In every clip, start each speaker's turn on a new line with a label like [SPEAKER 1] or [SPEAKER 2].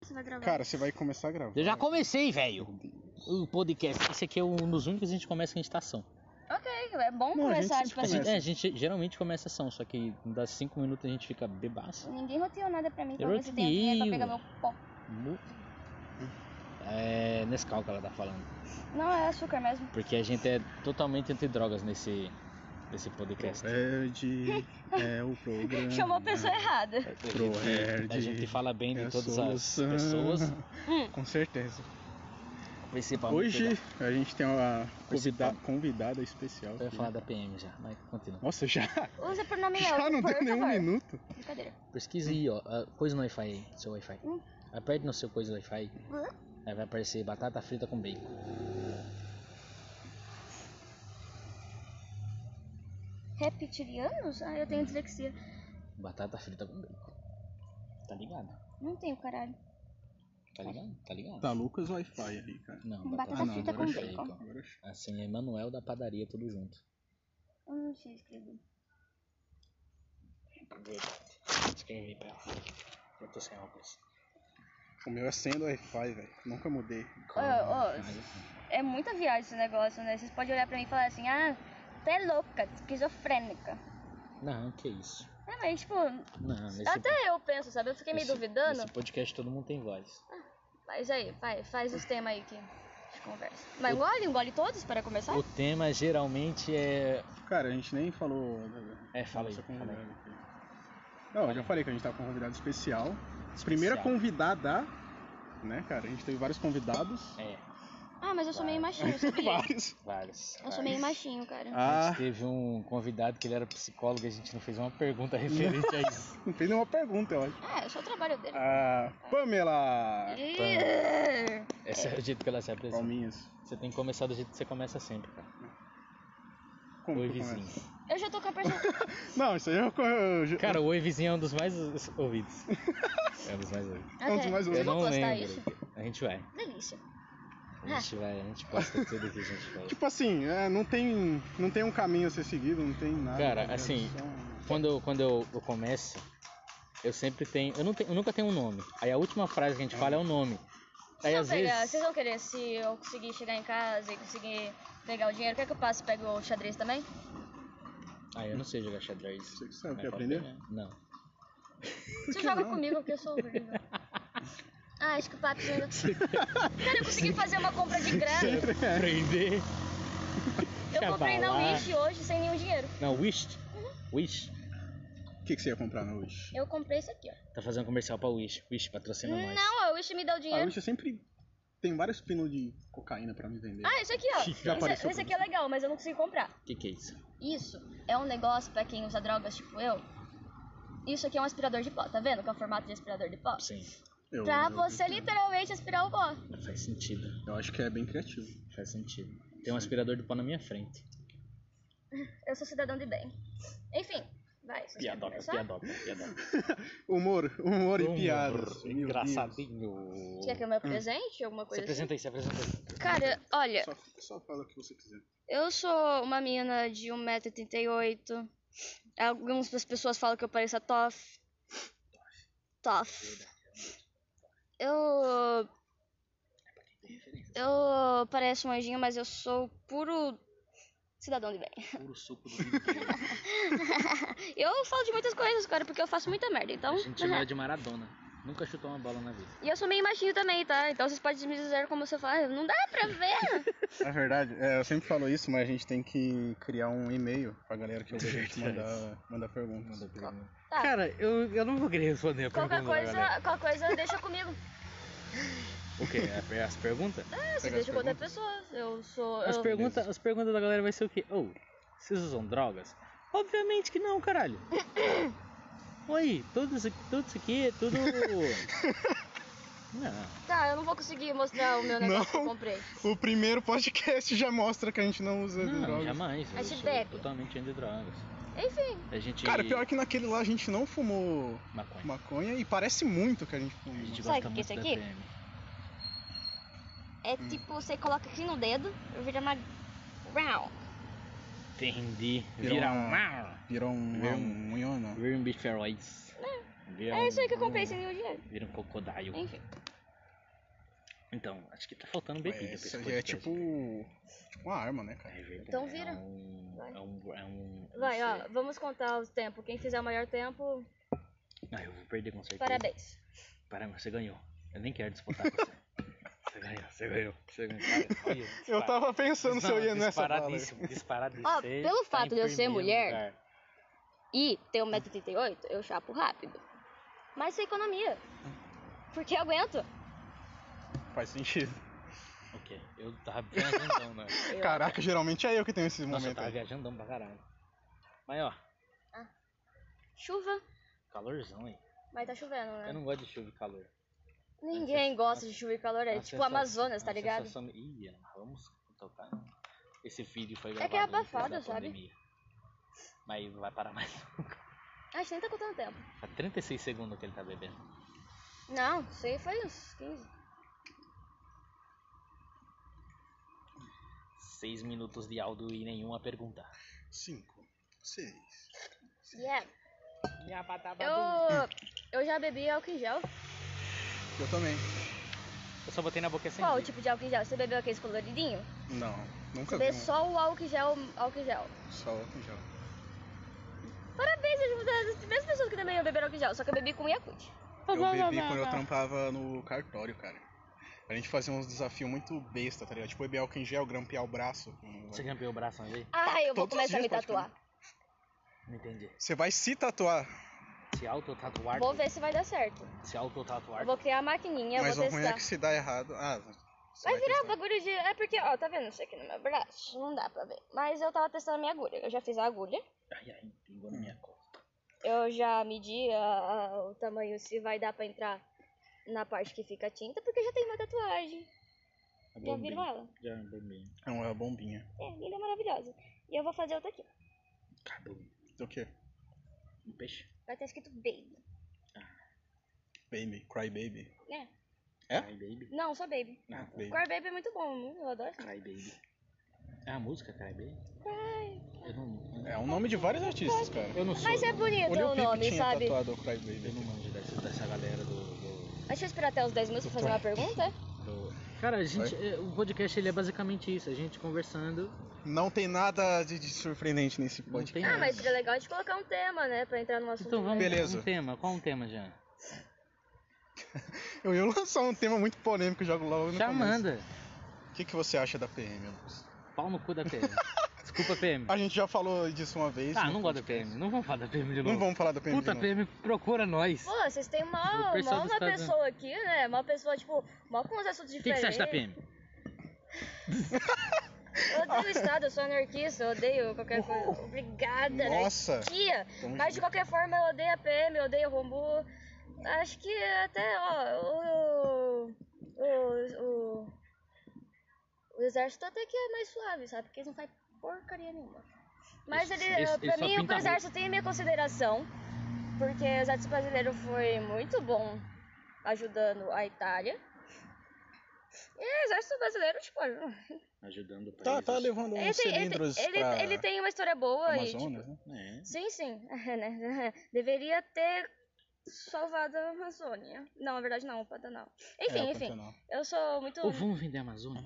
[SPEAKER 1] começar a gravar.
[SPEAKER 2] Cara, você vai começar a gravar.
[SPEAKER 3] Eu já comecei, velho.
[SPEAKER 2] Meu Deus.
[SPEAKER 3] O podcast. Esse aqui é um dos únicos que a gente começa em estação.
[SPEAKER 1] Ok, é bom
[SPEAKER 2] Não, a gente
[SPEAKER 1] começar,
[SPEAKER 2] sempre
[SPEAKER 1] tipo
[SPEAKER 3] A
[SPEAKER 1] assim.
[SPEAKER 3] gente,
[SPEAKER 2] Começa.
[SPEAKER 3] é, a gente geralmente começa a ação, só que dá cinco minutos a gente fica bebaço.
[SPEAKER 1] Ninguém roteou nada pra mim,
[SPEAKER 3] Eu
[SPEAKER 1] talvez eu tenha dinheiro pra
[SPEAKER 3] roteio.
[SPEAKER 1] pegar meu pó.
[SPEAKER 3] Mu- É nesse que ela tá falando.
[SPEAKER 1] Não, é açúcar mesmo.
[SPEAKER 3] Porque a gente é totalmente anti-drogas nesse, nesse podcast.
[SPEAKER 2] Proverd é o programa.
[SPEAKER 1] Chamou a pessoa errada.
[SPEAKER 3] A gente-
[SPEAKER 2] Proverd.
[SPEAKER 3] a gente fala bem de
[SPEAKER 2] é a
[SPEAKER 3] todas as
[SPEAKER 2] solução.
[SPEAKER 3] pessoas,
[SPEAKER 1] Hum.
[SPEAKER 2] Com certeza.
[SPEAKER 3] principalmente.
[SPEAKER 2] Hoje a gente tem uma
[SPEAKER 3] Principal.
[SPEAKER 2] convida- convidada especial.
[SPEAKER 3] da- Eu ia
[SPEAKER 2] aqui.
[SPEAKER 3] falar da PM já, mas continua.
[SPEAKER 2] Nossa, já,
[SPEAKER 1] Usa pronome
[SPEAKER 2] já
[SPEAKER 1] neutro,
[SPEAKER 2] não
[SPEAKER 1] por
[SPEAKER 2] deu nenhum
[SPEAKER 1] favor.
[SPEAKER 2] minuto.
[SPEAKER 1] Brincadeira.
[SPEAKER 3] Pesquisa aí, ó. ah, Coisa no Wi-Fi aí, seu Wi-Fi.
[SPEAKER 1] Hum.
[SPEAKER 3] Aperte no seu coisa do Wi-Fi.
[SPEAKER 1] Hum.
[SPEAKER 3] Aí vai aparecer batata frita com bacon.
[SPEAKER 1] Reptilianos? Ah, eu tenho dislexia.
[SPEAKER 3] Batata frita com bacon. Tá ligado?
[SPEAKER 1] Não tenho, caralho.
[SPEAKER 3] Tá ligado? Tá ligado?
[SPEAKER 2] Tá Lucas Wi-Fi ali, cara.
[SPEAKER 3] Não,
[SPEAKER 1] Batata
[SPEAKER 3] batata,
[SPEAKER 1] Ah, não,
[SPEAKER 3] frita
[SPEAKER 1] agora
[SPEAKER 3] com
[SPEAKER 1] eu achei.
[SPEAKER 3] bacon.
[SPEAKER 2] Agora eu achei.
[SPEAKER 3] Assim, é Manuel da padaria, tudo junto.
[SPEAKER 1] Eu não sei escrever.
[SPEAKER 3] Escrevi pra ela. Eu tô sem óculos.
[SPEAKER 2] O meu é senha do Wi-Fi, velho. Nunca mudei.
[SPEAKER 1] Ô, ô, é muita viagem esse negócio, né? Vocês podem olhar pra mim e falar assim, ah, tu é louca, esquizofrênica.
[SPEAKER 3] Não, que isso.
[SPEAKER 1] É, mas tipo,
[SPEAKER 2] Ah,
[SPEAKER 3] Não, esse,
[SPEAKER 1] até eu penso, sabe? Eu fiquei meio
[SPEAKER 3] esse-
[SPEAKER 1] duvidando.
[SPEAKER 3] Esse podcast todo mundo tem voz.
[SPEAKER 1] Mas aí, vai, faz os temas aí que a gente conversa. Mas engole, engole todos para começar?
[SPEAKER 3] O tema geralmente é.
[SPEAKER 2] Cara, a gente nem falou. né, da-
[SPEAKER 3] É, fala aí.
[SPEAKER 2] Nossa,
[SPEAKER 3] fala aí.
[SPEAKER 2] convidada aqui. Não, eu já falei que a gente tá com um convidado especial. Primeira
[SPEAKER 3] Especial.
[SPEAKER 2] convidada, né, cara? A gente teve vários convidados.
[SPEAKER 3] É,
[SPEAKER 1] Ah, mas eu sou meio machinho, sabia?
[SPEAKER 2] vários.
[SPEAKER 3] vários.
[SPEAKER 1] Eu sou meio machinho, cara.
[SPEAKER 3] A
[SPEAKER 2] Ah,
[SPEAKER 3] gente teve um convidado que ele era psicólogo e a gente não fez uma pergunta referente a isso.
[SPEAKER 2] não fez nenhuma pergunta, eu acho.
[SPEAKER 1] Ah, é só o trabalho dele.
[SPEAKER 2] Ah, tá. Pamela!
[SPEAKER 1] Ih,
[SPEAKER 3] Esse é o jeito que ela se apresenta.
[SPEAKER 2] Palminhas.
[SPEAKER 3] Você tem que começar do jeito que você começa sempre, cara.
[SPEAKER 2] Como
[SPEAKER 3] Oi,
[SPEAKER 2] que começa?
[SPEAKER 3] vizinho.
[SPEAKER 1] Eu já tô com a pessoa.
[SPEAKER 2] Não, isso aí eu. eu, eu
[SPEAKER 3] Cara, o Oi, vizinho é um dos mais ouvidos. É um dos mais ouvidos.
[SPEAKER 2] É um dos mais
[SPEAKER 1] Eu
[SPEAKER 3] Eu
[SPEAKER 1] vou
[SPEAKER 2] ouvidos.
[SPEAKER 3] não
[SPEAKER 1] postar
[SPEAKER 3] lembro.
[SPEAKER 1] isso.
[SPEAKER 3] A gente vai.
[SPEAKER 1] Delícia.
[SPEAKER 2] Ah.
[SPEAKER 3] A gente vai, a gente posta tudo que a gente faz.
[SPEAKER 2] Tipo assim, é, não, tem, não tem um caminho a ser seguido, não tem nada.
[SPEAKER 3] Cara,
[SPEAKER 2] né?
[SPEAKER 3] assim,
[SPEAKER 2] Só-
[SPEAKER 3] Quando eu, quando eu, eu começo, eu sempre tenho. Eu, não tenho- eu nunca tenho um nome. Aí a última frase que a gente fala é o nome. Aí
[SPEAKER 1] Só
[SPEAKER 3] às
[SPEAKER 1] pegar-
[SPEAKER 3] vezes.
[SPEAKER 1] Vocês vão querer, se eu conseguir chegar em casa e conseguir pegar o dinheiro, quer que eu passe e pego o xadrez também?
[SPEAKER 3] Ah, eu não sei jogar xadrez.
[SPEAKER 2] Você é que sabe,
[SPEAKER 3] Mas
[SPEAKER 2] quer
[SPEAKER 3] É, pode
[SPEAKER 2] aprender?
[SPEAKER 3] pegar. Não.
[SPEAKER 1] Você joga comigo porque eu sou horrível. Ah, acho que o papo já... Cara, eu consegui fazer uma compra de
[SPEAKER 3] né?
[SPEAKER 1] grana.
[SPEAKER 2] É.
[SPEAKER 3] Aprender.
[SPEAKER 1] Eu comprei na
[SPEAKER 3] Cabalar.
[SPEAKER 1] Wish hoje sem nenhum dinheiro.
[SPEAKER 3] Não, Wish.
[SPEAKER 2] Uhum.
[SPEAKER 3] Wish.
[SPEAKER 2] O que, que você ia comprar na Wish?
[SPEAKER 1] Eu comprei isso aqui, ó.
[SPEAKER 3] Tá fazendo comercial pra Wish. Wish, patrocina nós.
[SPEAKER 1] Não, a Wish me dá o
[SPEAKER 2] A
[SPEAKER 1] dinheiro.
[SPEAKER 2] Ah, Wish eu sempre tem vários pinos de cocaína pra me vender.
[SPEAKER 1] Ah, isso aqui, ó. Esse,
[SPEAKER 2] apareceu
[SPEAKER 1] esse
[SPEAKER 2] pra
[SPEAKER 1] aqui é legal, mas eu não consigo comprar.
[SPEAKER 3] O que, que é isso?
[SPEAKER 1] Isso é um negócio pra quem usa drogas tipo eu. Isso aqui é um aspirador de pó, tá vendo? Que é o formato de aspirador de pó.
[SPEAKER 3] Sim,
[SPEAKER 2] Eu-
[SPEAKER 1] Pra
[SPEAKER 2] eu-
[SPEAKER 1] você literalmente aspirar o pó.
[SPEAKER 3] faz sentido.
[SPEAKER 2] Eu acho que é bem criativo.
[SPEAKER 3] Faz sentido. Tem um aspirador de pó na minha frente.
[SPEAKER 1] Eu sou cidadão de bem. Enfim, vai. vocês querem
[SPEAKER 3] Piadocas,
[SPEAKER 1] começar?
[SPEAKER 3] piadocas, piadocas.
[SPEAKER 2] Humor, humor e piadas. Meu Deus.
[SPEAKER 3] Engraçadinho.
[SPEAKER 1] Quer que eu me apresente? Alguma
[SPEAKER 3] Se
[SPEAKER 1] coisa assim?
[SPEAKER 3] apresenta aí, se apresenta aí.
[SPEAKER 1] Cara, olha,
[SPEAKER 2] Só, só fala o que você quiser.
[SPEAKER 1] eu sou uma menina de 1,88m. Algumas das pessoas falam que eu pareço a Toff. Toff. Eu. Eu pareço um anjinho, mas eu sou puro cidadão de bem.
[SPEAKER 3] Puro suco do vinho.
[SPEAKER 1] Eu falo de muitas coisas, cara, porque eu faço muita merda, então.
[SPEAKER 3] A gente chama ela de Maradona. Nunca chutou uma bola na vida.
[SPEAKER 1] E eu sou meio machinho também, tá? Então vocês podem me dizer como você fala. "Ah, Não dá pra ver!
[SPEAKER 2] É verdade, é, eu sempre falo isso, mas a gente tem que criar um e-mail pra galera
[SPEAKER 3] É
[SPEAKER 2] que ouve a gente mandar, mandar perguntas.
[SPEAKER 1] Tá.
[SPEAKER 3] Cara, eu, eu não vou querer responder a
[SPEAKER 1] qualquer coisa, qualquer coisa deixa comigo.
[SPEAKER 3] O quê? A per- As perguntas?
[SPEAKER 1] Ah, você
[SPEAKER 2] Pega
[SPEAKER 1] deixa
[SPEAKER 2] as
[SPEAKER 1] com outra pessoa. Eu sou.
[SPEAKER 3] As
[SPEAKER 1] eu-
[SPEAKER 3] perguntas as perguntas da galera vai ser o quê? Ou, vocês usam drogas? Obviamente que não, caralho. Oi, tudo isso, tudo isso aqui é tudo... Não.
[SPEAKER 1] Tá, eu não vou conseguir mostrar o meu negócio que eu comprei.
[SPEAKER 2] O primeiro podcast já mostra que a gente não usa
[SPEAKER 3] Não,
[SPEAKER 2] drogas.
[SPEAKER 3] jamais.
[SPEAKER 1] Mas
[SPEAKER 3] eu
[SPEAKER 1] se
[SPEAKER 3] sou
[SPEAKER 1] bebe.
[SPEAKER 3] Totalmente anti-drogas.
[SPEAKER 1] Enfim,
[SPEAKER 3] A gente...
[SPEAKER 2] Cara, pior que naquele lá a gente não fumou
[SPEAKER 3] Maconha.
[SPEAKER 2] maconha e parece muito que a gente
[SPEAKER 3] A
[SPEAKER 2] fumou.
[SPEAKER 3] gente
[SPEAKER 1] Sabe o
[SPEAKER 3] gosta
[SPEAKER 1] que é
[SPEAKER 3] muito
[SPEAKER 1] isso
[SPEAKER 3] da
[SPEAKER 1] aqui?
[SPEAKER 3] PM. Hum.
[SPEAKER 1] é tipo, você coloca aqui no dedo, vira uma. Round.
[SPEAKER 3] Entendi.
[SPEAKER 2] Virou
[SPEAKER 3] Vira
[SPEAKER 2] uma-
[SPEAKER 3] um...
[SPEAKER 2] Virou um,
[SPEAKER 3] Virou
[SPEAKER 2] um, um iona.
[SPEAKER 3] Vira um biferoides. Vira
[SPEAKER 1] É isso aí que eu
[SPEAKER 3] um-
[SPEAKER 1] comprei sem nenhum dinheiro.
[SPEAKER 3] Vira um crocodile.
[SPEAKER 1] Enfim.
[SPEAKER 3] Então, acho que tá faltando
[SPEAKER 2] Ué,
[SPEAKER 3] bebida. pra
[SPEAKER 2] isso
[SPEAKER 3] esse
[SPEAKER 2] aí é
[SPEAKER 3] podcast.
[SPEAKER 2] tipo. tipo uma arma, né,
[SPEAKER 3] É
[SPEAKER 2] cara?
[SPEAKER 3] verdade,
[SPEAKER 1] Então vira.
[SPEAKER 3] É um.
[SPEAKER 1] Vai.
[SPEAKER 3] É um, é um
[SPEAKER 1] Vai,
[SPEAKER 3] não
[SPEAKER 1] ó,
[SPEAKER 3] sei.
[SPEAKER 1] vamos contar o tempo. Quem fizer o maior tempo,
[SPEAKER 3] Ah, eu vou perder com certeza.
[SPEAKER 1] parabéns.
[SPEAKER 3] Parabéns, você ganhou. Eu nem quero disputar com você. Você ganhou, você ganhou. Você ganhou. Cara,
[SPEAKER 2] Eu
[SPEAKER 3] olha, dispara-
[SPEAKER 2] tava pensando se eu ia nessa bala.
[SPEAKER 3] Disparadíssimo, disparadíssimo.
[SPEAKER 1] Ó,
[SPEAKER 3] Você
[SPEAKER 1] pelo
[SPEAKER 3] tá
[SPEAKER 1] fato
[SPEAKER 3] em
[SPEAKER 1] de eu ser
[SPEAKER 3] primeiro
[SPEAKER 1] mulher,
[SPEAKER 3] lugar.
[SPEAKER 1] E ter 1,88m, eu chapo rápido. Mas sem economia. Porque eu aguento.
[SPEAKER 2] Faz sentido.
[SPEAKER 3] Ok, eu tava viajandão, né?
[SPEAKER 1] Eu-
[SPEAKER 2] Caraca, geralmente é eu que tenho esses
[SPEAKER 3] Nossa, tá eu
[SPEAKER 2] momentos.
[SPEAKER 3] tava
[SPEAKER 2] aí.
[SPEAKER 3] viajandão pra caralho. Mas ó,
[SPEAKER 1] Chuva,
[SPEAKER 3] calorzão, hein?
[SPEAKER 1] mas tá chovendo, né?
[SPEAKER 3] Eu não gosto de chuva e calor.
[SPEAKER 1] Ninguém
[SPEAKER 3] Nossa,
[SPEAKER 1] gosta
[SPEAKER 3] nossa.
[SPEAKER 1] de chuva e calor. É
[SPEAKER 3] Uma
[SPEAKER 1] tipo
[SPEAKER 3] sensação-
[SPEAKER 1] Amazonas, tá
[SPEAKER 3] uma
[SPEAKER 1] ligado?
[SPEAKER 3] sensação- Ih, Ana, vamos tocar. Esse vídeo foi
[SPEAKER 1] que é
[SPEAKER 3] gravado antes da
[SPEAKER 1] abafado, sabe?
[SPEAKER 3] pandemia. Mas não vai parar mais.
[SPEAKER 1] A gente nem tá contando tempo.
[SPEAKER 3] Há 36 segundos que ele tá bebendo.
[SPEAKER 1] Não, isso aí foi uns 15.
[SPEAKER 3] 6 minutos de áudio e nenhuma pergunta.
[SPEAKER 2] Cinco, seis.
[SPEAKER 1] Yeah.
[SPEAKER 3] Tá
[SPEAKER 1] tá Eu, eu já bebi álcool em gel.
[SPEAKER 2] Eu também.
[SPEAKER 3] Eu só botei na boca sem.
[SPEAKER 1] Qual o tipo de álcool em gel? Você bebeu aqueles coloridinho?
[SPEAKER 2] Não, nunca
[SPEAKER 1] Você
[SPEAKER 2] vi.
[SPEAKER 1] bebeu
[SPEAKER 2] um-
[SPEAKER 1] só o álcool em gel, álcool em gel.
[SPEAKER 2] Só álcool em gel.
[SPEAKER 1] Parabéns, eu fui das primeiras pessoas que também beberam álcool em gel, só que eu bebi com Yakult.
[SPEAKER 2] Eu bebi quando
[SPEAKER 1] tá.
[SPEAKER 2] eu trampava no cartório, cara. A gente fazia uns desafios muito besta, tá ligado? Tipo, beber álcool em gel, grampear o braço. um
[SPEAKER 3] Você campeou o braço uma vez?
[SPEAKER 1] Ah, eu vou
[SPEAKER 2] Todos os
[SPEAKER 1] começar a me
[SPEAKER 2] dias,
[SPEAKER 1] tatuar.
[SPEAKER 3] Não entendi.
[SPEAKER 2] Você vai se tatuar,
[SPEAKER 3] Se autotatuar.
[SPEAKER 1] Vou ver se vai dar certo.
[SPEAKER 3] Se autotatuar.
[SPEAKER 1] Eu vou criar a maquininha, eu
[SPEAKER 2] mas
[SPEAKER 1] vou
[SPEAKER 2] o ruim é
[SPEAKER 1] testar.
[SPEAKER 2] que se dá errado. Ah, você
[SPEAKER 1] Vai virar
[SPEAKER 2] testar.
[SPEAKER 1] bagulho de. É porque, ó, tá vendo isso aqui no meu braço? Não dá pra ver. Mas eu tava testando a minha agulha. Eu já fiz a agulha.
[SPEAKER 3] Ai, ai, pingou na minha costa.
[SPEAKER 1] Eu já medi a- a- o tamanho se vai dar pra entrar na parte que fica a tinta, porque eu já tenho uma tatuagem.
[SPEAKER 2] É
[SPEAKER 1] Já viram ela?
[SPEAKER 3] Já bombinha.
[SPEAKER 2] Não, é uma bombinha.
[SPEAKER 1] É, linda, maravilhosa. E eu vou fazer outra aqui.
[SPEAKER 3] Cabum.
[SPEAKER 2] Do quê?
[SPEAKER 3] Um peixe.
[SPEAKER 1] Vai estar escrito baby.
[SPEAKER 2] Baby, cry baby.
[SPEAKER 1] Né?
[SPEAKER 2] É?
[SPEAKER 3] Cry baby.
[SPEAKER 1] Não, só baby.
[SPEAKER 2] Ah, baby.
[SPEAKER 1] Core baby é muito bom, eu adoro.
[SPEAKER 3] Cry baby. É a música Cry baby?
[SPEAKER 1] Ai,
[SPEAKER 3] Eu não.
[SPEAKER 2] É o nome de vários artistas, cara.
[SPEAKER 3] Eu não sou.
[SPEAKER 1] Mas é bonito
[SPEAKER 2] Olha
[SPEAKER 1] o
[SPEAKER 2] Pipe
[SPEAKER 1] nome,
[SPEAKER 2] tinha
[SPEAKER 1] sabe?
[SPEAKER 2] tatuado o cry baby.
[SPEAKER 3] Eu não manjo dessa, dessa galera do. do,
[SPEAKER 1] Deixa eu esperar até os 10 minutos pra fazer uma pergunta.
[SPEAKER 3] do- Cara, a gente. é, o podcast ele é basicamente isso. A gente conversando.
[SPEAKER 2] Não tem nada de, de surpreendente nesse
[SPEAKER 3] Não
[SPEAKER 2] podcast.
[SPEAKER 3] tem
[SPEAKER 1] Ah, mas
[SPEAKER 3] nada.
[SPEAKER 1] seria legal de colocar um tema, né? Pra entrar num assunto.
[SPEAKER 3] Então vamos.
[SPEAKER 2] Beleza.
[SPEAKER 3] Um tema. Qual um tema, Jean?
[SPEAKER 2] Eu ia lançar um tema muito polêmico, eu jogo logo no
[SPEAKER 3] Já
[SPEAKER 2] começo.
[SPEAKER 3] manda.
[SPEAKER 2] O que, que você acha da PM, Lucas?
[SPEAKER 3] Pau no cu da PM. Desculpa, PM.
[SPEAKER 2] A gente já falou disso uma vez.
[SPEAKER 3] Ah,
[SPEAKER 2] no
[SPEAKER 3] não gosto da
[SPEAKER 2] podcast.
[SPEAKER 3] PM. Não vamos falar da PM de novo.
[SPEAKER 2] Não vamos falar da PM
[SPEAKER 3] Puta
[SPEAKER 2] de novo.
[SPEAKER 3] PM, procura nós.
[SPEAKER 1] Pô, vocês têm
[SPEAKER 3] O
[SPEAKER 1] mal,
[SPEAKER 3] pessoal
[SPEAKER 1] mal
[SPEAKER 3] do
[SPEAKER 1] uma
[SPEAKER 3] Estado-
[SPEAKER 1] pessoa aqui, né? Mal pessoa, tipo, mal com os assuntos
[SPEAKER 3] O que, que
[SPEAKER 1] diferentes.
[SPEAKER 3] você acha da PM?
[SPEAKER 1] Eu odeio o Estado, eu sou anarquista, eu odeio qualquer coisa. Obrigada,
[SPEAKER 2] Nossa.
[SPEAKER 1] anarquia.
[SPEAKER 2] Tamo
[SPEAKER 1] Mas
[SPEAKER 2] junto.
[SPEAKER 1] de qualquer forma, eu odeio a PM, eu odeio o Rombu. Acho que até, ó, o. O. O, o exército até que é mais suave, sabe? Porque eles não fazem porcaria nenhuma. Mas ele,
[SPEAKER 3] Esse- esse
[SPEAKER 1] pra
[SPEAKER 3] só
[SPEAKER 1] mim,
[SPEAKER 3] pinta
[SPEAKER 1] o
[SPEAKER 3] a
[SPEAKER 1] exército tem minha consideração. Porque o exército brasileiro foi muito bom ajudando a Itália. E o exército brasileiro, tipo,
[SPEAKER 3] Ajudando o país.
[SPEAKER 2] Tá, tá levando
[SPEAKER 1] ele
[SPEAKER 2] uns
[SPEAKER 1] tem, ele,
[SPEAKER 2] cilindros
[SPEAKER 1] tem- ele-
[SPEAKER 2] pra
[SPEAKER 1] ele tem uma história boa e. tipo,
[SPEAKER 2] Amazonas, né?
[SPEAKER 3] É.
[SPEAKER 1] Sim, sim. né? Deveria ter salvado a Amazônia. Não, na verdade não, o Pantanal. Enfim,
[SPEAKER 2] É, o
[SPEAKER 1] enfim.
[SPEAKER 2] Pantanal.
[SPEAKER 1] Eu sou muito.
[SPEAKER 3] Ou vamos vender a Amazônia?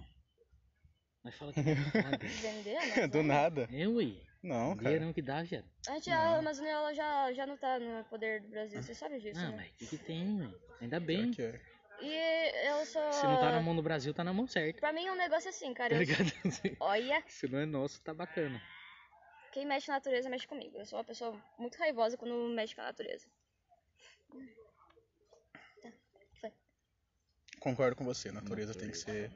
[SPEAKER 3] Mas fala que não é nada.
[SPEAKER 1] Vender, né?
[SPEAKER 2] Do nada.
[SPEAKER 3] É, ui.
[SPEAKER 2] Não, cara.
[SPEAKER 3] Dinheirão que dá, viado.
[SPEAKER 1] A, gente, a Amazônia ela já, já não tá no poder do Brasil, você sabe disso,
[SPEAKER 3] Ah,
[SPEAKER 1] né?
[SPEAKER 3] mas o que, que tem, ué? Ainda bem.
[SPEAKER 2] Pior que é.
[SPEAKER 1] E eu sou.
[SPEAKER 3] Se não tá na mão do Brasil, tá na mão certa.
[SPEAKER 1] Pra mim, um negócio é assim, cara.
[SPEAKER 3] Tá
[SPEAKER 1] eu-
[SPEAKER 3] ligado?
[SPEAKER 1] Olha,
[SPEAKER 3] Se não é nosso, tá bacana.
[SPEAKER 1] quem mexe na natureza mexe comigo. Eu sou uma pessoa muito raivosa quando mexe com a natureza.
[SPEAKER 2] Concordo com você, a natureza tem que ser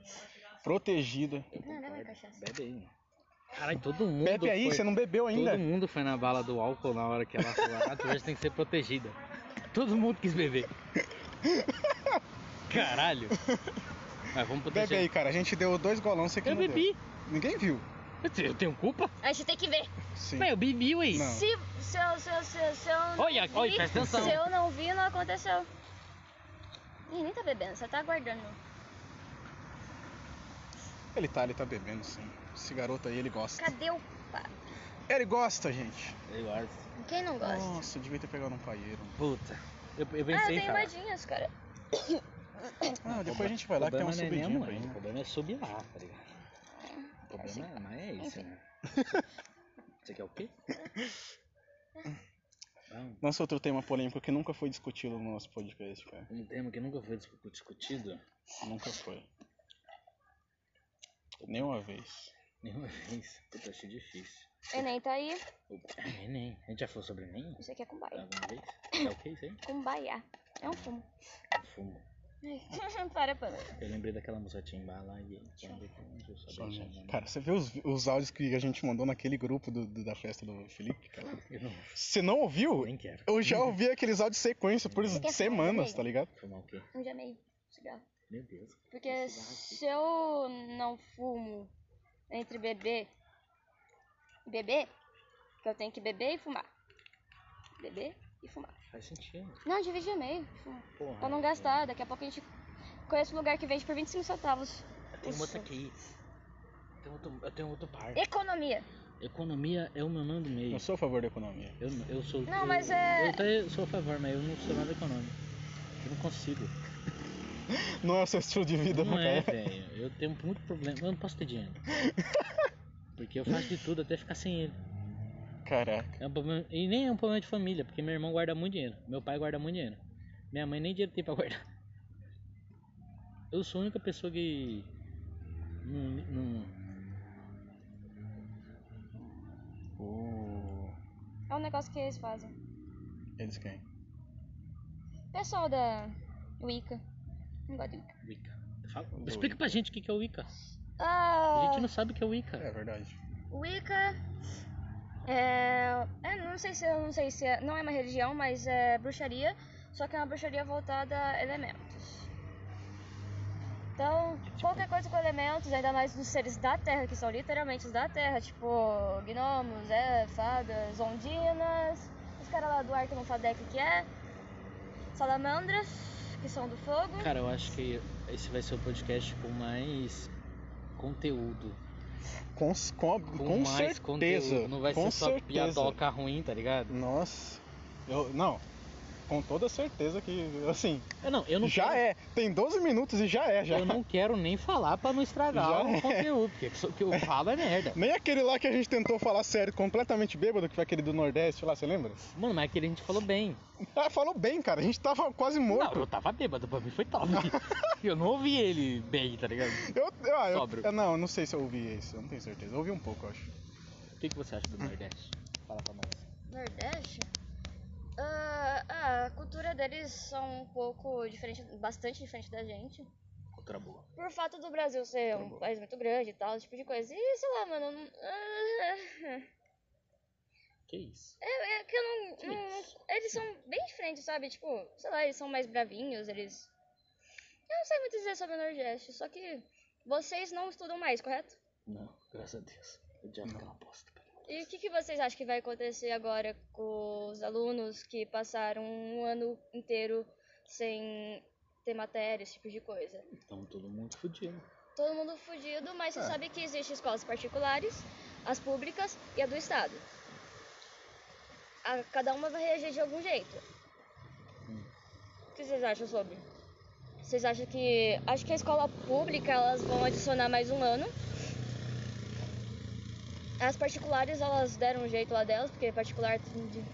[SPEAKER 2] protegida.
[SPEAKER 1] Não, não é uma cachaça.
[SPEAKER 3] Bebe aí, mano. Caralho, todo mundo.
[SPEAKER 2] Pepe aí,
[SPEAKER 3] foi...
[SPEAKER 2] você não bebeu ainda?
[SPEAKER 3] Todo mundo foi na bala do álcool na hora que ela falou. A natureza tem que ser protegida. Todo mundo quis beber. Caralho. Mas vamos proteger.
[SPEAKER 2] Bebe aí, cara. A gente deu dois golão, você que
[SPEAKER 3] Eu
[SPEAKER 2] não deu.
[SPEAKER 3] bebi.
[SPEAKER 2] Ninguém viu.
[SPEAKER 3] Eu te- Eu tenho culpa?
[SPEAKER 1] A gente tem que ver.
[SPEAKER 2] Sim.
[SPEAKER 3] Mas eu bebi, ué.
[SPEAKER 2] Não.
[SPEAKER 1] Se, se, eu, se, eu, se, eu, se eu não
[SPEAKER 3] Olha,
[SPEAKER 1] vi,
[SPEAKER 3] olha, presta atenção.
[SPEAKER 1] se eu não vi, não aconteceu. Ih, nem tá bebendo, só tá aguardando.
[SPEAKER 2] Ele tá, ele tá bebendo, sim. Esse garoto aí, ele gosta.
[SPEAKER 1] Cadê o pá?
[SPEAKER 2] Ele gosta, gente.
[SPEAKER 3] Eu acho.
[SPEAKER 1] Quem não gosta?
[SPEAKER 2] Nossa, eu devia ter pegado um paieiro.
[SPEAKER 3] Puta. Eu, eu
[SPEAKER 1] ah, eu
[SPEAKER 3] pensei em
[SPEAKER 1] tenho
[SPEAKER 3] falar.
[SPEAKER 1] moedinhas, cara.
[SPEAKER 2] Ah, depois a gente vai lá que tem uma
[SPEAKER 3] problema não é nem a
[SPEAKER 2] subidinha pra gente. Assim,
[SPEAKER 3] mulher, O problema é subir lá, tá ligado? O problema é- não é isso, né? Você quer o quê? Não,
[SPEAKER 2] Nossa, outro tema polêmico que nunca foi discutido no nosso podcast, cara.
[SPEAKER 3] um tema que nunca foi discu- discutido
[SPEAKER 2] Nunca foi. Nenhuma vez.
[SPEAKER 3] nenhuma vez. Puta, achei difícil.
[SPEAKER 1] Enem tá aí.
[SPEAKER 3] O- Ah, Enem. A gente já falou sobre Enem?
[SPEAKER 1] Isso aqui é cumbaia.
[SPEAKER 3] Alguma vez? É o que isso aí?
[SPEAKER 1] Cumbaia. É um fumo.
[SPEAKER 3] Um fumo.
[SPEAKER 1] Ai, Para, para.
[SPEAKER 3] Eu lembrei daquela música Timba lá e... Quando eu sabia chamar.
[SPEAKER 2] Cara, você vê os, os áudios que a gente mandou naquele grupo do- do- da festa do Felipe, cara?
[SPEAKER 3] Eu não...
[SPEAKER 2] Você não ouviu?
[SPEAKER 3] Nem quero.
[SPEAKER 2] Eu já ouvi aqueles áudios de sequência por
[SPEAKER 1] Você quer
[SPEAKER 2] semanas,
[SPEAKER 1] falar
[SPEAKER 2] tá ligado?
[SPEAKER 3] Fumar o quê?
[SPEAKER 1] Um jamei cigarro.
[SPEAKER 3] Meu Deus.
[SPEAKER 1] Porque se eu não fumo entre beber, beber, que eu tenho que beber e fumar. Beber e fumar.
[SPEAKER 3] Faz sentido.
[SPEAKER 1] Não, divide jamei. Fumar.
[SPEAKER 3] Porra.
[SPEAKER 1] Pra não
[SPEAKER 3] eu-
[SPEAKER 1] gastar, daqui a pouco a gente conhece um lugar que vende por 25 centavos.
[SPEAKER 3] Tem uma outra aqui. Tem outro, eu tenho outro par.
[SPEAKER 1] Economia.
[SPEAKER 3] Economia é o meu nome do meio.
[SPEAKER 2] Eu sou a favor da economia.
[SPEAKER 3] Eu, não- eu sou.
[SPEAKER 1] Não,
[SPEAKER 3] eu,
[SPEAKER 1] mas é-
[SPEAKER 3] Eu até sou a favor, mas eu não sou nada econômico. Eu não consigo.
[SPEAKER 2] Não é o seu estilo de vida,
[SPEAKER 3] não é,
[SPEAKER 2] cara.
[SPEAKER 3] velho. Eu tenho muito problema. Eu não posso ter dinheiro. Porque eu faço de tudo até ficar sem ele.
[SPEAKER 2] Caraca.
[SPEAKER 3] É um problema, e nem é um problema de família, porque meu irmão guarda muito dinheiro. Meu pai guarda muito dinheiro. Minha mãe nem dinheiro tem pra guardar. Eu sou a única pessoa que. Não, não-
[SPEAKER 2] Uh,
[SPEAKER 1] É um negócio que eles fazem.
[SPEAKER 2] eles quem?
[SPEAKER 1] Pessoal da Wicca. Não gosto de Wicca.
[SPEAKER 3] Wicca. Fala- explica pra gente o que que é o Wicca. A
[SPEAKER 1] Ah,
[SPEAKER 3] gente não sabe o que é o Wicca.
[SPEAKER 2] É verdade.
[SPEAKER 1] Wicca é, é, não sei se eu não sei se é, não é uma religião, mas é bruxaria, só que é uma bruxaria voltada a elementos. Então, qualquer coisa com elementos, ainda mais dos seres da Terra, que são literalmente os da Terra, tipo gnomos, é, fadas, ondinas, os caras lá do ar que eu não sabe o que é, salamandras, que são do fogo.
[SPEAKER 3] Cara, eu acho que esse vai ser o podcast com mais conteúdo.
[SPEAKER 2] Com, s- com,
[SPEAKER 3] Com,
[SPEAKER 2] com,
[SPEAKER 3] mais
[SPEAKER 2] certeza.
[SPEAKER 3] conteúdo. Não vai
[SPEAKER 2] com
[SPEAKER 3] ser só
[SPEAKER 2] certeza.
[SPEAKER 3] piadoca ruim, tá ligado?
[SPEAKER 2] Nossa. Eu, não. Com toda certeza que, assim,
[SPEAKER 3] Eu não, eu não
[SPEAKER 2] já
[SPEAKER 3] quero,
[SPEAKER 2] é. Tem 12 minutos e já é, já.
[SPEAKER 3] Eu não quero nem falar pra não estragar
[SPEAKER 2] Já
[SPEAKER 3] o
[SPEAKER 2] é.
[SPEAKER 3] conteúdo, porque o que eu falo é merda.
[SPEAKER 2] Nem aquele lá que a gente tentou falar sério, completamente bêbado, que foi aquele do Nordeste lá, você lembra?
[SPEAKER 3] Mano, mas aquele a gente falou bem.
[SPEAKER 2] Ah, falou bem, cara. A gente tava quase
[SPEAKER 3] Não,
[SPEAKER 2] morto.
[SPEAKER 3] eu tava bêbado, pra mim foi top. eu não ouvi ele bem, tá ligado?
[SPEAKER 2] Eu, eu, ah, eu-
[SPEAKER 3] Sóbrio.
[SPEAKER 2] eu- não, eu não sei se eu ouvi isso, eu não tenho certeza. Eu ouvi um pouco, eu acho.
[SPEAKER 3] O que, que você acha do Nordeste? Fala pra nós.
[SPEAKER 1] Nordeste? Ah, ah, a cultura deles são um pouco diferente, bastante diferente da gente.
[SPEAKER 3] Outra boa.
[SPEAKER 1] Por fato do Brasil ser um país muito grande e tal, esse tipo de coisa. E sei lá, mano. não- ah,
[SPEAKER 3] Que isso?
[SPEAKER 1] é, é que eu não, não- Eles são bem diferentes, sabe? Tipo, sei lá, eles são mais bravinhos, eles. Eu não sei muito dizer sobre o Nordeste, só que vocês não estudam mais, correto?
[SPEAKER 3] Não, graças a Deus. Eu já aquela bosta, cara.
[SPEAKER 1] E o que, que vocês acham que vai acontecer agora com os alunos que passaram um ano inteiro sem ter matéria, esse tipo de coisa?
[SPEAKER 3] Então todo mundo fudido.
[SPEAKER 1] Todo mundo fudido, mas você
[SPEAKER 2] É.
[SPEAKER 1] sabe que existem escolas particulares, as públicas e a do Estado. A- cada uma vai reagir de algum jeito.
[SPEAKER 3] Hum.
[SPEAKER 1] O que vocês acham sobre? Vocês acham que. Acho que a escola pública elas vão adicionar mais um ano. As particulares elas deram um jeito lá delas, porque particular. tem de-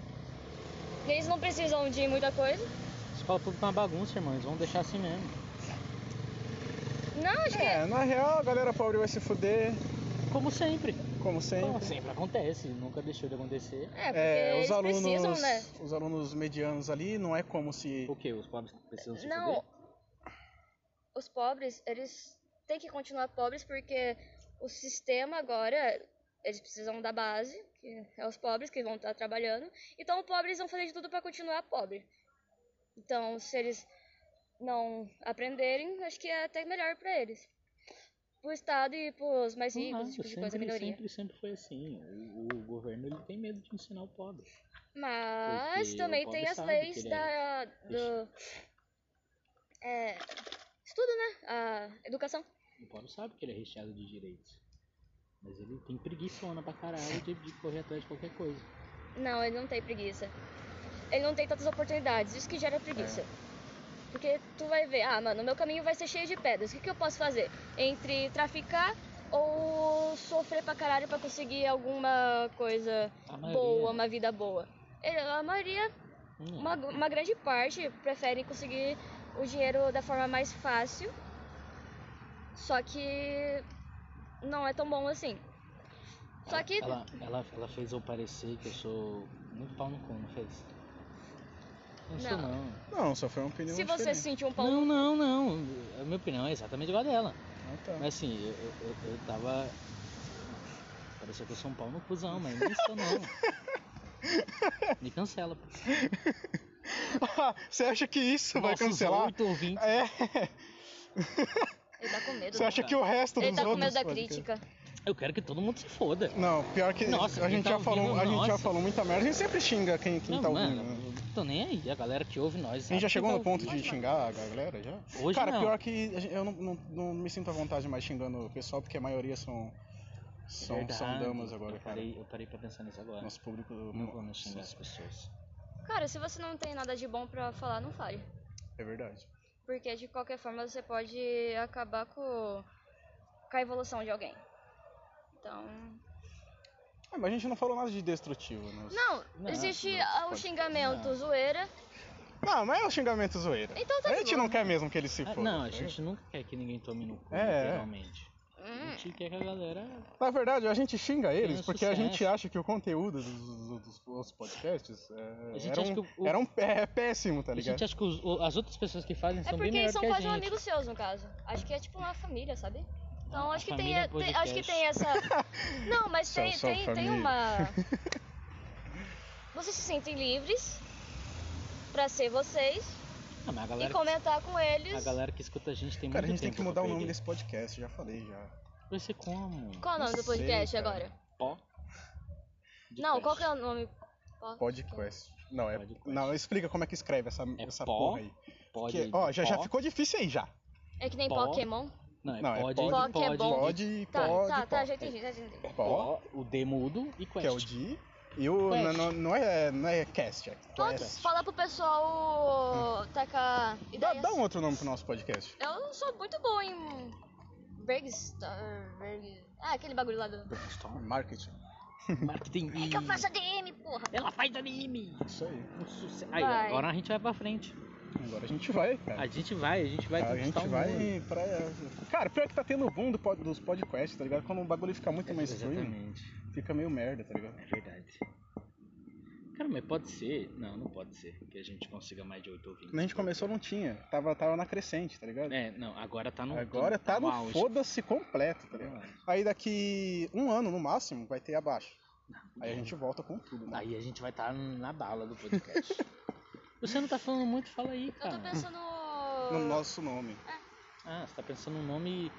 [SPEAKER 1] Eles não precisam de muita coisa.
[SPEAKER 3] Escola pública é uma bagunça, irmão. Eles vão deixar assim mesmo.
[SPEAKER 1] Não, acho que.
[SPEAKER 2] É, na real, a galera pobre vai se fuder,
[SPEAKER 3] Como sempre.
[SPEAKER 2] como sempre.
[SPEAKER 3] Como assim? sempre acontece. Nunca deixou de acontecer.
[SPEAKER 1] É, porque
[SPEAKER 2] É,
[SPEAKER 1] eles
[SPEAKER 2] os alunos,
[SPEAKER 1] precisam, né?
[SPEAKER 2] os alunos medianos ali, não é como se.
[SPEAKER 3] O que? Os pobres precisam se
[SPEAKER 1] Não.
[SPEAKER 3] fuder?
[SPEAKER 1] Os pobres, eles têm que continuar pobres porque o sistema agora, eles precisam da base, que é os pobres que vão estar trabalhando. Então, os pobres vão fazer de tudo para continuar pobre. Então, se eles não aprenderem, acho que é até melhor para eles. Pro Estado e pros mais
[SPEAKER 3] Não,
[SPEAKER 1] ricos,
[SPEAKER 3] nada,
[SPEAKER 1] esse tipo de coisa,
[SPEAKER 3] sempre,
[SPEAKER 1] minoria.
[SPEAKER 3] sempre, sempre foi assim. O, o governo ele tem medo de ensinar o pobre.
[SPEAKER 1] Mas
[SPEAKER 3] Porque o
[SPEAKER 1] também
[SPEAKER 3] pobre
[SPEAKER 1] tem as
[SPEAKER 3] sabe que
[SPEAKER 1] leis
[SPEAKER 3] ele é
[SPEAKER 1] da. do. É, estudo, né? A educação.
[SPEAKER 3] O pobre sabe que ele é recheado de direitos. Mas ele tem preguiçona pra caralho de, de correr atrás de qualquer coisa. É.
[SPEAKER 1] Não, ele não tem preguiça. Ele não tem tantas oportunidades, isso que gera preguiça. Porque tu vai ver, ah, mano, meu caminho vai ser cheio de pedras. O que, que eu posso fazer? Entre traficar ou sofrer pra caralho pra conseguir alguma coisa
[SPEAKER 3] A maioria.
[SPEAKER 1] boa, uma vida boa? Eh, A maioria,
[SPEAKER 3] Hum.
[SPEAKER 1] uma, uma grande parte, prefere conseguir o dinheiro da forma mais fácil. Só que não é tão bom assim. Só
[SPEAKER 3] Ela-
[SPEAKER 1] que
[SPEAKER 3] Ela, ela, ela fez eu parecer que eu sou muito pau no cu, não fez? Não, sou
[SPEAKER 1] Não.
[SPEAKER 3] não.
[SPEAKER 2] Não, só foi uma opinião
[SPEAKER 1] se você se
[SPEAKER 2] diferente.
[SPEAKER 1] sentir um pau
[SPEAKER 3] é Não, não, não. A minha opinião é exatamente igual a dela.
[SPEAKER 2] Ah, tá.
[SPEAKER 3] Mas assim, eu, eu, eu- eu tava. Parecia que eu sou um pau no cuzão, mas não sou não. Me cancela, pô.
[SPEAKER 2] Ah, você acha que isso vai
[SPEAKER 3] Nossos
[SPEAKER 2] cancelar?
[SPEAKER 3] oito ouvintes.
[SPEAKER 2] É.
[SPEAKER 1] Ele tá com medo.
[SPEAKER 2] Você acha que o resto
[SPEAKER 1] Ele
[SPEAKER 2] dos
[SPEAKER 1] tá com
[SPEAKER 2] outros
[SPEAKER 1] medo da
[SPEAKER 2] pode ter?
[SPEAKER 1] crítica.
[SPEAKER 3] Eu quero que todo mundo se foda.
[SPEAKER 2] Não, pior que
[SPEAKER 3] Nossa,
[SPEAKER 2] a
[SPEAKER 3] quem
[SPEAKER 2] gente
[SPEAKER 3] tá
[SPEAKER 2] já falou,
[SPEAKER 3] ouvindo,
[SPEAKER 2] a gente já
[SPEAKER 3] nossa.
[SPEAKER 2] falou muita merda. A gente sempre xinga quem, quem
[SPEAKER 3] não,
[SPEAKER 2] tá ouvindo.
[SPEAKER 3] mano,
[SPEAKER 2] né?
[SPEAKER 3] eu não tô nem aí. A galera que ouve nós.
[SPEAKER 2] A gente já
[SPEAKER 3] sabe
[SPEAKER 2] chegou
[SPEAKER 3] quem
[SPEAKER 2] no
[SPEAKER 3] tá
[SPEAKER 2] ponto
[SPEAKER 3] ouvindo.
[SPEAKER 2] de xingar a galera já?
[SPEAKER 3] Hoje
[SPEAKER 2] Cara,
[SPEAKER 3] não.
[SPEAKER 2] pior que a gente- eu não, não- não me sinto à vontade mais xingando o pessoal, porque a maioria são, são, são
[SPEAKER 3] Verdade,
[SPEAKER 2] damas agora,
[SPEAKER 3] eu
[SPEAKER 2] cara.
[SPEAKER 3] parei, eu parei pra pensar nisso agora.
[SPEAKER 2] Nosso público.
[SPEAKER 3] não vou mexer nas pessoas.
[SPEAKER 1] Cara, se você não tem nada de bom pra falar, não fale.
[SPEAKER 2] É verdade.
[SPEAKER 1] Porque de qualquer forma você pode acabar com, com a evolução de alguém. Então.
[SPEAKER 2] Ah, mas a gente não falou nada de destrutivo, né?
[SPEAKER 1] Não,
[SPEAKER 3] Não,
[SPEAKER 1] existe
[SPEAKER 3] não,
[SPEAKER 1] ah, o
[SPEAKER 2] pode-
[SPEAKER 1] xingamento
[SPEAKER 3] não.
[SPEAKER 1] zoeira.
[SPEAKER 2] Não, mas é o xingamento zoeira.
[SPEAKER 1] Então tá
[SPEAKER 2] a
[SPEAKER 1] de
[SPEAKER 2] gente
[SPEAKER 1] boa.
[SPEAKER 2] não quer mesmo que ele se
[SPEAKER 3] Ah,
[SPEAKER 2] foda.
[SPEAKER 3] não,
[SPEAKER 2] tá
[SPEAKER 3] a gente nunca quer que ninguém tome no cu,
[SPEAKER 2] É, é.
[SPEAKER 3] literalmente. A
[SPEAKER 1] Hum,
[SPEAKER 3] gente quer que a galera.
[SPEAKER 2] Na verdade, a gente xinga eles
[SPEAKER 3] Tem
[SPEAKER 2] porque a
[SPEAKER 3] sucesso.
[SPEAKER 2] gente acha que o conteúdo dos, dos- dos- dos podcasts é,
[SPEAKER 3] A gente
[SPEAKER 2] era,
[SPEAKER 3] acha
[SPEAKER 2] um,
[SPEAKER 3] que o-
[SPEAKER 2] era um pé- é péssimo, tá
[SPEAKER 3] a
[SPEAKER 2] ligado?
[SPEAKER 3] gente acha que os- o- as outras pessoas que fazem
[SPEAKER 1] É
[SPEAKER 3] são bem
[SPEAKER 1] porque eles
[SPEAKER 3] melhores
[SPEAKER 1] são
[SPEAKER 3] que a
[SPEAKER 1] quase
[SPEAKER 3] gente.
[SPEAKER 1] um amigo seus, no caso. Acho que é tipo uma família, sabe? Então
[SPEAKER 3] A
[SPEAKER 1] acho que tem,
[SPEAKER 3] família
[SPEAKER 1] tem- acho que
[SPEAKER 3] podcast.
[SPEAKER 1] tem essa. Não, mas
[SPEAKER 2] Só-
[SPEAKER 1] tem,
[SPEAKER 2] só
[SPEAKER 1] tem, tem
[SPEAKER 2] família.
[SPEAKER 1] uma. Vocês se sentem livres pra ser vocês
[SPEAKER 3] Ah, mas a
[SPEAKER 1] e
[SPEAKER 3] galera,
[SPEAKER 1] comentar com eles.
[SPEAKER 3] a galera que escuta a gente tem
[SPEAKER 2] Cara, a
[SPEAKER 3] muito
[SPEAKER 2] gente tem
[SPEAKER 3] tempo
[SPEAKER 2] que mudar o
[SPEAKER 3] pra
[SPEAKER 2] nome
[SPEAKER 3] perder.
[SPEAKER 2] desse podcast, já falei já.
[SPEAKER 3] Vai ser como?
[SPEAKER 1] Qual é o nome
[SPEAKER 2] Não
[SPEAKER 1] do podcast
[SPEAKER 2] sei, cara.
[SPEAKER 1] agora?
[SPEAKER 3] Pó?
[SPEAKER 1] Não, qual que é o nome? Ó,
[SPEAKER 2] Podcast. Não, é.
[SPEAKER 3] Podcast.
[SPEAKER 2] Não, explica como é que escreve essa,
[SPEAKER 3] É
[SPEAKER 2] essa
[SPEAKER 3] pó,
[SPEAKER 2] porra aí.
[SPEAKER 3] Pode.
[SPEAKER 2] Que- ó, já, já
[SPEAKER 3] pó.
[SPEAKER 2] ficou difícil aí já.
[SPEAKER 1] É que nem
[SPEAKER 3] Pó.
[SPEAKER 1] Pokémon?
[SPEAKER 3] Não, é
[SPEAKER 2] Não, é
[SPEAKER 3] pode,
[SPEAKER 2] pó,
[SPEAKER 1] Pó
[SPEAKER 3] pode,
[SPEAKER 1] que é bom.
[SPEAKER 2] Pode e
[SPEAKER 1] Tá,
[SPEAKER 2] pode.
[SPEAKER 1] tá, tá,
[SPEAKER 2] pó.
[SPEAKER 1] já entendi, já entendi.
[SPEAKER 2] Pó,
[SPEAKER 3] Pó, o D mudo e quest.
[SPEAKER 2] que é o D. E o.
[SPEAKER 3] Quest.
[SPEAKER 2] Não, não, não é, não é cast, é
[SPEAKER 1] Pronto,
[SPEAKER 2] cast.
[SPEAKER 1] fala pro pessoal
[SPEAKER 2] Hum.
[SPEAKER 1] tacar
[SPEAKER 2] Dá,
[SPEAKER 1] ideias.
[SPEAKER 2] dá
[SPEAKER 3] assim.
[SPEAKER 2] um outro nome pro nosso podcast.
[SPEAKER 1] Eu sou muito bom em... Bergstar... Berg... Ah, aquele bagulho lá do...
[SPEAKER 3] Brainstorm,
[SPEAKER 2] Marketing.
[SPEAKER 3] Marketing.
[SPEAKER 1] É que eu faço ADM, porra!
[SPEAKER 3] Ela faz anime.
[SPEAKER 2] Isso aí.
[SPEAKER 3] Um sucesso. Aí,
[SPEAKER 1] Vai.
[SPEAKER 3] agora a gente vai pra frente.
[SPEAKER 2] Agora a gente vai, cara.
[SPEAKER 3] A gente vai, a gente vai
[SPEAKER 2] a
[SPEAKER 3] conquistar
[SPEAKER 2] gente
[SPEAKER 3] o
[SPEAKER 2] vai
[SPEAKER 3] um mundo.
[SPEAKER 2] pra. Cara, pior que tá tendo o boom do pod- dos podcasts, tá ligado? Quando o bagulho fica muito mais streaming,
[SPEAKER 3] É, Exatamente.
[SPEAKER 2] fica meio merda, tá ligado?
[SPEAKER 3] É verdade. Cara, mas pode ser. Não, não pode ser que a gente consiga mais de 8 ouvintes.
[SPEAKER 2] Quando a gente começou não tinha. Tava, tava na crescente, tá ligado?
[SPEAKER 3] É, não, agora tá no.
[SPEAKER 2] Agora tá no
[SPEAKER 3] auge.
[SPEAKER 2] foda-se completo, tá ligado? Aí daqui um ano no máximo vai ter abaixo. Aí a gente volta com tudo, né? mano.
[SPEAKER 3] Aí a gente vai estar na bala do podcast. você não tá falando muito, fala aí,
[SPEAKER 1] Eu
[SPEAKER 3] cara.
[SPEAKER 1] tô pensando...
[SPEAKER 2] No nosso nome.
[SPEAKER 3] Ah, você tá pensando num nome.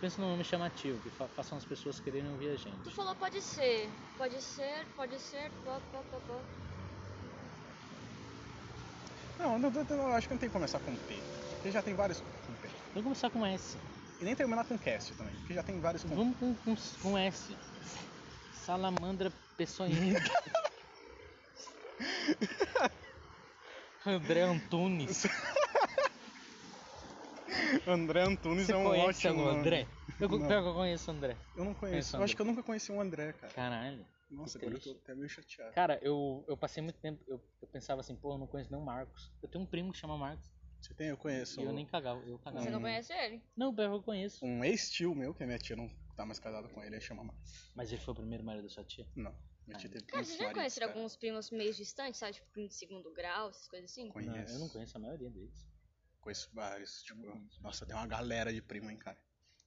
[SPEAKER 3] Pensa num nome chamativo, que fa- façam as pessoas quererem ouvir a gente.
[SPEAKER 1] Tu falou pode ser, pode ser, pode ser, pá, pá, pá, pá.
[SPEAKER 2] Não, não, não, não, acho que não tem que começar com P. Porque já tem vários com P.
[SPEAKER 3] Vamos começar com S.
[SPEAKER 2] E nem terminar com cast também, porque já tem vários com
[SPEAKER 3] Vamos com, com, com S. Salamandra peçonhenta. André Antunes.
[SPEAKER 2] André Antunes
[SPEAKER 3] Você
[SPEAKER 2] é um
[SPEAKER 3] conhece
[SPEAKER 2] ótimo.
[SPEAKER 3] o
[SPEAKER 2] nome.
[SPEAKER 3] André? Eu,
[SPEAKER 2] Não.
[SPEAKER 3] pior que eu conheço o André.
[SPEAKER 2] Eu não conheço.
[SPEAKER 3] Conheço
[SPEAKER 2] Eu acho
[SPEAKER 3] André.
[SPEAKER 2] que eu nunca conheci um André, cara.
[SPEAKER 3] Caralho.
[SPEAKER 2] Nossa,
[SPEAKER 3] que
[SPEAKER 2] agora eu
[SPEAKER 3] triste.
[SPEAKER 2] tô até meio chateado.
[SPEAKER 3] Cara, eu, eu passei muito tempo. Eu, eu pensava assim, pô, eu não conheço nem o Marcos. Eu tenho um primo que chama Marcos.
[SPEAKER 2] Você tem? Eu conheço
[SPEAKER 3] E eu nem cagava. Eu cagava.
[SPEAKER 1] Você não
[SPEAKER 2] Hum.
[SPEAKER 1] conhece ele?
[SPEAKER 3] Não, pior que eu conheço.
[SPEAKER 2] um ex-tio meu, que a minha tia não tá mais casada com ele, ele chama Marcos.
[SPEAKER 3] Mas ele foi o primeiro marido da sua tia?
[SPEAKER 2] Não, minha
[SPEAKER 3] Ah.
[SPEAKER 2] tia teve
[SPEAKER 1] Cara,
[SPEAKER 2] muitos
[SPEAKER 1] Ah, vocês já
[SPEAKER 2] maridos,
[SPEAKER 1] conheceram
[SPEAKER 2] cara.
[SPEAKER 1] alguns primos meio distantes, sabe? Tipo, primo de segundo grau, essas coisas assim?
[SPEAKER 2] Conheço.
[SPEAKER 3] Não, eu não conheço a maioria deles.
[SPEAKER 2] Conheço vários. Tipo, nossa, tem uma galera de primo, hein, cara.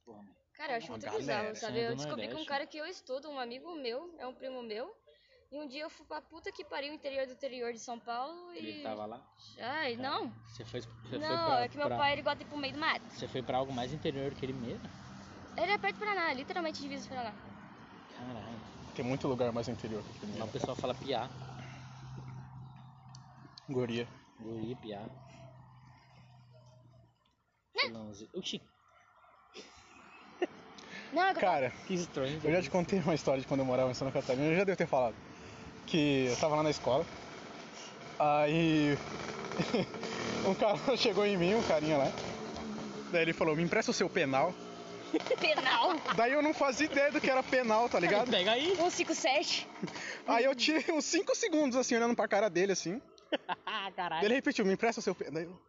[SPEAKER 3] Porra, mano.
[SPEAKER 1] Cara, eu acho
[SPEAKER 2] Uma
[SPEAKER 1] muito
[SPEAKER 2] galera,
[SPEAKER 1] bizarro,
[SPEAKER 2] assim,
[SPEAKER 1] sabe?
[SPEAKER 3] do
[SPEAKER 1] Eu descobri que um
[SPEAKER 3] Nordeste.
[SPEAKER 1] cara que eu estudo, um amigo meu, é um primo meu. E um dia eu fui pra puta que pariu, interior do interior de São Paulo e.
[SPEAKER 3] Ele tava lá?
[SPEAKER 1] Ai, não.
[SPEAKER 3] Você foi, você foi
[SPEAKER 1] Não,
[SPEAKER 3] pra,
[SPEAKER 1] é que meu
[SPEAKER 3] pra-
[SPEAKER 1] pai ele gosta de ir pro meio do mato.
[SPEAKER 3] Você foi pra algo mais interior que ele mesmo?
[SPEAKER 1] Ele é perto do Paraná, literalmente divisa o Paraná.
[SPEAKER 3] Caralho.
[SPEAKER 2] Tem muito lugar mais no interior que
[SPEAKER 3] Lá
[SPEAKER 2] primeiro.
[SPEAKER 3] o pessoal fala piá.
[SPEAKER 2] Goria.
[SPEAKER 3] Guri, piá.
[SPEAKER 1] Né?
[SPEAKER 3] Pelãozinho. O Chico.
[SPEAKER 1] Não, é que eu-
[SPEAKER 2] Cara,
[SPEAKER 3] Que estranho.
[SPEAKER 2] eu já te contei uma história de quando eu morava em Santa Catarina, eu já devo ter falado. Que eu tava lá na escola. Aí. Um cara chegou em mim, um carinha lá. Daí ele falou, me empresta o seu penal.
[SPEAKER 1] Penal.
[SPEAKER 2] Daí eu não fazia ideia do que era penal, tá ligado?
[SPEAKER 3] Pega aí.
[SPEAKER 1] 157.
[SPEAKER 2] Aí eu tirei uns 5 segundos, assim, olhando pra cara dele, assim. Daí
[SPEAKER 3] Caralho.
[SPEAKER 2] ele repetiu, me empresta o seu penal. Daí eu...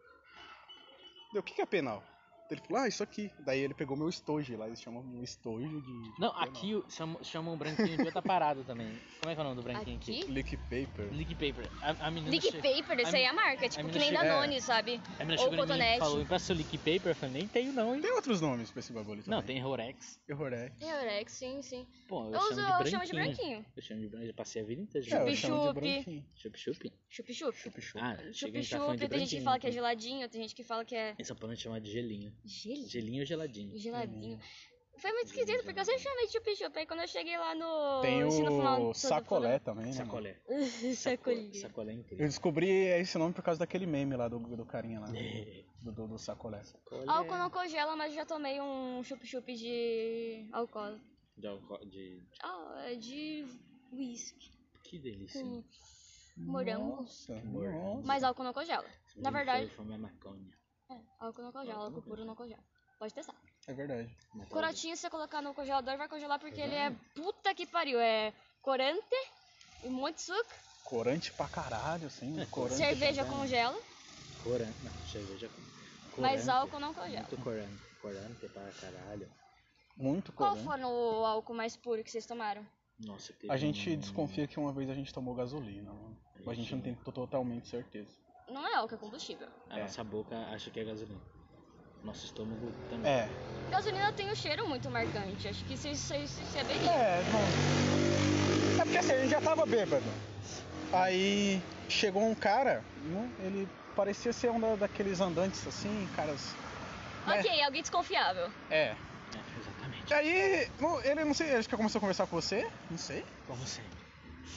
[SPEAKER 2] Daí, o que que é penal? Daí ele falou, ah, isso aqui. Daí ele pegou meu estojo lá, eles chamam um estojo de... de
[SPEAKER 3] Não,
[SPEAKER 2] penal.
[SPEAKER 3] aqui o- chamam, chamam um branquinho de outra parada também. Como é que é o nome do branquinho aqui?
[SPEAKER 1] Aqui?
[SPEAKER 2] Lick paper.
[SPEAKER 3] Leak Paper. A, a menina
[SPEAKER 1] Lick
[SPEAKER 3] che-
[SPEAKER 1] Paper, isso aí é a marca, tipo, que nem
[SPEAKER 3] É.
[SPEAKER 1] Danone, sabe?
[SPEAKER 3] A menina
[SPEAKER 1] Ou
[SPEAKER 3] chegou em mim e
[SPEAKER 1] cotonete.
[SPEAKER 3] falou, empresta seu Leak Paper. Eu falei, nem tenho não, hein.
[SPEAKER 2] Tem outros nomes pra esse bagulho também.
[SPEAKER 3] Não, tem Rorex.
[SPEAKER 2] Horror. é.
[SPEAKER 1] Eurex, É, sim, sim.
[SPEAKER 3] Pô, eu,
[SPEAKER 1] Eu, uso,
[SPEAKER 3] chamo
[SPEAKER 1] eu
[SPEAKER 3] de
[SPEAKER 1] chamo de
[SPEAKER 3] branquinho.
[SPEAKER 1] branquinho.
[SPEAKER 3] Eu chamo de branquinho, já passei a vida inteira.
[SPEAKER 2] É, eu
[SPEAKER 3] de
[SPEAKER 2] chamo de
[SPEAKER 1] Chup-chup.
[SPEAKER 2] branquinho.
[SPEAKER 3] Chup-chup?
[SPEAKER 1] Chup-chup.
[SPEAKER 2] Chup-chup.
[SPEAKER 3] Ah, cheguei em casa falando
[SPEAKER 1] Chup-chup, tem gente
[SPEAKER 3] de
[SPEAKER 1] que
[SPEAKER 3] branquinho,
[SPEAKER 1] fala que é
[SPEAKER 3] então.
[SPEAKER 1] geladinho, tem gente que fala que é
[SPEAKER 3] Em São Paulo a gente chama de gelinho.
[SPEAKER 1] gelinho.
[SPEAKER 3] Gelinho ou geladinho?
[SPEAKER 1] Geladinho.
[SPEAKER 2] É.
[SPEAKER 1] Foi muito esquisito, porque eu sempre chamei de chup-chup. Aí quando eu cheguei lá no
[SPEAKER 2] Tem
[SPEAKER 1] ensino
[SPEAKER 2] o
[SPEAKER 1] fundamental-
[SPEAKER 2] sacolé também, né? mano?
[SPEAKER 3] Sacolé.
[SPEAKER 1] Sacolinha.
[SPEAKER 3] Sacolé é
[SPEAKER 2] Eu
[SPEAKER 3] incrível.
[SPEAKER 2] descobri esse nome por causa daquele meme lá do, do carinha lá.
[SPEAKER 3] É.
[SPEAKER 2] Do, do, do sacolé.
[SPEAKER 1] Álcool não congela, mas eu já tomei um chup-chup de álcool.
[SPEAKER 3] De, alco- é de-
[SPEAKER 1] Ah, é de whisky
[SPEAKER 3] Que delícia. Hum.
[SPEAKER 1] com morango.
[SPEAKER 2] Nossa,
[SPEAKER 3] Morango.
[SPEAKER 2] nossa.
[SPEAKER 1] Mas álcool não congela. Na verdade,
[SPEAKER 3] Foi maconha.
[SPEAKER 1] é, álcool não congela, álcool puro não congela. Pode testar.
[SPEAKER 2] É verdade.
[SPEAKER 1] Corotinho, se você colocar no congelador, vai congelar porque ele é puta que pariu. É corante, um monte de suco,
[SPEAKER 2] Corante pra caralho, assim. né? Corante
[SPEAKER 1] cerveja
[SPEAKER 2] também.
[SPEAKER 1] congela,
[SPEAKER 3] Corante. Não, cerveja com.
[SPEAKER 1] mas
[SPEAKER 3] corante.
[SPEAKER 1] álcool não congela.
[SPEAKER 3] Muito corante. Corante para caralho.
[SPEAKER 2] Muito
[SPEAKER 1] Qual
[SPEAKER 2] corante.
[SPEAKER 1] foi o álcool mais puro que vocês tomaram?
[SPEAKER 3] Nossa, teve
[SPEAKER 2] A gente
[SPEAKER 3] um-
[SPEAKER 2] desconfia que uma vez a gente tomou gasolina, mano. Mas a gente não tem totalmente certeza.
[SPEAKER 1] Não é álcool, é combustível.
[SPEAKER 3] A
[SPEAKER 2] É.
[SPEAKER 3] nossa boca acha que é gasolina. Nosso estômago também.
[SPEAKER 2] É.
[SPEAKER 1] Gasolina tem um cheiro muito marcante. Acho que vocês vocês- vocês é bem.
[SPEAKER 2] É, não. É porque assim, a gente já tava bêbado. Aí chegou um cara, né? ele parecia ser um da- daqueles andantes assim, caras. né?
[SPEAKER 1] Ok, alguém desconfiável.
[SPEAKER 2] É.
[SPEAKER 3] É, exatamente.
[SPEAKER 2] Aí, no- ele não sei, acho que começou a conversar com você, não sei.
[SPEAKER 3] Como sempre.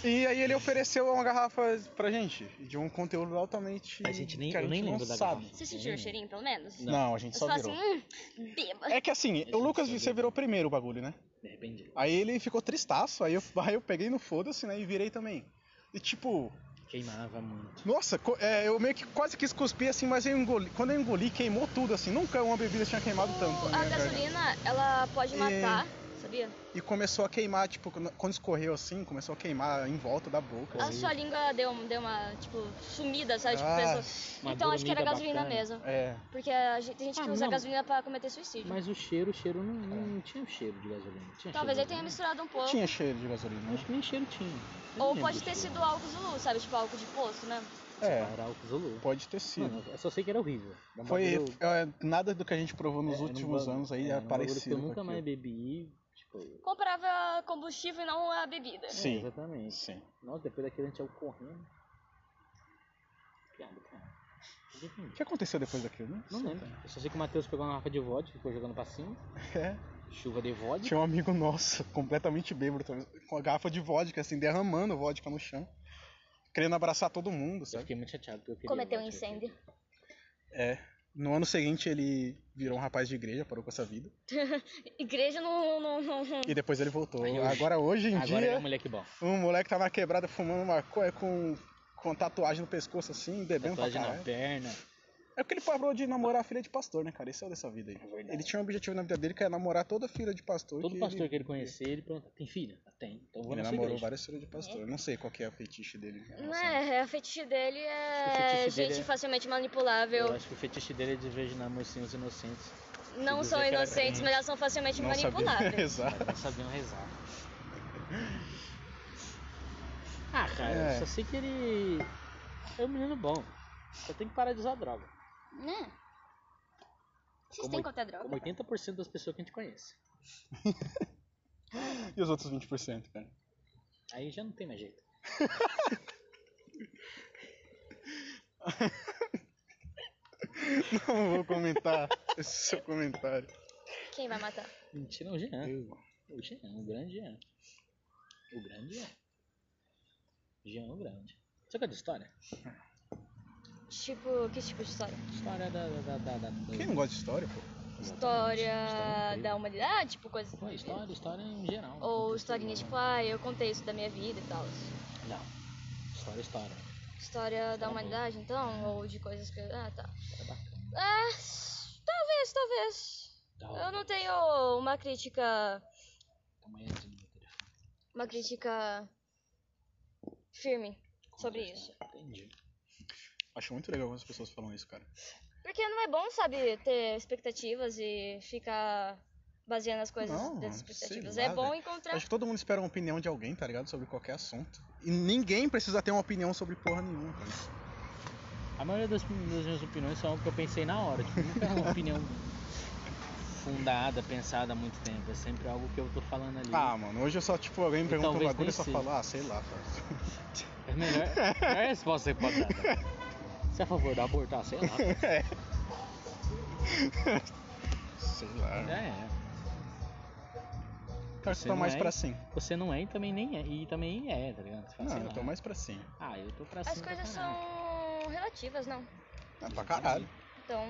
[SPEAKER 2] E aí ele ofereceu uma garrafa pra gente, de um conteúdo altamente.
[SPEAKER 3] A gente nem-
[SPEAKER 2] que a
[SPEAKER 3] eu nem
[SPEAKER 2] gente não
[SPEAKER 3] lembro da
[SPEAKER 2] sabe.
[SPEAKER 3] garrafa.
[SPEAKER 1] Vocês sentiram o
[SPEAKER 3] Hum.
[SPEAKER 1] cheirinho, pelo menos?
[SPEAKER 2] Não, a gente
[SPEAKER 1] Você
[SPEAKER 2] só
[SPEAKER 1] fala
[SPEAKER 2] virou.
[SPEAKER 1] assim, hum, beba.
[SPEAKER 2] É que assim,
[SPEAKER 3] gente
[SPEAKER 2] o Lucas,
[SPEAKER 3] só virou.
[SPEAKER 2] você virou primeiro o bagulho, né?
[SPEAKER 3] De repente.
[SPEAKER 2] Aí ele ficou tristaço, aí eu, aí eu peguei no foda-se, né? E virei também. E tipo,
[SPEAKER 3] Queimava muito.
[SPEAKER 2] Nossa, co- é, eu meio que quase quis cuspir assim, mas eu engoli. Quando eu engoli, queimou tudo assim. Nunca uma bebida tinha queimado
[SPEAKER 3] Uh,
[SPEAKER 1] O-
[SPEAKER 2] tanto. né, na
[SPEAKER 1] a
[SPEAKER 2] minha garganta.
[SPEAKER 1] gasolina, ela pode
[SPEAKER 2] E-
[SPEAKER 1] matar, sabia?
[SPEAKER 2] E começou a queimar, tipo, quando quando escorreu assim, começou a queimar em volta da boca.
[SPEAKER 3] Ah,
[SPEAKER 1] A
[SPEAKER 2] assim.
[SPEAKER 1] sua língua deu, deu uma, tipo, sumida,
[SPEAKER 3] tá,
[SPEAKER 1] sabe? Tipo,
[SPEAKER 2] Ah,
[SPEAKER 1] pensou.
[SPEAKER 3] Uma
[SPEAKER 1] Então acho que era
[SPEAKER 3] dormida
[SPEAKER 1] gasolina
[SPEAKER 3] bacana.
[SPEAKER 1] mesmo.
[SPEAKER 2] É.
[SPEAKER 1] Porque a gente, tem gente que
[SPEAKER 3] Ah,
[SPEAKER 1] usa
[SPEAKER 3] não.
[SPEAKER 1] gasolina pra cometer suicídio.
[SPEAKER 3] Mas o cheiro, o cheiro não,
[SPEAKER 2] É.
[SPEAKER 3] não tinha cheiro de gasolina. Tinha
[SPEAKER 1] Talvez ele
[SPEAKER 3] cheiro de
[SPEAKER 1] tenha
[SPEAKER 3] gasolina?
[SPEAKER 1] misturado um pouco.
[SPEAKER 2] Tinha cheiro de gasolina.
[SPEAKER 3] Acho
[SPEAKER 2] né?
[SPEAKER 3] que nem cheiro tinha. Eu não
[SPEAKER 1] Ou
[SPEAKER 3] lembro
[SPEAKER 1] pode
[SPEAKER 3] de
[SPEAKER 1] ter
[SPEAKER 3] cheiro. Tipo,
[SPEAKER 1] sido álcool Zulu, sabe? Tipo álcool de poço, né?
[SPEAKER 2] É,
[SPEAKER 3] Era álcool Zulu.
[SPEAKER 2] pode ter sido.
[SPEAKER 3] Mano, eu só sei que era horrível. Era um
[SPEAKER 2] Foi
[SPEAKER 3] bagulho-
[SPEAKER 2] é, nada do que a gente provou nos
[SPEAKER 3] era um
[SPEAKER 2] últimos
[SPEAKER 3] bagulho-
[SPEAKER 2] anos aí
[SPEAKER 3] era um
[SPEAKER 2] é
[SPEAKER 3] bagulho que
[SPEAKER 2] parecido.
[SPEAKER 3] Eu
[SPEAKER 2] com
[SPEAKER 3] nunca mais
[SPEAKER 2] aquilo.
[SPEAKER 3] bebi. Tipo,
[SPEAKER 1] Comprava combustível e não a bebida.
[SPEAKER 3] é,
[SPEAKER 2] Sim.
[SPEAKER 3] exatamente.
[SPEAKER 2] Sim.
[SPEAKER 3] Nossa, depois daquele a gente saiu correndo. Piada, cara. Eu não
[SPEAKER 2] O
[SPEAKER 3] entendi.
[SPEAKER 2] que aconteceu depois daquilo? né?
[SPEAKER 3] Não lembro. Eu só sei que o Matheus pegou uma garrafa de vodka, ficou jogando pra cima.
[SPEAKER 2] É.
[SPEAKER 3] Chuva de vodka.
[SPEAKER 2] Tinha um amigo nosso, completamente bêbado, também, com a garrafa de vodka, assim, derramando vodka no chão. Querendo abraçar todo mundo,
[SPEAKER 3] Eu
[SPEAKER 2] sabe?
[SPEAKER 3] fiquei muito chateado porque eu queria
[SPEAKER 1] Cometeu um
[SPEAKER 3] vodka.
[SPEAKER 1] incêndio.
[SPEAKER 2] É. No ano seguinte ele virou um rapaz de igreja, parou com essa vida.
[SPEAKER 1] Igreja não. não, não, não.
[SPEAKER 2] E depois ele voltou.
[SPEAKER 3] Aí hoje-
[SPEAKER 2] Agora hoje em
[SPEAKER 3] Agora
[SPEAKER 2] dia,
[SPEAKER 3] ele é um moleque bom.
[SPEAKER 2] um moleque tá na quebrada fumando maconha com, com tatuagem no pescoço assim, bebendo
[SPEAKER 3] Tatuagem
[SPEAKER 2] pra
[SPEAKER 3] na
[SPEAKER 2] caralho.
[SPEAKER 3] perna.
[SPEAKER 2] É porque ele parou de namorar a filha de pastor, né, cara? Isso é dessa vida aí.
[SPEAKER 3] verdade.
[SPEAKER 2] ele tinha um objetivo na vida dele que era namorar toda filha de pastor.
[SPEAKER 3] Todo
[SPEAKER 2] que
[SPEAKER 3] pastor
[SPEAKER 2] ele...
[SPEAKER 3] que ele conhecer, ele pergunta, tem filha? "Ah, Tem. Então eu vou
[SPEAKER 2] Ele
[SPEAKER 3] na sua
[SPEAKER 2] namorou
[SPEAKER 3] igreja."
[SPEAKER 2] várias filhas de pastor. Eu não sei qual que é o fetiche dele. em
[SPEAKER 1] Não
[SPEAKER 2] relação a isso.
[SPEAKER 1] é, é, o fetiche dele é
[SPEAKER 3] O fetiche dele
[SPEAKER 1] gente
[SPEAKER 3] é-
[SPEAKER 1] facilmente
[SPEAKER 3] Eu...
[SPEAKER 1] manipulável.
[SPEAKER 3] acho que o fetiche dele é desvirginar mocinhos inocentes.
[SPEAKER 1] Não
[SPEAKER 3] dizer
[SPEAKER 1] são
[SPEAKER 3] que era
[SPEAKER 1] inocentes, mas elas são facilmente
[SPEAKER 2] Não sabia.
[SPEAKER 1] manipuláveis.
[SPEAKER 2] Exato.
[SPEAKER 3] Não sabiam um rezar. Ah, cara,
[SPEAKER 2] É.
[SPEAKER 3] eu só sei que ele é um menino bom. Só tem que parar de usar droga.
[SPEAKER 1] Né? Vocês
[SPEAKER 3] Como
[SPEAKER 1] têm
[SPEAKER 3] oit-
[SPEAKER 1] contra a droga?
[SPEAKER 3] Como 80% das pessoas que a gente conhece.
[SPEAKER 2] E os outros 20%, cara?
[SPEAKER 3] Aí já não tem mais jeito.
[SPEAKER 2] Não vou comentar esse seu comentário.
[SPEAKER 1] Quem vai matar?
[SPEAKER 3] Mentira, é o Jean. O Jean, o é um grande Jean. O grande Jean. Jean o grande. Você gosta de história?
[SPEAKER 1] Tipo, que tipo de história?
[SPEAKER 3] História da... da, da, da, da-
[SPEAKER 2] Quem não gosta de história, pô?
[SPEAKER 3] é
[SPEAKER 1] História
[SPEAKER 3] incrível.
[SPEAKER 1] da humanidade, tipo coisa
[SPEAKER 3] Pô,
[SPEAKER 1] assim.
[SPEAKER 3] é história, história em geral.
[SPEAKER 1] Ou
[SPEAKER 3] Contexto
[SPEAKER 1] historinha
[SPEAKER 3] geral.
[SPEAKER 1] tipo, ah, eu contei isso da minha vida e tal.
[SPEAKER 3] Não. História, história.
[SPEAKER 1] História da
[SPEAKER 3] Tá bom.
[SPEAKER 1] humanidade, então? Ou de coisas que. Ah, tá.
[SPEAKER 3] Tá bacana.
[SPEAKER 1] Ah, s- talvez, talvez. Eu não tenho uma crítica.
[SPEAKER 3] Amanhã eu tenho meu telefone.
[SPEAKER 1] Uma crítica. firme sobre isso.
[SPEAKER 3] Entendi.
[SPEAKER 2] Acho muito legal quando as pessoas falam isso, cara.
[SPEAKER 1] Porque não é bom, sabe, ter expectativas e ficar baseando as coisas
[SPEAKER 2] Não,
[SPEAKER 1] das
[SPEAKER 2] sei
[SPEAKER 1] expectativas.
[SPEAKER 2] lá,
[SPEAKER 1] é bom
[SPEAKER 2] velho.
[SPEAKER 1] encontrar.
[SPEAKER 2] Acho que todo mundo espera uma opinião de alguém, tá ligado? Sobre qualquer assunto. E ninguém precisa ter uma opinião sobre porra nenhuma. cara.
[SPEAKER 3] A maioria das, das minhas opiniões são o que eu pensei na hora. Tipo, nunca é uma opinião fundada, pensada há muito tempo. É sempre algo que eu tô falando ali.
[SPEAKER 2] Ah, mano, hoje eu só, tipo, alguém me pergunta um
[SPEAKER 3] Então talvez
[SPEAKER 2] bagulho e
[SPEAKER 3] nem
[SPEAKER 2] só
[SPEAKER 3] seja.
[SPEAKER 2] falo, ah, sei lá, cara.
[SPEAKER 3] É a melhor, a melhor resposta que pode dar. tá? Você é a favor da abortar? Sei lá.
[SPEAKER 2] Sei lá.
[SPEAKER 3] É.
[SPEAKER 2] Cara,
[SPEAKER 3] Você
[SPEAKER 2] você tá
[SPEAKER 3] não
[SPEAKER 2] mais
[SPEAKER 3] é,
[SPEAKER 2] pra
[SPEAKER 3] hein?
[SPEAKER 2] sim.
[SPEAKER 3] Você não é e também nem é. E também é, tá ligado? Você fala,
[SPEAKER 2] Não,
[SPEAKER 3] sei
[SPEAKER 2] eu
[SPEAKER 3] lá.
[SPEAKER 2] tô mais pra sim.
[SPEAKER 3] Ah, eu tô pra
[SPEAKER 1] As
[SPEAKER 3] cima pra
[SPEAKER 1] coisas
[SPEAKER 3] caralho.
[SPEAKER 1] são relativas, não.
[SPEAKER 2] Ah, pra caralho.
[SPEAKER 1] Então.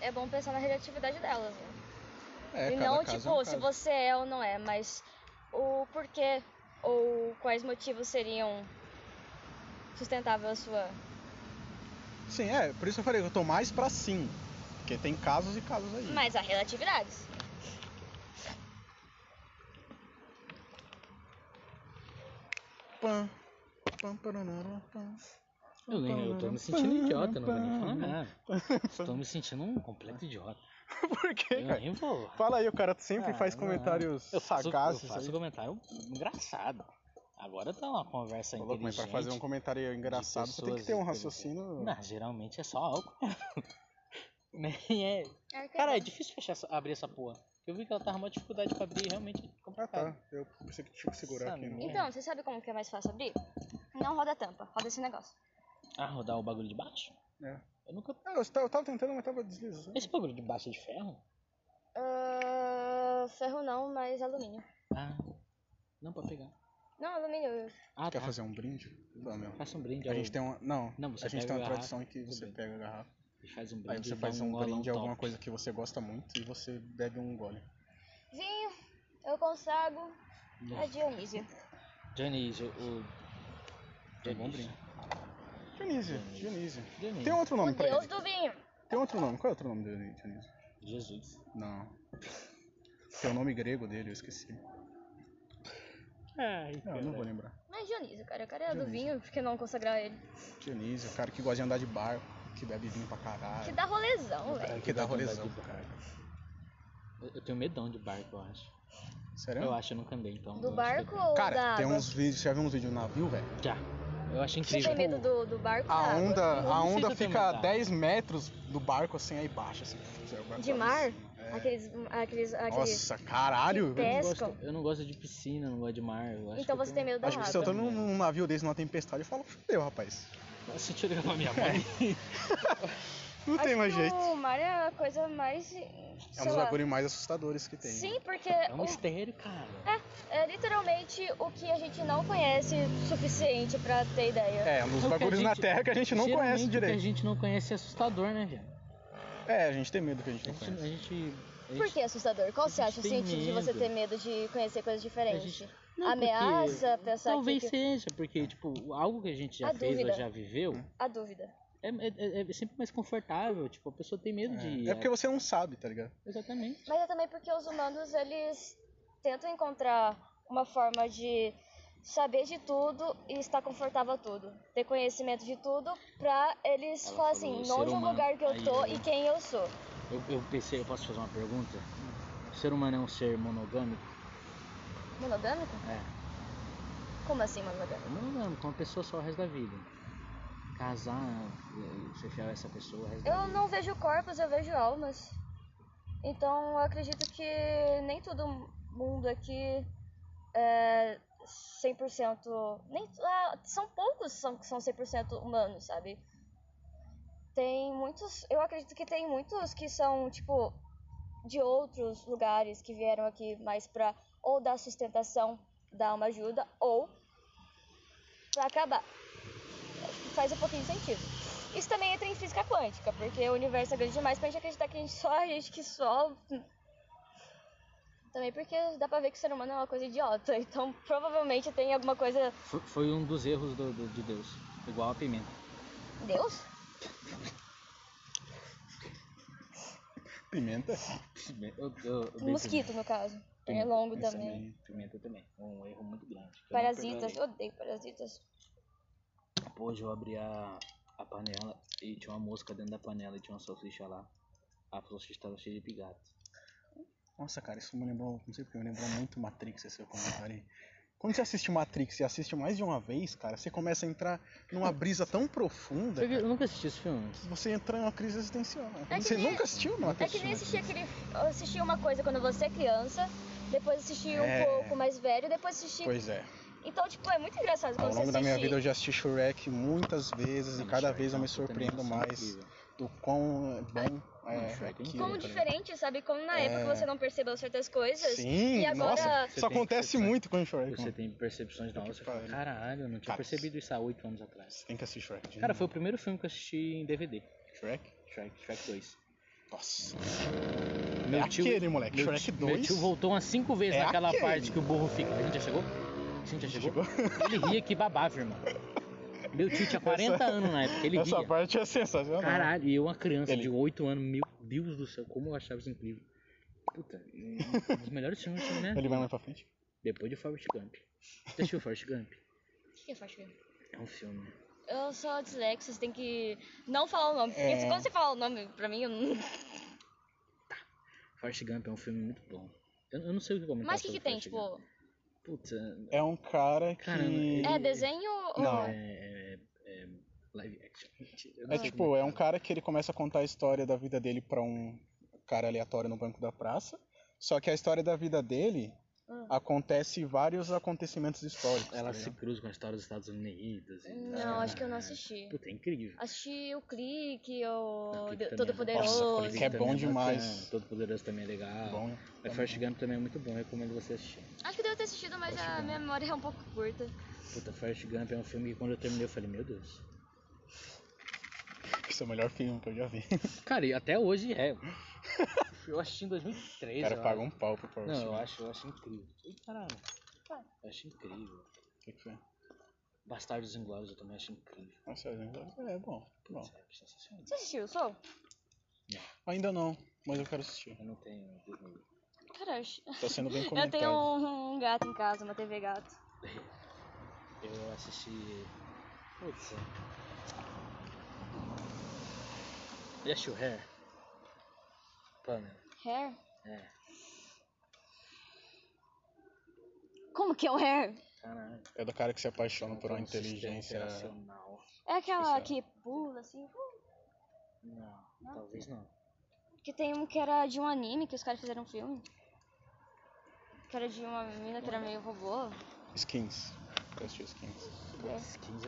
[SPEAKER 1] É bom pensar na relatividade delas. Né?
[SPEAKER 2] É,
[SPEAKER 1] e
[SPEAKER 2] cada
[SPEAKER 1] não,
[SPEAKER 2] caso
[SPEAKER 1] tipo,
[SPEAKER 2] é um
[SPEAKER 1] se
[SPEAKER 2] caso.
[SPEAKER 1] você é ou não é, mas o porquê ou quais motivos seriam sustentável a sua.
[SPEAKER 2] Sim, é, por isso eu falei que eu tô mais pra sim. Porque tem casos e casos aí.
[SPEAKER 1] Mas há relatividades.
[SPEAKER 2] Pã, pam, paranara, pam.
[SPEAKER 3] Eu, nem- eu tô me sentindo idiota, não vou nem falar nada. Tô me sentindo um completo idiota.
[SPEAKER 2] Por quê,
[SPEAKER 3] Eu
[SPEAKER 2] cara?
[SPEAKER 3] nem vou.
[SPEAKER 2] Fala aí, o cara sempre
[SPEAKER 3] Ah,
[SPEAKER 2] faz
[SPEAKER 3] não.
[SPEAKER 2] comentários
[SPEAKER 3] eu faço,
[SPEAKER 2] sagazes.
[SPEAKER 3] Eu faço
[SPEAKER 2] aí.
[SPEAKER 3] comentário engraçado. Agora tá uma conversa
[SPEAKER 2] Ô, louco, mas
[SPEAKER 3] inteligente.
[SPEAKER 2] pra fazer um comentário engraçado, você tem que ter um
[SPEAKER 3] pessoas
[SPEAKER 2] raciocínio.
[SPEAKER 3] Não, geralmente é só álcool. Nem é.
[SPEAKER 1] É que é
[SPEAKER 3] Cara, é
[SPEAKER 1] bom.
[SPEAKER 3] difícil fechar essa- abrir essa porra. Eu vi que ela tava com uma dificuldade pra abrir, realmente é
[SPEAKER 2] Ah,
[SPEAKER 3] complicado.
[SPEAKER 2] tá. Eu pensei que tinha que segurar aqui. Né?
[SPEAKER 1] Então, você sabe como que é mais fácil abrir? Não roda a tampa, roda esse negócio.
[SPEAKER 3] Ah, rodar o bagulho de baixo?
[SPEAKER 2] É.
[SPEAKER 3] Eu nunca.
[SPEAKER 2] Ah, eu tava eu tava tentando, mas tava deslizando.
[SPEAKER 3] Esse bagulho de baixo é de ferro?
[SPEAKER 1] Ah, ferro não, mas alumínio.
[SPEAKER 3] Ah. Não, pra pegar.
[SPEAKER 1] Não, alumínio.
[SPEAKER 3] Ah,
[SPEAKER 2] Quer
[SPEAKER 3] tá.
[SPEAKER 2] fazer um brinde? Tá, meu.
[SPEAKER 3] Faça um brinde.
[SPEAKER 2] A
[SPEAKER 3] ao-
[SPEAKER 2] gente tem uma. Não,
[SPEAKER 3] Não, você
[SPEAKER 2] a gente
[SPEAKER 3] pega
[SPEAKER 2] tem uma
[SPEAKER 3] a garrafa,
[SPEAKER 2] tradição em que
[SPEAKER 3] tudo
[SPEAKER 2] você
[SPEAKER 3] bem.
[SPEAKER 2] pega a garrafa.
[SPEAKER 3] Faz um brinde.
[SPEAKER 2] Aí você
[SPEAKER 3] e
[SPEAKER 2] faz
[SPEAKER 3] dá
[SPEAKER 2] um
[SPEAKER 3] golão
[SPEAKER 2] brinde a alguma
[SPEAKER 3] top.
[SPEAKER 2] coisa que você gosta muito e você bebe um gole.
[SPEAKER 1] Vinho, eu consago a Dionísio.
[SPEAKER 3] É, Dionísio, o.
[SPEAKER 2] É um bom
[SPEAKER 3] Dionísio.
[SPEAKER 2] Dionísio, Dionísio.
[SPEAKER 3] Dionísio.
[SPEAKER 2] Tem um outro
[SPEAKER 1] O
[SPEAKER 2] nome pra
[SPEAKER 1] deus
[SPEAKER 2] ele.
[SPEAKER 1] do vinho.
[SPEAKER 2] Tem outro nome. Qual é o outro nome do Dionísio?
[SPEAKER 3] Jesus.
[SPEAKER 2] Não. Tem o nome grego dele, eu esqueci.
[SPEAKER 3] Ai,
[SPEAKER 2] Não, eu não vou lembrar.
[SPEAKER 1] Não é Dionísio, cara. O cara é do
[SPEAKER 2] Dionísio.
[SPEAKER 1] vinho, por que não consagrar ele?
[SPEAKER 2] Dionísio, o cara que gosta de andar de barco, que bebe vinho pra
[SPEAKER 1] Que
[SPEAKER 2] caralho.
[SPEAKER 1] dá rolezão, velho.
[SPEAKER 2] Que dá rolezão
[SPEAKER 3] Andar
[SPEAKER 2] pro
[SPEAKER 3] de
[SPEAKER 2] cara.
[SPEAKER 3] Eu- Eu tenho medão de barco, eu acho.
[SPEAKER 2] Sério?
[SPEAKER 3] Eu acho, eu nunca andei então.
[SPEAKER 1] Do
[SPEAKER 3] eu
[SPEAKER 1] barco
[SPEAKER 3] acho
[SPEAKER 1] ou da
[SPEAKER 2] Cara, tem
[SPEAKER 1] água?
[SPEAKER 2] uns vídeos, já viu uns vídeos de um navio, velho?
[SPEAKER 3] que- Já. Eu acho
[SPEAKER 1] Você
[SPEAKER 3] incrível.
[SPEAKER 1] tem medo do, do barco?
[SPEAKER 2] A
[SPEAKER 1] da água?
[SPEAKER 2] onda,
[SPEAKER 3] não
[SPEAKER 2] a
[SPEAKER 3] sei se
[SPEAKER 2] onda
[SPEAKER 3] eu tenho
[SPEAKER 2] fica a
[SPEAKER 3] vontade.
[SPEAKER 2] 10 metros do barco, assim, aí baixa, assim. o barco
[SPEAKER 1] De
[SPEAKER 2] lá em
[SPEAKER 1] mar?
[SPEAKER 2] cima. É.
[SPEAKER 1] Aqueles. aqueles, aqueles...
[SPEAKER 2] Nossa, caralho!
[SPEAKER 1] que
[SPEAKER 2] velho.
[SPEAKER 3] Eu não
[SPEAKER 1] pescam.
[SPEAKER 3] gosto- Eu não gosto de piscina, eu não gosto de mar. eu acho
[SPEAKER 1] Então
[SPEAKER 3] que eu
[SPEAKER 1] você tem
[SPEAKER 3] tenho-
[SPEAKER 1] medo da
[SPEAKER 2] Acho que se eu
[SPEAKER 1] água.
[SPEAKER 2] tô num, num navio desse, numa tempestade, eu falo, fudeu, rapaz.
[SPEAKER 3] Nossa, deixa eu ligar pra minha mãe.
[SPEAKER 2] Não tem
[SPEAKER 1] Acho
[SPEAKER 2] mais
[SPEAKER 1] que
[SPEAKER 2] jeito.
[SPEAKER 1] O mar é a coisa mais.
[SPEAKER 2] É
[SPEAKER 1] sei
[SPEAKER 2] um dos
[SPEAKER 1] lá.
[SPEAKER 2] bagulhos mais assustadores que tem. né?
[SPEAKER 1] Sim, porque
[SPEAKER 3] É um
[SPEAKER 1] o
[SPEAKER 3] mistério, cara.
[SPEAKER 1] É, é literalmente o que a gente não conhece o suficiente pra ter ideia.
[SPEAKER 2] É, um dos
[SPEAKER 3] É o que a
[SPEAKER 2] bagulhos na
[SPEAKER 3] gente-
[SPEAKER 2] Terra que a gente não
[SPEAKER 3] Geralmente,
[SPEAKER 2] conhece
[SPEAKER 3] o que
[SPEAKER 2] direito.
[SPEAKER 3] A gente não conhece é assustador, né, velho?
[SPEAKER 2] É, a gente tem medo que a gente
[SPEAKER 3] A
[SPEAKER 2] não
[SPEAKER 3] gente.
[SPEAKER 2] conhece.
[SPEAKER 3] A gente, a gente-
[SPEAKER 1] Por que é assustador? Qual
[SPEAKER 3] a
[SPEAKER 1] você
[SPEAKER 3] gente
[SPEAKER 1] acha o
[SPEAKER 3] tem
[SPEAKER 1] sentido de você
[SPEAKER 3] medo.
[SPEAKER 1] ter medo de conhecer coisas
[SPEAKER 3] a
[SPEAKER 1] diferentes?
[SPEAKER 3] gente- não, porque-
[SPEAKER 1] Ameaça, pensar
[SPEAKER 3] Talvez
[SPEAKER 1] que...
[SPEAKER 3] seja, porque, tipo, algo que a gente já
[SPEAKER 1] A
[SPEAKER 3] fez
[SPEAKER 1] dúvida.
[SPEAKER 3] ou já viveu
[SPEAKER 1] A dúvida.
[SPEAKER 3] é, é- é sempre mais confortável. Tipo, a pessoa tem medo de.
[SPEAKER 2] É. é porque você não sabe, tá ligado?
[SPEAKER 3] Exatamente.
[SPEAKER 1] Mas é também porque os humanos, eles tentam encontrar uma forma de saber de tudo e estar confortável a tudo. Ter conhecimento de tudo pra eles
[SPEAKER 3] Ela
[SPEAKER 1] falar
[SPEAKER 3] falou
[SPEAKER 1] assim,
[SPEAKER 3] ser
[SPEAKER 1] onde é o
[SPEAKER 3] humano. né?"
[SPEAKER 1] lugar que eu
[SPEAKER 3] Aí
[SPEAKER 1] tô
[SPEAKER 3] eu-
[SPEAKER 1] e quem eu sou.
[SPEAKER 3] Eu, eu pensei, eu posso fazer uma pergunta? O ser humano é um ser monogâmico?
[SPEAKER 1] Monogâmico?
[SPEAKER 3] É.
[SPEAKER 1] Como assim monogâmico?
[SPEAKER 3] É monogâmico, uma pessoa só o resto da vida. Casar, eh, ser fiel a essa pessoa o resto da
[SPEAKER 1] Eu
[SPEAKER 3] vida.
[SPEAKER 1] não vejo corpos, eu vejo almas. Então eu acredito que nem todo mundo aqui é 100%. Nem, ah, são poucos são, que são 100% humanos, sabe? Tem muitos. Eu acredito que tem muitos que são, tipo, de outros lugares que vieram aqui mais pra ou dar sustentação, dar uma ajuda, ou pra acabar. Acho que faz um pouquinho de sentido. Isso também entra em física quântica, porque o universo é grande demais pra gente acreditar que a gente só a gente que só. Também porque dá pra ver que o ser humano é uma coisa idiota. Então provavelmente tem alguma coisa.
[SPEAKER 3] Foi, foi um dos erros do, do- de Deus. Igual a pimenta.
[SPEAKER 1] Deus?
[SPEAKER 2] Pimenta?
[SPEAKER 3] Pimenta- eu- eu- eu dei
[SPEAKER 1] Um mosquito, no caso. É longo
[SPEAKER 2] Isso
[SPEAKER 1] também.
[SPEAKER 2] aí.
[SPEAKER 3] Pimenta também. Um erro muito grande. que eu não
[SPEAKER 1] Parasitas,
[SPEAKER 3] perdoarei.
[SPEAKER 1] eu odeio parasitas.
[SPEAKER 3] Pô, Hoje eu abri a, a panela e tinha uma mosca dentro da panela e tinha uma salsicha lá. A salsicha tava cheia de pigatos.
[SPEAKER 2] Nossa, cara, isso me lembrou, não sei porque, me lembrou muito Matrix esse seu comentário aí. Quando você assiste Matrix e assiste mais de uma vez, cara, você começa a entrar numa brisa tão profunda
[SPEAKER 3] Eu, nunca assisti esse filme.
[SPEAKER 2] que você entra em uma crise existencial.
[SPEAKER 1] É que
[SPEAKER 2] você
[SPEAKER 1] nem-
[SPEAKER 2] nunca assistiu, né? não
[SPEAKER 1] É que nem assistir aquele. Eu assisti uma coisa quando você é criança, depois assisti um
[SPEAKER 2] É.
[SPEAKER 1] pouco mais velho, depois assisti.
[SPEAKER 2] Pois é.
[SPEAKER 1] Então, tipo, é muito engraçado
[SPEAKER 2] Ao
[SPEAKER 1] quando você
[SPEAKER 2] longo da minha
[SPEAKER 1] assiste-
[SPEAKER 2] vida eu já assisti Shrek muitas vezes e cada vez eu me surpreendo
[SPEAKER 3] assim,
[SPEAKER 2] mais do quão bom é
[SPEAKER 3] Shrek é
[SPEAKER 2] aquilo.
[SPEAKER 1] Como
[SPEAKER 3] Sim,
[SPEAKER 1] diferente, sabe? Como na época você não percebeu certas coisas.
[SPEAKER 2] É. Sim,
[SPEAKER 1] E agora-
[SPEAKER 2] nossa,
[SPEAKER 3] Você
[SPEAKER 2] isso
[SPEAKER 3] tem-
[SPEAKER 2] acontece
[SPEAKER 3] você-
[SPEAKER 2] muito com Shrek.
[SPEAKER 3] Você
[SPEAKER 2] mano.
[SPEAKER 3] tem percepções
[SPEAKER 2] Puta que
[SPEAKER 3] novas. Você fala,
[SPEAKER 2] pariu.
[SPEAKER 3] caralho, eu não tinha
[SPEAKER 2] Cara,
[SPEAKER 3] percebido isso há oito anos atrás.
[SPEAKER 2] Você tem que assistir Shrek. de
[SPEAKER 3] Cara,
[SPEAKER 2] novo.
[SPEAKER 3] foi o primeiro filme que eu assisti em DVD.
[SPEAKER 2] Shrek?
[SPEAKER 3] Shrek, Shrek 2.
[SPEAKER 2] Nossa. é
[SPEAKER 3] Meu
[SPEAKER 2] aquele, moleque.
[SPEAKER 3] meu
[SPEAKER 2] Shrek
[SPEAKER 3] tio-
[SPEAKER 2] 2?
[SPEAKER 3] Meu tio voltou umas cinco vezes
[SPEAKER 2] É
[SPEAKER 3] naquela
[SPEAKER 2] aquele.
[SPEAKER 3] parte que o burro fica. A gente já chegou? A gente já chegou? Ele ria que babava, irmão. Meu tio tinha 40
[SPEAKER 2] Essa-
[SPEAKER 3] anos na época, ele
[SPEAKER 2] Essa
[SPEAKER 3] ria.
[SPEAKER 2] parte é
[SPEAKER 3] Tá
[SPEAKER 2] sensacional.
[SPEAKER 3] Caralho, e eu uma criança
[SPEAKER 2] Ele-
[SPEAKER 3] de 8 anos, meu Deus do céu, como eu achava isso incrível. Puta, é um dos melhores filmes que eu tive, né?
[SPEAKER 2] Ele vai mais pra frente?
[SPEAKER 3] Depois de Forrest Gump. Você assistiu Forrest Gump?
[SPEAKER 1] O que que eu faço?
[SPEAKER 3] É um filme.
[SPEAKER 1] Eu sou dislexia, você tem que não falar o nome. Porque
[SPEAKER 2] É.
[SPEAKER 1] se- quando você fala o nome, pra mim, eu não...
[SPEAKER 3] Forrest Gump é um filme muito bom. Eu, eu não sei o que comentar
[SPEAKER 1] Mas o que que
[SPEAKER 3] sobre
[SPEAKER 1] tem,
[SPEAKER 3] Forrest Gump.
[SPEAKER 1] tipo...
[SPEAKER 3] Puta,
[SPEAKER 2] É um cara que.
[SPEAKER 3] Cara, ele-
[SPEAKER 1] É desenho ou...
[SPEAKER 2] Não.
[SPEAKER 3] é, é, é live action. Mentira, eu não
[SPEAKER 2] É
[SPEAKER 3] sei
[SPEAKER 2] tipo, é um cara que ele começa a contar a história da vida dele pra um cara aleatório no banco da praça. Só que a história da vida dele
[SPEAKER 1] Hum.
[SPEAKER 2] acontece vários acontecimentos históricos.
[SPEAKER 3] Ela
[SPEAKER 2] tá
[SPEAKER 3] se
[SPEAKER 2] ligado?
[SPEAKER 3] cruza com a história dos Estados Unidos. E
[SPEAKER 1] Não, acho que eu não assisti.
[SPEAKER 3] Puta, é incrível.
[SPEAKER 1] Assisti o Clique, o
[SPEAKER 3] Clique também é-
[SPEAKER 1] Ah, Todo
[SPEAKER 2] Nossa,
[SPEAKER 1] Poderoso.
[SPEAKER 2] Clique é bom demais.
[SPEAKER 3] Todo Poderoso também é legal.
[SPEAKER 2] Bom,
[SPEAKER 3] Mas Forrest Gump também é muito bom, recomendo você assistir.
[SPEAKER 1] Acho que eu devo ter assistido, mas a minha memória é um pouco curta.
[SPEAKER 3] Puta, Forrest Gump é um filme que quando eu terminei eu falei, meu Deus.
[SPEAKER 2] esse é o melhor filme que eu já vi.
[SPEAKER 3] Cara, e até hoje é. Eu assisti em 2013.
[SPEAKER 2] O cara
[SPEAKER 3] eu
[SPEAKER 2] pagou um
[SPEAKER 3] acho.
[SPEAKER 2] pau pro
[SPEAKER 3] Não,
[SPEAKER 2] Forrest
[SPEAKER 3] eu
[SPEAKER 2] Gump.
[SPEAKER 3] acho, eu acho incrível. Ih, caralho.
[SPEAKER 1] Vai.
[SPEAKER 3] Eu acho incrível.
[SPEAKER 2] O que que foi?
[SPEAKER 3] Bastardos Inglórios eu também acho incrível.
[SPEAKER 2] Nossa, é bom. bom.
[SPEAKER 3] Sério, sensacional.
[SPEAKER 1] Você assistiu, Sou?
[SPEAKER 2] Ainda não, mas eu quero assistir.
[SPEAKER 3] Eu não tenho Disney.
[SPEAKER 1] Cara, eu acho-
[SPEAKER 2] Tá sendo bem
[SPEAKER 1] eu
[SPEAKER 2] comentado.
[SPEAKER 1] tenho um, um gato em casa, uma TV gato.
[SPEAKER 3] Eu assisti. Putz. é. Já assistiu Hair? Pamela.
[SPEAKER 1] Hair?
[SPEAKER 3] É.
[SPEAKER 1] Como que é o Hair?
[SPEAKER 3] Caralho.
[SPEAKER 2] É do cara que se apaixona por uma
[SPEAKER 3] Tem um sistema
[SPEAKER 2] inteligência.
[SPEAKER 3] operacional.
[SPEAKER 1] É aquela que
[SPEAKER 2] Especial.
[SPEAKER 1] pula, assim... uh,
[SPEAKER 3] Não, talvez não.
[SPEAKER 1] Que tem um que era de um anime que os caras fizeram um filme. Que era de uma menina que era meio robô.
[SPEAKER 2] Skins. Eu assisti skins.
[SPEAKER 3] Skins é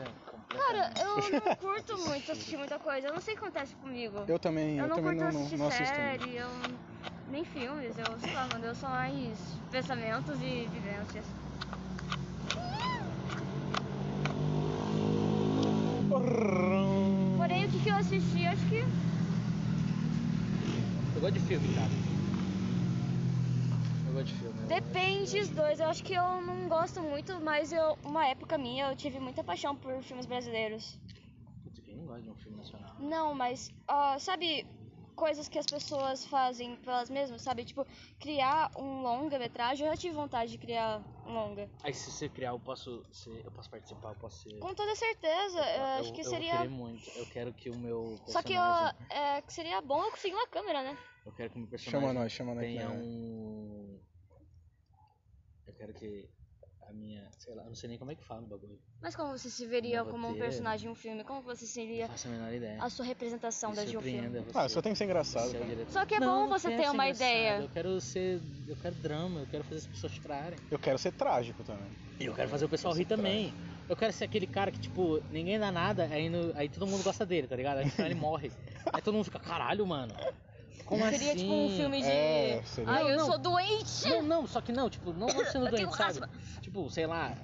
[SPEAKER 1] Cara,
[SPEAKER 3] completamente.
[SPEAKER 1] eu não curto muito assistir muita coisa. Eu não sei o que acontece comigo.
[SPEAKER 2] Eu também, eu,
[SPEAKER 1] não
[SPEAKER 2] também
[SPEAKER 1] curto
[SPEAKER 2] não, não,
[SPEAKER 1] assistir
[SPEAKER 2] não assisto. muito.
[SPEAKER 1] série, eu... nem filmes. Eu sei lá, mano. Eu sou mais pensamentos e vivências. Porém, o que, que eu assisti, acho que.
[SPEAKER 3] Eu gosto de filme, cara. Eu gosto de filme. eu-
[SPEAKER 1] Depende dos dois. Eu acho que eu não gosto muito, mas eu, uma época minha eu tive muita paixão por filmes brasileiros.
[SPEAKER 3] Putz, Eu não gosto de um filme nacional.
[SPEAKER 1] Não, mas, ah, sabe, coisas que as pessoas fazem pelas mesmas, sabe? Tipo, criar um longa-metragem. Eu já tive vontade de criar um longa.
[SPEAKER 3] Aí se você criar, eu posso, ser, eu posso participar, eu posso ser.
[SPEAKER 1] Com toda certeza, eu, acho que
[SPEAKER 3] eu
[SPEAKER 1] seria.
[SPEAKER 3] Vou querer muito. Eu quero que o meu personagem.
[SPEAKER 1] Só que eu, é, que seria bom eu conseguir uma câmera, né?
[SPEAKER 3] Eu quero que o meu personagem.
[SPEAKER 2] Chama nós, chama nós.
[SPEAKER 3] tenha
[SPEAKER 2] né?
[SPEAKER 3] um. Eu quero que a minha. Sei lá, eu não sei nem como é que fala o bagulho.
[SPEAKER 1] Mas como você se veria
[SPEAKER 3] Não,
[SPEAKER 1] como um
[SPEAKER 3] roteiro.
[SPEAKER 1] personagem em um filme? Como você
[SPEAKER 3] Não
[SPEAKER 1] seria
[SPEAKER 3] faço a menor ideia.
[SPEAKER 1] a sua representação
[SPEAKER 3] Me
[SPEAKER 1] da de um filme?
[SPEAKER 3] surpreenda você.
[SPEAKER 2] Ah, só tem que ser engraçado.
[SPEAKER 3] Você é o diretor.
[SPEAKER 1] Só que é
[SPEAKER 3] Não,
[SPEAKER 1] bom
[SPEAKER 3] não
[SPEAKER 1] você
[SPEAKER 3] quero
[SPEAKER 1] ter
[SPEAKER 3] ser
[SPEAKER 1] uma
[SPEAKER 3] engraçado,
[SPEAKER 1] ideia.
[SPEAKER 3] Eu quero ser. Eu quero drama, eu quero fazer as pessoas chorarem.
[SPEAKER 2] Eu quero ser trágico também.
[SPEAKER 3] E eu quero fazer o pessoal
[SPEAKER 2] Você
[SPEAKER 3] rir
[SPEAKER 2] traz.
[SPEAKER 3] também. Eu quero ser aquele cara que, tipo, ninguém dá nada, aí, no- aí todo mundo gosta dele, tá ligado? Aí no final ele morre. Aí todo mundo fica, caralho, mano. Como
[SPEAKER 1] seria
[SPEAKER 3] assim?
[SPEAKER 1] tipo um filme de.
[SPEAKER 2] É, seria-
[SPEAKER 1] Ai,
[SPEAKER 3] Não,
[SPEAKER 1] eu
[SPEAKER 3] não.
[SPEAKER 1] sou doente!
[SPEAKER 3] Não, não, só que não, tipo, não tô sendo
[SPEAKER 1] Eu tenho
[SPEAKER 3] doente, sabe?
[SPEAKER 1] asma.
[SPEAKER 3] Tipo, sei lá,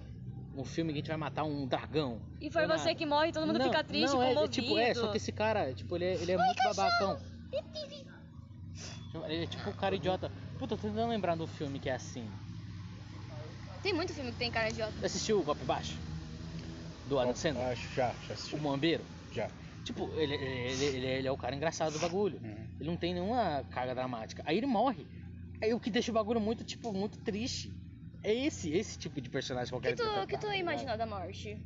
[SPEAKER 3] um filme que a gente vai matar um dragão.
[SPEAKER 1] E foi
[SPEAKER 3] Do nada.
[SPEAKER 1] você que morre, todo mundo
[SPEAKER 3] Não,
[SPEAKER 1] fica triste,
[SPEAKER 3] não, é, é,
[SPEAKER 1] comovido.
[SPEAKER 3] tipo, é, só que esse cara, tipo, ele é, ele é muito babacão. Ele é tipo o cara idiota. Puta, tô tentando lembrar do filme que é assim.
[SPEAKER 1] Tem muito filme que tem cara de idiota.
[SPEAKER 3] Você assistiu o Golpe Baixo? Do Adam Sandler?
[SPEAKER 2] Acho, Ah, já, já assisti.
[SPEAKER 3] O Mambeiro?
[SPEAKER 2] Já.
[SPEAKER 3] Tipo, ele, ele, ele, ele é o cara engraçado do bagulho.
[SPEAKER 2] Uhum.
[SPEAKER 3] Ele não tem nenhuma carga dramática. Aí ele morre. Aí o que deixa o bagulho muito, tipo, muito triste. É esse, esse tipo de personagem que eu
[SPEAKER 1] O que
[SPEAKER 3] quero
[SPEAKER 1] tu,
[SPEAKER 3] interpretar,
[SPEAKER 1] que tu
[SPEAKER 3] tá ligado?
[SPEAKER 1] imagina da morte?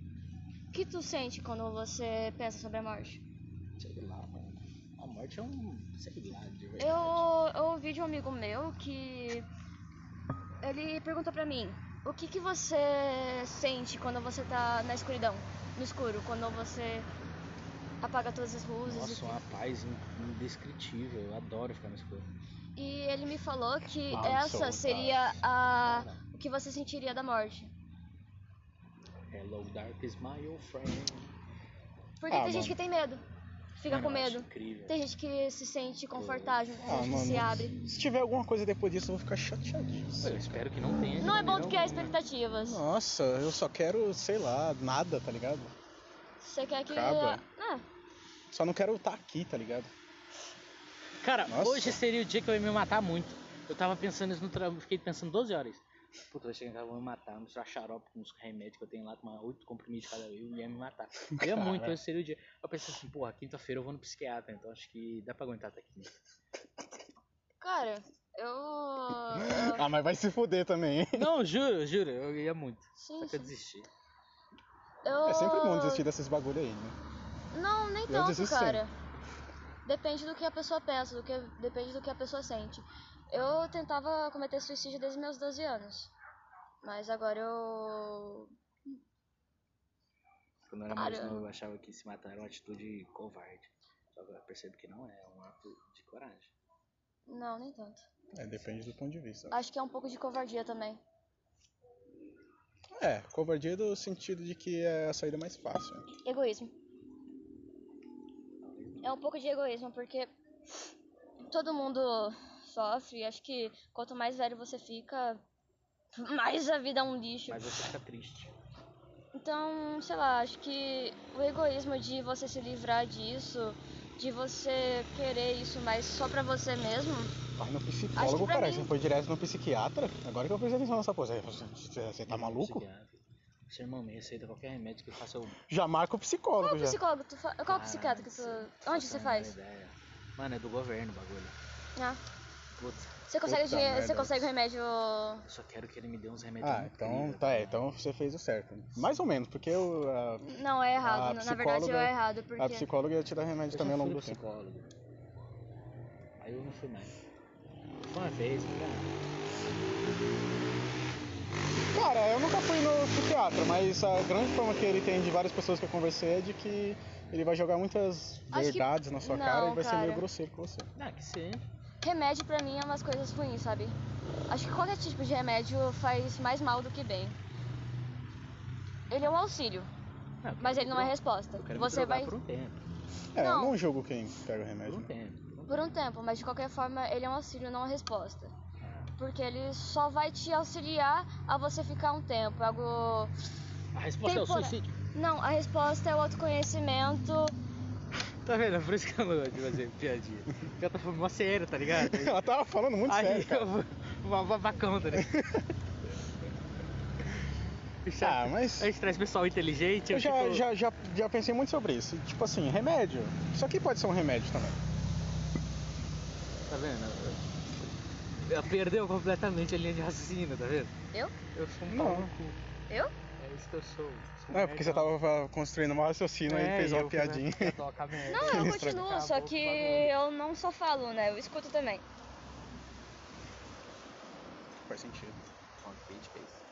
[SPEAKER 1] O que tu sente quando você pensa sobre a morte?
[SPEAKER 3] Sei lá, mano. A morte é um. Sei lá, de verdade.
[SPEAKER 1] Eu, eu ouvi de um amigo meu que ele perguntou pra mim, o que que você sente quando você tá na escuridão, no escuro, quando você apaga todas as luzes e
[SPEAKER 3] Nossa,
[SPEAKER 1] tudo.
[SPEAKER 3] uma paz in- indescritível. Eu adoro ficar na escuro.
[SPEAKER 1] E ele me falou que
[SPEAKER 3] Ah,
[SPEAKER 2] Mal de
[SPEAKER 1] essa
[SPEAKER 2] saudade.
[SPEAKER 1] seria a o que você sentiria da morte.
[SPEAKER 3] Hello, Dark is my old friend.
[SPEAKER 1] Porque
[SPEAKER 2] Ah,
[SPEAKER 1] tem gente
[SPEAKER 2] mano.
[SPEAKER 1] que tem medo, fica
[SPEAKER 3] Mano,
[SPEAKER 1] com
[SPEAKER 3] eu acho
[SPEAKER 1] medo.
[SPEAKER 3] Incrível.
[SPEAKER 1] Tem gente que se sente confortável, tem
[SPEAKER 2] Ah,
[SPEAKER 1] gente que
[SPEAKER 2] mano.
[SPEAKER 1] se abre.
[SPEAKER 2] Se tiver alguma coisa depois disso, eu vou ficar chateadíssimo.
[SPEAKER 3] Eu espero que não tenha.
[SPEAKER 1] Não é bom
[SPEAKER 3] entendeu?
[SPEAKER 1] tu criar expectativas.
[SPEAKER 2] Nossa, eu só quero, sei lá, nada, tá ligado?
[SPEAKER 1] Você quer que.
[SPEAKER 2] Acaba.
[SPEAKER 1] Ah,
[SPEAKER 2] Só não quero estar aqui, tá ligado?
[SPEAKER 3] Cara,
[SPEAKER 2] Nossa.
[SPEAKER 3] hoje seria o dia que eu ia me matar muito. Eu tava pensando isso no trabalho, fiquei pensando 12 horas. Puta, eu cheguei em casa, eu vou me matar, misturar xarope com os remédios que eu tenho lá, tomar 8 comprimidos cada vez, eu ia me matar. Eu ia muito,
[SPEAKER 2] Cara.
[SPEAKER 3] hoje seria o dia. Eu pensei assim, porra, quinta-feira eu vou no psiquiatra, então acho que dá pra aguentar até quinta.
[SPEAKER 1] cara, eu.
[SPEAKER 2] Ah, mas vai se fuder também, hein?
[SPEAKER 3] Não, juro, juro, eu ia muito.
[SPEAKER 1] Sim,
[SPEAKER 3] Só que eu
[SPEAKER 1] sim.
[SPEAKER 3] desisti.
[SPEAKER 1] Eu...
[SPEAKER 2] É sempre bom desistir desses bagulho aí, né?
[SPEAKER 1] Não, nem
[SPEAKER 2] Eu
[SPEAKER 1] tanto,
[SPEAKER 2] desisto
[SPEAKER 1] cara. Depende do que a pessoa pensa, do que... depende do que a pessoa sente. Eu tentava cometer suicídio desde meus 12 anos. Mas agora eu.
[SPEAKER 3] Quando eu era mais
[SPEAKER 1] Cara.
[SPEAKER 3] novo, eu achava que se matar era uma atitude covarde. Só que eu percebo que não é, é um ato de coragem.
[SPEAKER 1] Não, nem tanto.
[SPEAKER 2] É, depende do ponto de vista.
[SPEAKER 1] Acho que é um pouco de covardia também.
[SPEAKER 2] É, covardia do sentido de que é a saída mais fácil.
[SPEAKER 1] Egoísmo. É um pouco de egoísmo, porque todo mundo sofre. Acho que quanto mais velho você fica, mais a vida é um lixo.
[SPEAKER 3] Mas você fica triste.
[SPEAKER 1] Então, sei lá, acho que o egoísmo de você se livrar disso, de você querer isso mais só pra você mesmo,
[SPEAKER 2] Vai no
[SPEAKER 1] Acho que
[SPEAKER 2] psicólogo,
[SPEAKER 1] pra
[SPEAKER 2] caralho.
[SPEAKER 1] mim-
[SPEAKER 2] Você foi direto no psiquiatra? Agora que eu prestei atenção nessa coisa. Você, você- você tá maluco?
[SPEAKER 3] Psiquiatra. Seu irmão me receita qualquer remédio que faça eu
[SPEAKER 2] Já marca o psicólogo,
[SPEAKER 1] qual
[SPEAKER 2] já.
[SPEAKER 1] psicólogo tu fa... qual
[SPEAKER 3] Caralho,
[SPEAKER 1] psiquiatra que tu,
[SPEAKER 3] cê-
[SPEAKER 1] onde você
[SPEAKER 3] faço a menor
[SPEAKER 1] faz?
[SPEAKER 3] ideia. Mano, é do governo o bagulho.
[SPEAKER 1] Ah,
[SPEAKER 3] Putz,
[SPEAKER 1] você consegue
[SPEAKER 2] Puta
[SPEAKER 1] dinheiro, você
[SPEAKER 2] merda.
[SPEAKER 1] consegue remédio
[SPEAKER 3] eu só quero que ele me dê uns remédios.
[SPEAKER 2] Ah, então
[SPEAKER 3] incríveis.
[SPEAKER 2] tá, é, então você fez o certo. Mais ou menos, porque o, a,
[SPEAKER 1] Não, é errado.
[SPEAKER 2] A
[SPEAKER 1] na- Na verdade, eu
[SPEAKER 2] Ah, psicóloga- Ah,
[SPEAKER 1] é errado, porque
[SPEAKER 2] a psicóloga ia te dar remédio
[SPEAKER 3] Eu
[SPEAKER 2] também
[SPEAKER 3] também
[SPEAKER 2] ao
[SPEAKER 3] fui
[SPEAKER 2] longo
[SPEAKER 3] no
[SPEAKER 2] do tempo.
[SPEAKER 3] psicólogo. Aí eu não fui mais. Foi uma vez, tá cara.
[SPEAKER 2] Cara, eu nunca fui no psiquiatra, mas a grande forma que ele tem de várias pessoas que eu conversei é de que ele vai jogar muitas
[SPEAKER 1] Acho que-
[SPEAKER 2] verdades na sua
[SPEAKER 1] Não,
[SPEAKER 2] cara e vai ser meio
[SPEAKER 1] cara.
[SPEAKER 2] grosseiro com você.
[SPEAKER 3] Ah, que sim.
[SPEAKER 1] remédio pra mim é umas coisas ruins, sabe? Acho que qualquer tipo de remédio faz mais mal do que bem. Ele é um auxílio,
[SPEAKER 3] Ah, eu
[SPEAKER 1] mas
[SPEAKER 3] quero
[SPEAKER 1] ele não é
[SPEAKER 3] me dro-
[SPEAKER 1] resposta.
[SPEAKER 3] Eu quero me
[SPEAKER 1] Você
[SPEAKER 3] drogar
[SPEAKER 1] vai
[SPEAKER 3] por um tempo.
[SPEAKER 2] É,
[SPEAKER 1] Não.
[SPEAKER 2] eu não julgo quem pega o
[SPEAKER 3] Por
[SPEAKER 2] remédio.
[SPEAKER 3] um tempo.
[SPEAKER 1] Por um tempo, mas de qualquer forma ele é um auxílio, não uma resposta. Porque ele só vai te auxiliar a você ficar um tempo. Algo.
[SPEAKER 3] A resposta é o
[SPEAKER 1] Tempora-
[SPEAKER 3] suicídio.
[SPEAKER 1] Não, a resposta é o autoconhecimento.
[SPEAKER 3] Tá vendo? É Por isso que eu não gosto de fazer piadinha. Porque ela tá falando mó sério, tá ligado?
[SPEAKER 2] Ela tava falando muito
[SPEAKER 3] Aí
[SPEAKER 2] sério, cara.
[SPEAKER 3] eu vou. Uma babacão, tá ligado?
[SPEAKER 2] Ah, mas
[SPEAKER 3] A gente traz É pessoal inteligente.
[SPEAKER 2] eu já,
[SPEAKER 3] tipo,
[SPEAKER 2] já, já, já pensei muito sobre isso. Tipo assim, remédio. Isso aqui pode ser um remédio também.
[SPEAKER 3] Tá vendo? Ela perdeu completamente a linha de raciocínio, tá vendo?
[SPEAKER 1] Eu?
[SPEAKER 3] Eu sou um
[SPEAKER 2] Não.
[SPEAKER 3] pau no cu.
[SPEAKER 1] Eu?
[SPEAKER 3] É isso que eu sou. sou um
[SPEAKER 2] Não, é porque você
[SPEAKER 3] nerdão.
[SPEAKER 2] tava construindo um raciocínio
[SPEAKER 3] É,
[SPEAKER 2] e fez uma
[SPEAKER 3] eu Então. fui na
[SPEAKER 2] piadinha.
[SPEAKER 3] piadoca merda.
[SPEAKER 1] Não, eu
[SPEAKER 2] Isso,
[SPEAKER 1] continuo,
[SPEAKER 3] acabou
[SPEAKER 1] só
[SPEAKER 3] com o
[SPEAKER 1] que
[SPEAKER 3] bagulho.
[SPEAKER 1] eu não só falo, né? Eu escuto também.
[SPEAKER 2] Faz sentido,
[SPEAKER 3] Pronto, page face.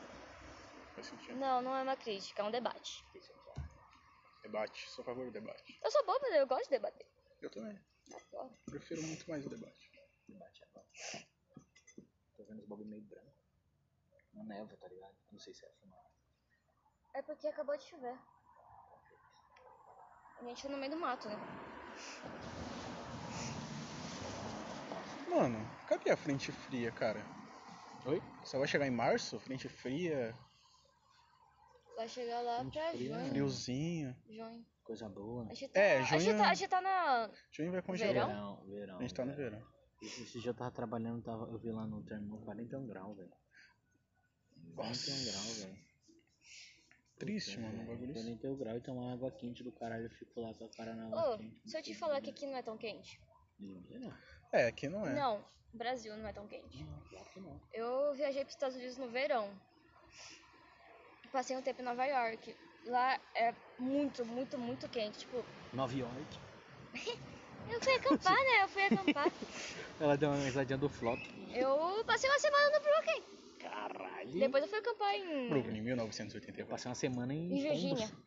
[SPEAKER 2] faz sentido.
[SPEAKER 1] Não, não é uma crítica, é um debate.
[SPEAKER 2] Debate, sou a favor do debate.
[SPEAKER 1] Eu sou boba, né? eu gosto de debater.
[SPEAKER 2] Eu também.
[SPEAKER 1] Adoro.
[SPEAKER 2] Prefiro muito mais o debate.
[SPEAKER 3] Debate agora. Tô vendo os bagulho meio branco. Uma neva, tá ligado? Não sei se é fumar.
[SPEAKER 1] É porque acabou de chover. A gente tá no meio do mato, né?
[SPEAKER 2] Mano, cadê a frente fria, cara?
[SPEAKER 3] Oi?
[SPEAKER 2] Só vai chegar em março? Frente fria,
[SPEAKER 1] Vai chegar lá
[SPEAKER 3] Gente,
[SPEAKER 1] pra
[SPEAKER 3] frio, né?
[SPEAKER 1] junho.
[SPEAKER 2] friozinho.
[SPEAKER 1] Junho.
[SPEAKER 3] Coisa boa,
[SPEAKER 1] A
[SPEAKER 3] né?
[SPEAKER 1] gente tá,
[SPEAKER 2] É,
[SPEAKER 1] a gente
[SPEAKER 2] junho-
[SPEAKER 1] tá, a gente tá na.
[SPEAKER 2] Junho vai congelar.
[SPEAKER 1] Verão?
[SPEAKER 3] verão.
[SPEAKER 2] A gente tá no verão.
[SPEAKER 3] Esse dia eu tava trabalhando, tava, eu vi lá no terminal 41 graus, um velho. 41
[SPEAKER 2] Nossa.
[SPEAKER 3] graus, velho. É.
[SPEAKER 2] Triste, mano, o bagulho. assim.
[SPEAKER 3] 41 graus, então uma água quente do caralho, eu fico lá com a cara na água
[SPEAKER 1] Ô,
[SPEAKER 3] quente.
[SPEAKER 1] se eu te falar que aqui não é tão quente.
[SPEAKER 3] Mentira.
[SPEAKER 2] É, aqui não é.
[SPEAKER 1] Não, Brasil não é tão quente.
[SPEAKER 3] Não, claro que não.
[SPEAKER 1] Eu viajei para os Estados Unidos no verão. Passei um tempo em Nova York. Lá é muito, muito, muito quente. Tipo,
[SPEAKER 3] Nova York.
[SPEAKER 1] eu fui acampar, né? Eu fui acampar.
[SPEAKER 3] Ela deu uma mensadinha do flop.
[SPEAKER 1] Eu passei uma semana no Brooklyn.
[SPEAKER 3] Caralho.
[SPEAKER 1] Depois eu fui acampar em.
[SPEAKER 2] Brooklyn,
[SPEAKER 3] Eu
[SPEAKER 2] 1984.
[SPEAKER 3] passei uma semana em.
[SPEAKER 1] Em Virgínia.
[SPEAKER 3] Pombos.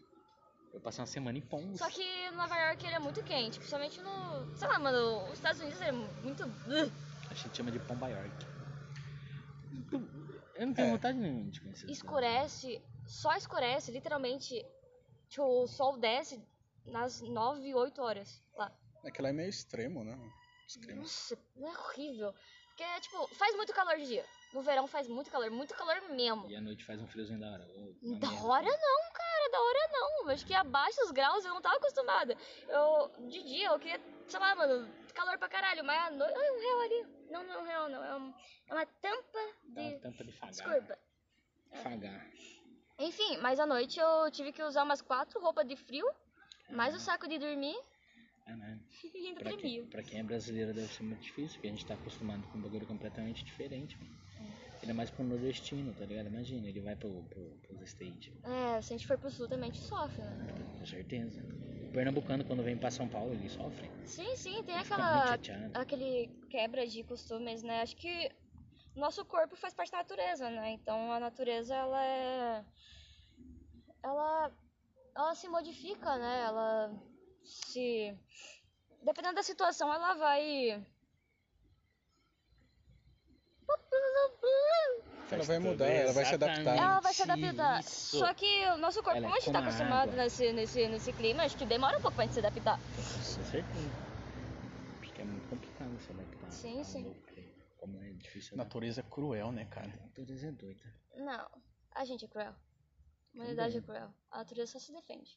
[SPEAKER 3] Eu passei uma semana em Pombos.
[SPEAKER 1] Só que Nova York ele é muito quente, principalmente no. Sei lá, mano, os Estados Unidos é muito.
[SPEAKER 3] A gente chama de Pomba York. Eu não tenho
[SPEAKER 2] É.
[SPEAKER 3] vontade nenhuma de conhecer. essa cidade.
[SPEAKER 1] Escurece, só escurece, literalmente. Tipo, o sol desce nas 9, 8 horas lá.
[SPEAKER 2] É que lá é meio extremo, né? Extremo.
[SPEAKER 1] Nossa, não é horrível. Porque, tipo, faz muito calor de dia. No verão faz muito calor, muito calor mesmo.
[SPEAKER 3] E à noite faz um friozinho da hora. Ô, na
[SPEAKER 1] Da
[SPEAKER 3] merda.
[SPEAKER 1] hora não, cara, da hora não. Acho que abaixo dos graus eu não tava acostumada. Eu, de dia, eu queria, sei lá, mano, calor pra caralho, mas à noite. Ai, um real ali. Não, não é um real, não. É, um, é uma tampa
[SPEAKER 3] Dá uma
[SPEAKER 1] de.
[SPEAKER 3] tampa de fagar.
[SPEAKER 1] Desculpa.
[SPEAKER 3] Fagar.
[SPEAKER 1] Enfim, mas à noite eu tive que usar umas quatro roupas de frio, mais o saco de dormir
[SPEAKER 3] É, né?
[SPEAKER 1] e ainda
[SPEAKER 3] Uhum. Pra quem,
[SPEAKER 1] tremia.
[SPEAKER 3] pra quem é brasileiro deve ser muito difícil, porque a gente tá acostumado com um bagulho completamente diferente. mano.
[SPEAKER 1] É.
[SPEAKER 3] Ainda mais pro nordestino, tá ligado? Imagina, ele vai pro, pro, pros stage.
[SPEAKER 1] É, se a gente for pro sul também a gente sofre, né?
[SPEAKER 3] Com certeza. O pernambucano, quando vem pra São Paulo, ele sofre.
[SPEAKER 1] Sim, sim, tem
[SPEAKER 3] fica
[SPEAKER 1] aquela
[SPEAKER 3] muito chateado.
[SPEAKER 1] aquele quebra de costumes, né? Acho que nosso corpo faz parte da natureza, né? Então a natureza ela é ela ela se modifica, né? Ela se dependendo da situação, ela vai
[SPEAKER 2] Ela
[SPEAKER 3] Faz
[SPEAKER 2] vai
[SPEAKER 3] tudo
[SPEAKER 2] mudar, ela vai se
[SPEAKER 3] exatamente
[SPEAKER 2] adaptar.
[SPEAKER 1] ela vai se adaptar.
[SPEAKER 3] isso.
[SPEAKER 1] Só que o nosso corpo,
[SPEAKER 3] Ela é
[SPEAKER 1] como a gente tá
[SPEAKER 3] como a
[SPEAKER 1] acostumado
[SPEAKER 3] água.
[SPEAKER 1] nesse, nesse, nesse clima, acho que demora um pouco pra gente se adaptar.
[SPEAKER 3] Com certeza. Porque é muito complicado se adaptar.
[SPEAKER 1] Sim,
[SPEAKER 3] a um
[SPEAKER 1] sim.
[SPEAKER 3] novo clima. Como é difícil. né?
[SPEAKER 2] Natureza cruel, né, cara?
[SPEAKER 3] A natureza é doida.
[SPEAKER 1] Não, a gente é cruel. A humanidade é
[SPEAKER 3] Também.
[SPEAKER 1] cruel. A natureza só se defende.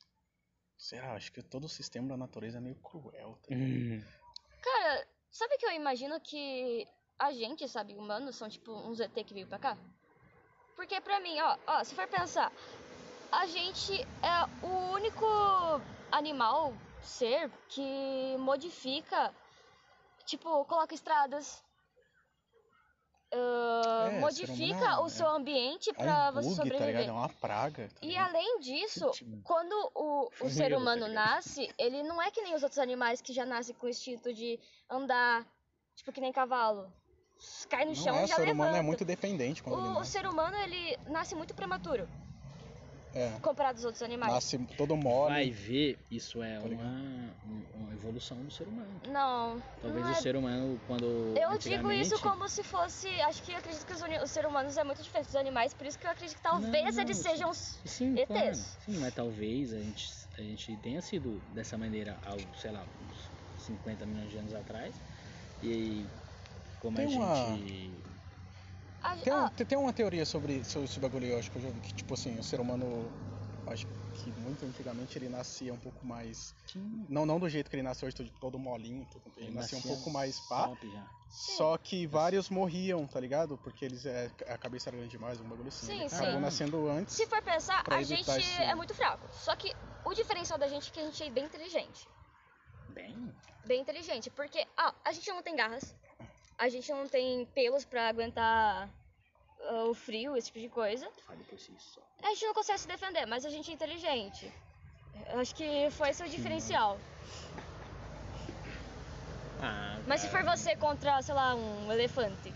[SPEAKER 2] Será? Acho que todo o sistema da natureza é meio cruel. Tá?
[SPEAKER 1] Hum. Cara, sabe que eu imagino que a gente, sabe, humanos, são tipo uns ET que veio pra cá? Porque pra mim, ó, ó, se for pensar, a gente é o único animal, ser, que modifica, tipo, coloca estradas, ah,
[SPEAKER 2] É, ser
[SPEAKER 1] modifica
[SPEAKER 2] humano
[SPEAKER 1] o
[SPEAKER 2] é-
[SPEAKER 1] seu ambiente
[SPEAKER 2] É
[SPEAKER 1] pra
[SPEAKER 2] um
[SPEAKER 1] você
[SPEAKER 2] bug, tá
[SPEAKER 1] sobreviver.
[SPEAKER 2] ligado? É uma praga. Tá
[SPEAKER 1] E
[SPEAKER 2] ligado?
[SPEAKER 1] além disso,
[SPEAKER 2] Tipo,
[SPEAKER 1] quando o, o
[SPEAKER 2] um
[SPEAKER 1] ser
[SPEAKER 2] erro, tá
[SPEAKER 1] humano
[SPEAKER 2] ligado?
[SPEAKER 1] nasce, ele não é que nem os outros animais que já nascem com o instinto de andar, tipo que nem cavalo. Cai no chão
[SPEAKER 2] Não é,
[SPEAKER 1] e
[SPEAKER 2] o
[SPEAKER 1] já
[SPEAKER 2] ser humano
[SPEAKER 1] levanta.
[SPEAKER 2] é muito né? dependente quando ele
[SPEAKER 1] o, o
[SPEAKER 2] nasce.
[SPEAKER 1] ser humano, ele nasce muito prematuro,
[SPEAKER 2] É,
[SPEAKER 1] comparado aos outros animais.
[SPEAKER 2] nasce todo mole.
[SPEAKER 3] Vai ver, isso é
[SPEAKER 2] Tá ligado?
[SPEAKER 3] uma, um- uma evolução do ser humano.
[SPEAKER 1] Não,
[SPEAKER 3] Talvez
[SPEAKER 1] não
[SPEAKER 3] o
[SPEAKER 1] é...
[SPEAKER 3] ser humano, quando.
[SPEAKER 1] Eu digo isso
[SPEAKER 3] antigamente-
[SPEAKER 1] como se fosse. Acho que eu acredito que os, uni- os seres humanos é muito diferente dos animais, por isso que eu acredito que talvez
[SPEAKER 3] Não,
[SPEAKER 1] eles
[SPEAKER 3] sim.
[SPEAKER 1] sejam. s-
[SPEAKER 3] Sim,
[SPEAKER 1] ETs.
[SPEAKER 3] claro. Sim, mas talvez a gente, a gente tenha sido dessa maneira há, sei lá, uns 50 milhões de anos atrás. E aí, como
[SPEAKER 2] Tem
[SPEAKER 3] a
[SPEAKER 2] uma-
[SPEAKER 3] gente.
[SPEAKER 1] a-
[SPEAKER 2] Tem, um-
[SPEAKER 1] ah,
[SPEAKER 2] tem- tem uma teoria sobre, sobre esse bagulho, eu acho que eu já vi, que tipo assim, o ser humano, acho que muito antigamente ele nascia um pouco mais,
[SPEAKER 3] Tinha.
[SPEAKER 2] não não do jeito que ele nasceu hoje, todo- todo molinho, tudo, ele, nascia um pouco mais pá,
[SPEAKER 3] top já. É.
[SPEAKER 2] só que vários morriam, tá ligado? Porque eles, é, a cabeça era grande demais, um bagulho assim,
[SPEAKER 1] Sim,
[SPEAKER 2] ele
[SPEAKER 1] sim.
[SPEAKER 2] acabou nascendo antes,
[SPEAKER 1] Se for pensar,
[SPEAKER 2] Pra
[SPEAKER 1] a gente
[SPEAKER 2] evitar né? esse-
[SPEAKER 1] é muito fraco. Só que o diferencial da gente é que a gente é bem inteligente.
[SPEAKER 3] Bem.
[SPEAKER 1] Bem inteligente, porque ah, a gente não tem garras, a gente não tem pelos pra aguentar ah, o frio, esse tipo de coisa.
[SPEAKER 3] Fale por si só.
[SPEAKER 1] A gente não consegue se defender, mas a gente é inteligente. Eu Acho que foi esse o diferencial.
[SPEAKER 3] Ah,
[SPEAKER 1] Mas se for
[SPEAKER 3] cara,
[SPEAKER 1] você contra, sei lá, um elefante.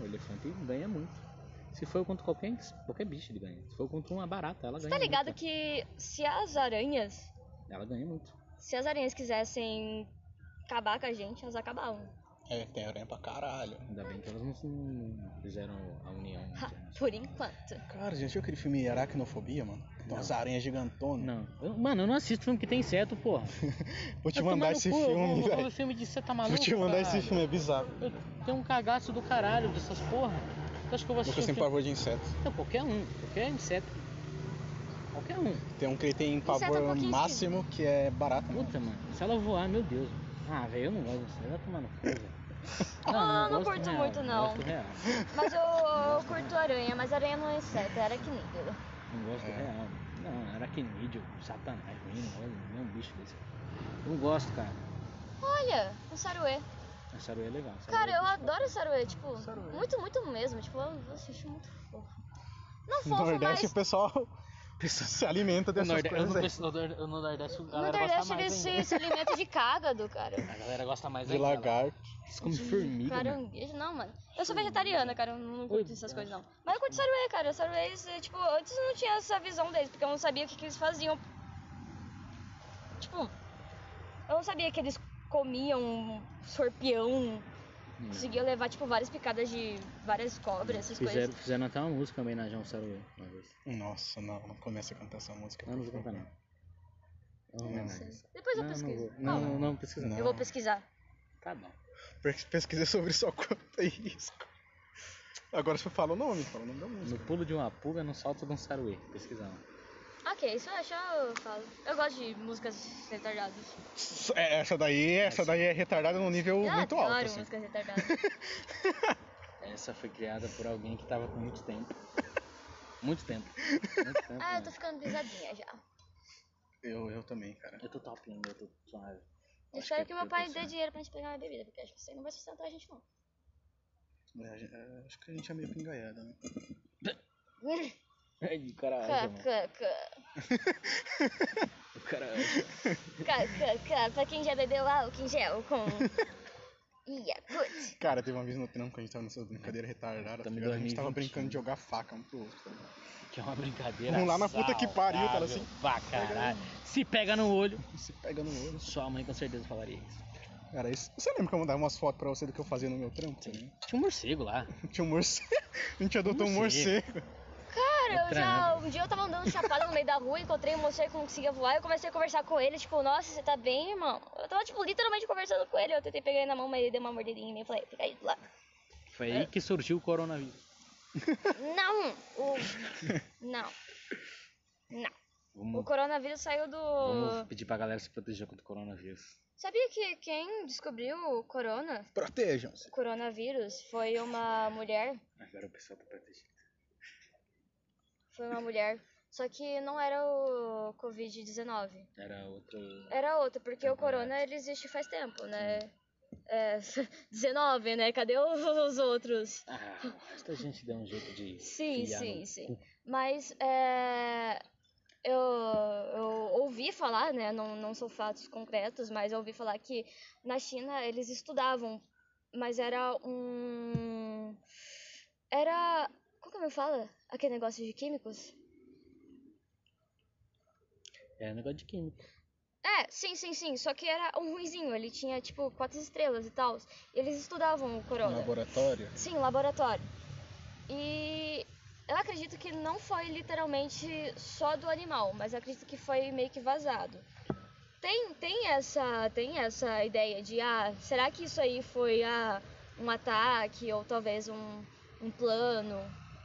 [SPEAKER 3] O elefante ganha muito. Se for contra qualquer, qualquer bicho, ele ganha. Se for contra uma barata, ela
[SPEAKER 1] Você
[SPEAKER 3] ganha
[SPEAKER 1] tá ligado
[SPEAKER 3] muito.
[SPEAKER 1] que se as aranhas.
[SPEAKER 3] Ela ganha muito.
[SPEAKER 1] Se as aranhas quisessem acabar com a gente, elas acabavam.
[SPEAKER 2] é, tem aranha pra caralho.
[SPEAKER 3] Ainda bem que elas não se- não fizeram a união.
[SPEAKER 1] Ha,
[SPEAKER 3] internacional.
[SPEAKER 1] por enquanto.
[SPEAKER 2] Cara, já viu aquele filme Aracnofobia, mano? Tem umas aranhas gigantonas.
[SPEAKER 3] Não. Eu- mano, eu não assisto filme que tem inseto, porra.
[SPEAKER 2] Vou te
[SPEAKER 3] Vai tomar
[SPEAKER 2] mandar
[SPEAKER 3] no
[SPEAKER 2] esse
[SPEAKER 3] cu, eu vou-
[SPEAKER 2] filme,
[SPEAKER 3] Vou,
[SPEAKER 2] velho.
[SPEAKER 3] ver filme de você tá maluco.
[SPEAKER 2] Vou te mandar esse
[SPEAKER 3] caralho.
[SPEAKER 2] filme, é bizarro.
[SPEAKER 3] Eu tenho um cagaço do caralho dessas porra. Tu acha que eu vou assistir?
[SPEAKER 2] Lucas tem
[SPEAKER 3] um filme-
[SPEAKER 2] pavor de inseto.
[SPEAKER 3] Não, qualquer um, qualquer inseto. Qualquer um.
[SPEAKER 2] Tem um que ele tem
[SPEAKER 1] Inseto é um
[SPEAKER 2] pavor
[SPEAKER 1] pouquinho
[SPEAKER 2] máximo, que é barato.
[SPEAKER 3] Puta, mano, se ela voar, meu Deus. Ah, velho, eu não gosto disso. Vai tomar no cu, velho. Não,
[SPEAKER 1] Ah, não
[SPEAKER 3] gosto
[SPEAKER 1] curto
[SPEAKER 3] real,
[SPEAKER 1] muito, não.
[SPEAKER 3] Gosto real.
[SPEAKER 1] Mas eu, eu curto aranha, mas aranha não é inseto, é aracnídeo.
[SPEAKER 3] Não gosto
[SPEAKER 2] É.
[SPEAKER 3] real. Não, aracnídeo, satanás, ruim, não gosto de nenhum bicho desse. Não gosto, cara.
[SPEAKER 1] Olha, um saruê.
[SPEAKER 3] A saruê é legal. saruê
[SPEAKER 1] Cara,
[SPEAKER 3] é
[SPEAKER 1] eu
[SPEAKER 3] bicho.
[SPEAKER 1] adoro saruê, tipo,
[SPEAKER 2] Saruê.
[SPEAKER 1] muito, muito mesmo. Tipo, eu eu acho muito fofo. Não
[SPEAKER 2] No
[SPEAKER 1] fofo,
[SPEAKER 2] Nordeste
[SPEAKER 3] é
[SPEAKER 1] mas
[SPEAKER 2] o pessoal, o pessoal se alimenta
[SPEAKER 3] O
[SPEAKER 2] dessas
[SPEAKER 3] Nordeste- eu não
[SPEAKER 2] coisas aí.
[SPEAKER 3] preciso- o Nordeste- o Nordeste, a
[SPEAKER 1] no
[SPEAKER 3] galera
[SPEAKER 1] Nordeste
[SPEAKER 3] gosta
[SPEAKER 1] eles
[SPEAKER 3] mais
[SPEAKER 1] se,
[SPEAKER 3] ainda.
[SPEAKER 1] se alimentam de cágado, cara.
[SPEAKER 3] A galera gosta mais
[SPEAKER 2] De
[SPEAKER 3] ainda.
[SPEAKER 2] lagarto.
[SPEAKER 3] Eles comem formiga, mano.
[SPEAKER 1] Caranguejo, não, mano. Eu sou vegetariana, cara, eu não curto
[SPEAKER 3] Oi,
[SPEAKER 1] essas
[SPEAKER 3] eu
[SPEAKER 1] coisas, não. Mas eu curto saruê, cara. Saruês, eh, tipo, antes eu não tinha essa visão deles, porque eu não sabia o que, que eles faziam. Tipo, eu não sabia que eles comiam escorpião,
[SPEAKER 3] Hum.
[SPEAKER 1] conseguiam levar, tipo, várias picadas de várias cobras, essas
[SPEAKER 3] Fizeram,
[SPEAKER 1] coisas.
[SPEAKER 3] fizeram até uma música em homenagem ao Saruê uma vez.
[SPEAKER 2] Nossa, não, não começa a cantar essa música.
[SPEAKER 3] né? Eu não vou
[SPEAKER 2] por
[SPEAKER 3] cantar,
[SPEAKER 2] favor.
[SPEAKER 3] não. É uma homenagem.
[SPEAKER 1] Depois eu
[SPEAKER 3] não, não,
[SPEAKER 1] pesquiso.
[SPEAKER 3] vou. não, não, não, pesquisa.
[SPEAKER 2] Não.
[SPEAKER 1] Eu vou pesquisar.
[SPEAKER 3] Tá bom.
[SPEAKER 2] Porque pesquisei sobre só quanto é risco. Agora você fala o nome, fala o nome da música.
[SPEAKER 3] No pulo de uma pulga, no salto de um saruê. Pesquisar. lá.
[SPEAKER 1] Ah, Ok, isso eu achar, eu falo. Eu gosto de músicas retardadas.
[SPEAKER 2] É, Essa daí, essa daí é retardada num nível
[SPEAKER 1] eu
[SPEAKER 2] muito
[SPEAKER 1] adoro
[SPEAKER 2] alto, assim.
[SPEAKER 1] músicas retardadas.
[SPEAKER 3] Essa foi criada por alguém que tava com muito tempo. Muito tempo. Muito tempo
[SPEAKER 1] ah, eu tô
[SPEAKER 3] mesmo.
[SPEAKER 1] ficando pisadinha já.
[SPEAKER 2] Eu, eu também, cara.
[SPEAKER 3] eu tô top ainda, eu tô suave.
[SPEAKER 1] Eu
[SPEAKER 3] Acho
[SPEAKER 1] espero
[SPEAKER 3] que
[SPEAKER 1] que
[SPEAKER 3] é eu-
[SPEAKER 1] meu
[SPEAKER 3] eu
[SPEAKER 1] pai
[SPEAKER 3] tô
[SPEAKER 1] dê
[SPEAKER 3] certo.
[SPEAKER 1] dinheiro pra gente pegar uma bebida, porque acho que você não vai sustentar a gente não.
[SPEAKER 2] É, a gente- é, acho que a gente é meio pingaiada, né?
[SPEAKER 3] Ai, o cara acha, mano.
[SPEAKER 1] Cacaca.
[SPEAKER 3] O cara acha.
[SPEAKER 1] Cacaca. Pra quem já bebeu álcool em gel com. Yakut.
[SPEAKER 2] Cara, teve uma vez no trampo que a gente tava nessas brincadeiras retardadas, tá
[SPEAKER 3] Tamo em
[SPEAKER 2] ligado? A gente tava
[SPEAKER 3] 2021.
[SPEAKER 2] brincando de jogar faca um pro outro. tá ligado?
[SPEAKER 3] Que é uma brincadeira.
[SPEAKER 2] Vamos lá na puta que pariu, cara,
[SPEAKER 3] saudável
[SPEAKER 2] assim.
[SPEAKER 3] Pra caralho. Se pega no olho.
[SPEAKER 2] Se pega no olho.
[SPEAKER 3] Sua mãe com certeza falaria isso.
[SPEAKER 2] Cara, isso... você lembra que eu mandava umas fotos pra você do que eu fazia no meu trampo? Né?
[SPEAKER 3] Tinha um morcego lá.
[SPEAKER 2] Tinha um morcego. A gente adotou um
[SPEAKER 3] Morcego.
[SPEAKER 2] morcego.
[SPEAKER 1] Cara, eu já.
[SPEAKER 3] Estranho.
[SPEAKER 1] Um dia eu tava andando chapada no meio da rua, encontrei um moço que não conseguia voar. Eu comecei a conversar com ele, tipo, nossa, você tá bem, irmão? Eu tava, tipo, literalmente conversando com ele. Eu tentei pegar ele na mão, mas ele deu uma mordidinha em mim e falei, fica aí do lado.
[SPEAKER 3] Foi aí que surgiu o coronavírus.
[SPEAKER 1] Não! O... Não. Não. O
[SPEAKER 3] Vamos,
[SPEAKER 1] coronavírus saiu do.
[SPEAKER 3] vamos pedir pra galera se proteger contra o coronavírus.
[SPEAKER 1] Sabia que quem descobriu o corona,
[SPEAKER 2] Protejam-se.
[SPEAKER 1] o coronavírus, foi uma mulher?
[SPEAKER 3] Agora o pessoal tá protegido.
[SPEAKER 1] Foi uma mulher. Só que não era o Covid-19.
[SPEAKER 3] Era outro.
[SPEAKER 1] Era outro,
[SPEAKER 3] É
[SPEAKER 1] porque o corona ele existe faz tempo, né? É, 19, né? Cadê os, os outros?
[SPEAKER 3] Ah, o resto a gente deu um jeito de. né?
[SPEAKER 1] Sim,
[SPEAKER 3] enfiar
[SPEAKER 1] sim,
[SPEAKER 3] no
[SPEAKER 1] sim.
[SPEAKER 3] cu.
[SPEAKER 1] Mas é, eu, eu ouvi falar, né? Não, não são fatos concretos, mas eu ouvi falar que na China eles estudavam, mas era um. Era. Como que me fala? Aquele negócio de químicos?
[SPEAKER 3] É um negócio de química.
[SPEAKER 1] É, sim, sim, sim. Só que era um ruizinho. Ele tinha, tipo, quatro estrelas e tal. Eles estudavam o corona.
[SPEAKER 2] Laboratório.
[SPEAKER 1] Sim, laboratório. E eu acredito que não foi literalmente só do animal, mas eu acredito que foi meio que vazado. Tem, tem, essa, tem essa ideia de, ah, será que isso aí foi ah, um ataque ou talvez um, um plano?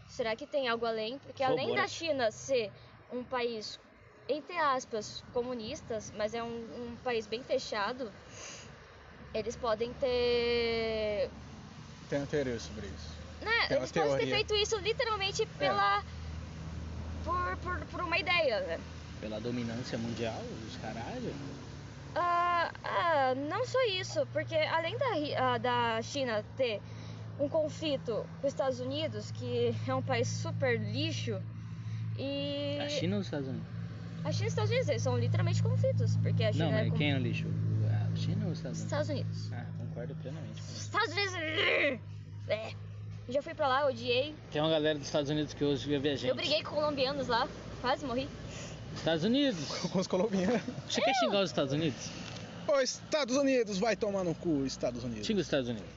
[SPEAKER 1] Será que tem algo além? Porque além
[SPEAKER 3] Corrobora.
[SPEAKER 1] da China ser um país, entre aspas, comunistas, mas é um, um país bem fechado, eles podem ter
[SPEAKER 2] Tem uma teoria sobre isso.
[SPEAKER 1] né?
[SPEAKER 2] Tem uma
[SPEAKER 1] Eles podem ter
[SPEAKER 2] teoria.
[SPEAKER 1] feito isso literalmente pela. Por, por, por uma ideia, né?
[SPEAKER 3] Pela dominância mundial, os caralho.
[SPEAKER 1] Ah, ah, não só isso, porque além da, ri- ah, da China ter um conflito com os Estados Unidos, que é um país super lixo, e.
[SPEAKER 3] A China ou os Estados Unidos?
[SPEAKER 1] A China e os Estados Unidos, eles são literalmente conflitos, porque a China
[SPEAKER 3] Não,
[SPEAKER 1] é.
[SPEAKER 3] é
[SPEAKER 1] com-
[SPEAKER 3] quem é o lixo? A China ou os Estados Unidos?
[SPEAKER 1] Estados Unidos.
[SPEAKER 3] Ah, concordo plenamente. com isso.
[SPEAKER 1] Estados Unidos. É. Já fui pra lá, odiei.
[SPEAKER 3] Tem uma galera dos Estados Unidos que hoje vê a gente.
[SPEAKER 1] Eu briguei com colombianos lá, quase morri.
[SPEAKER 3] Estados Unidos!
[SPEAKER 2] Com os colombianos.
[SPEAKER 3] Você quer xingar os Estados Unidos?
[SPEAKER 2] Ô, Estados Unidos, vai tomar no cu, Estados Unidos.
[SPEAKER 3] Xinga os Estados Unidos.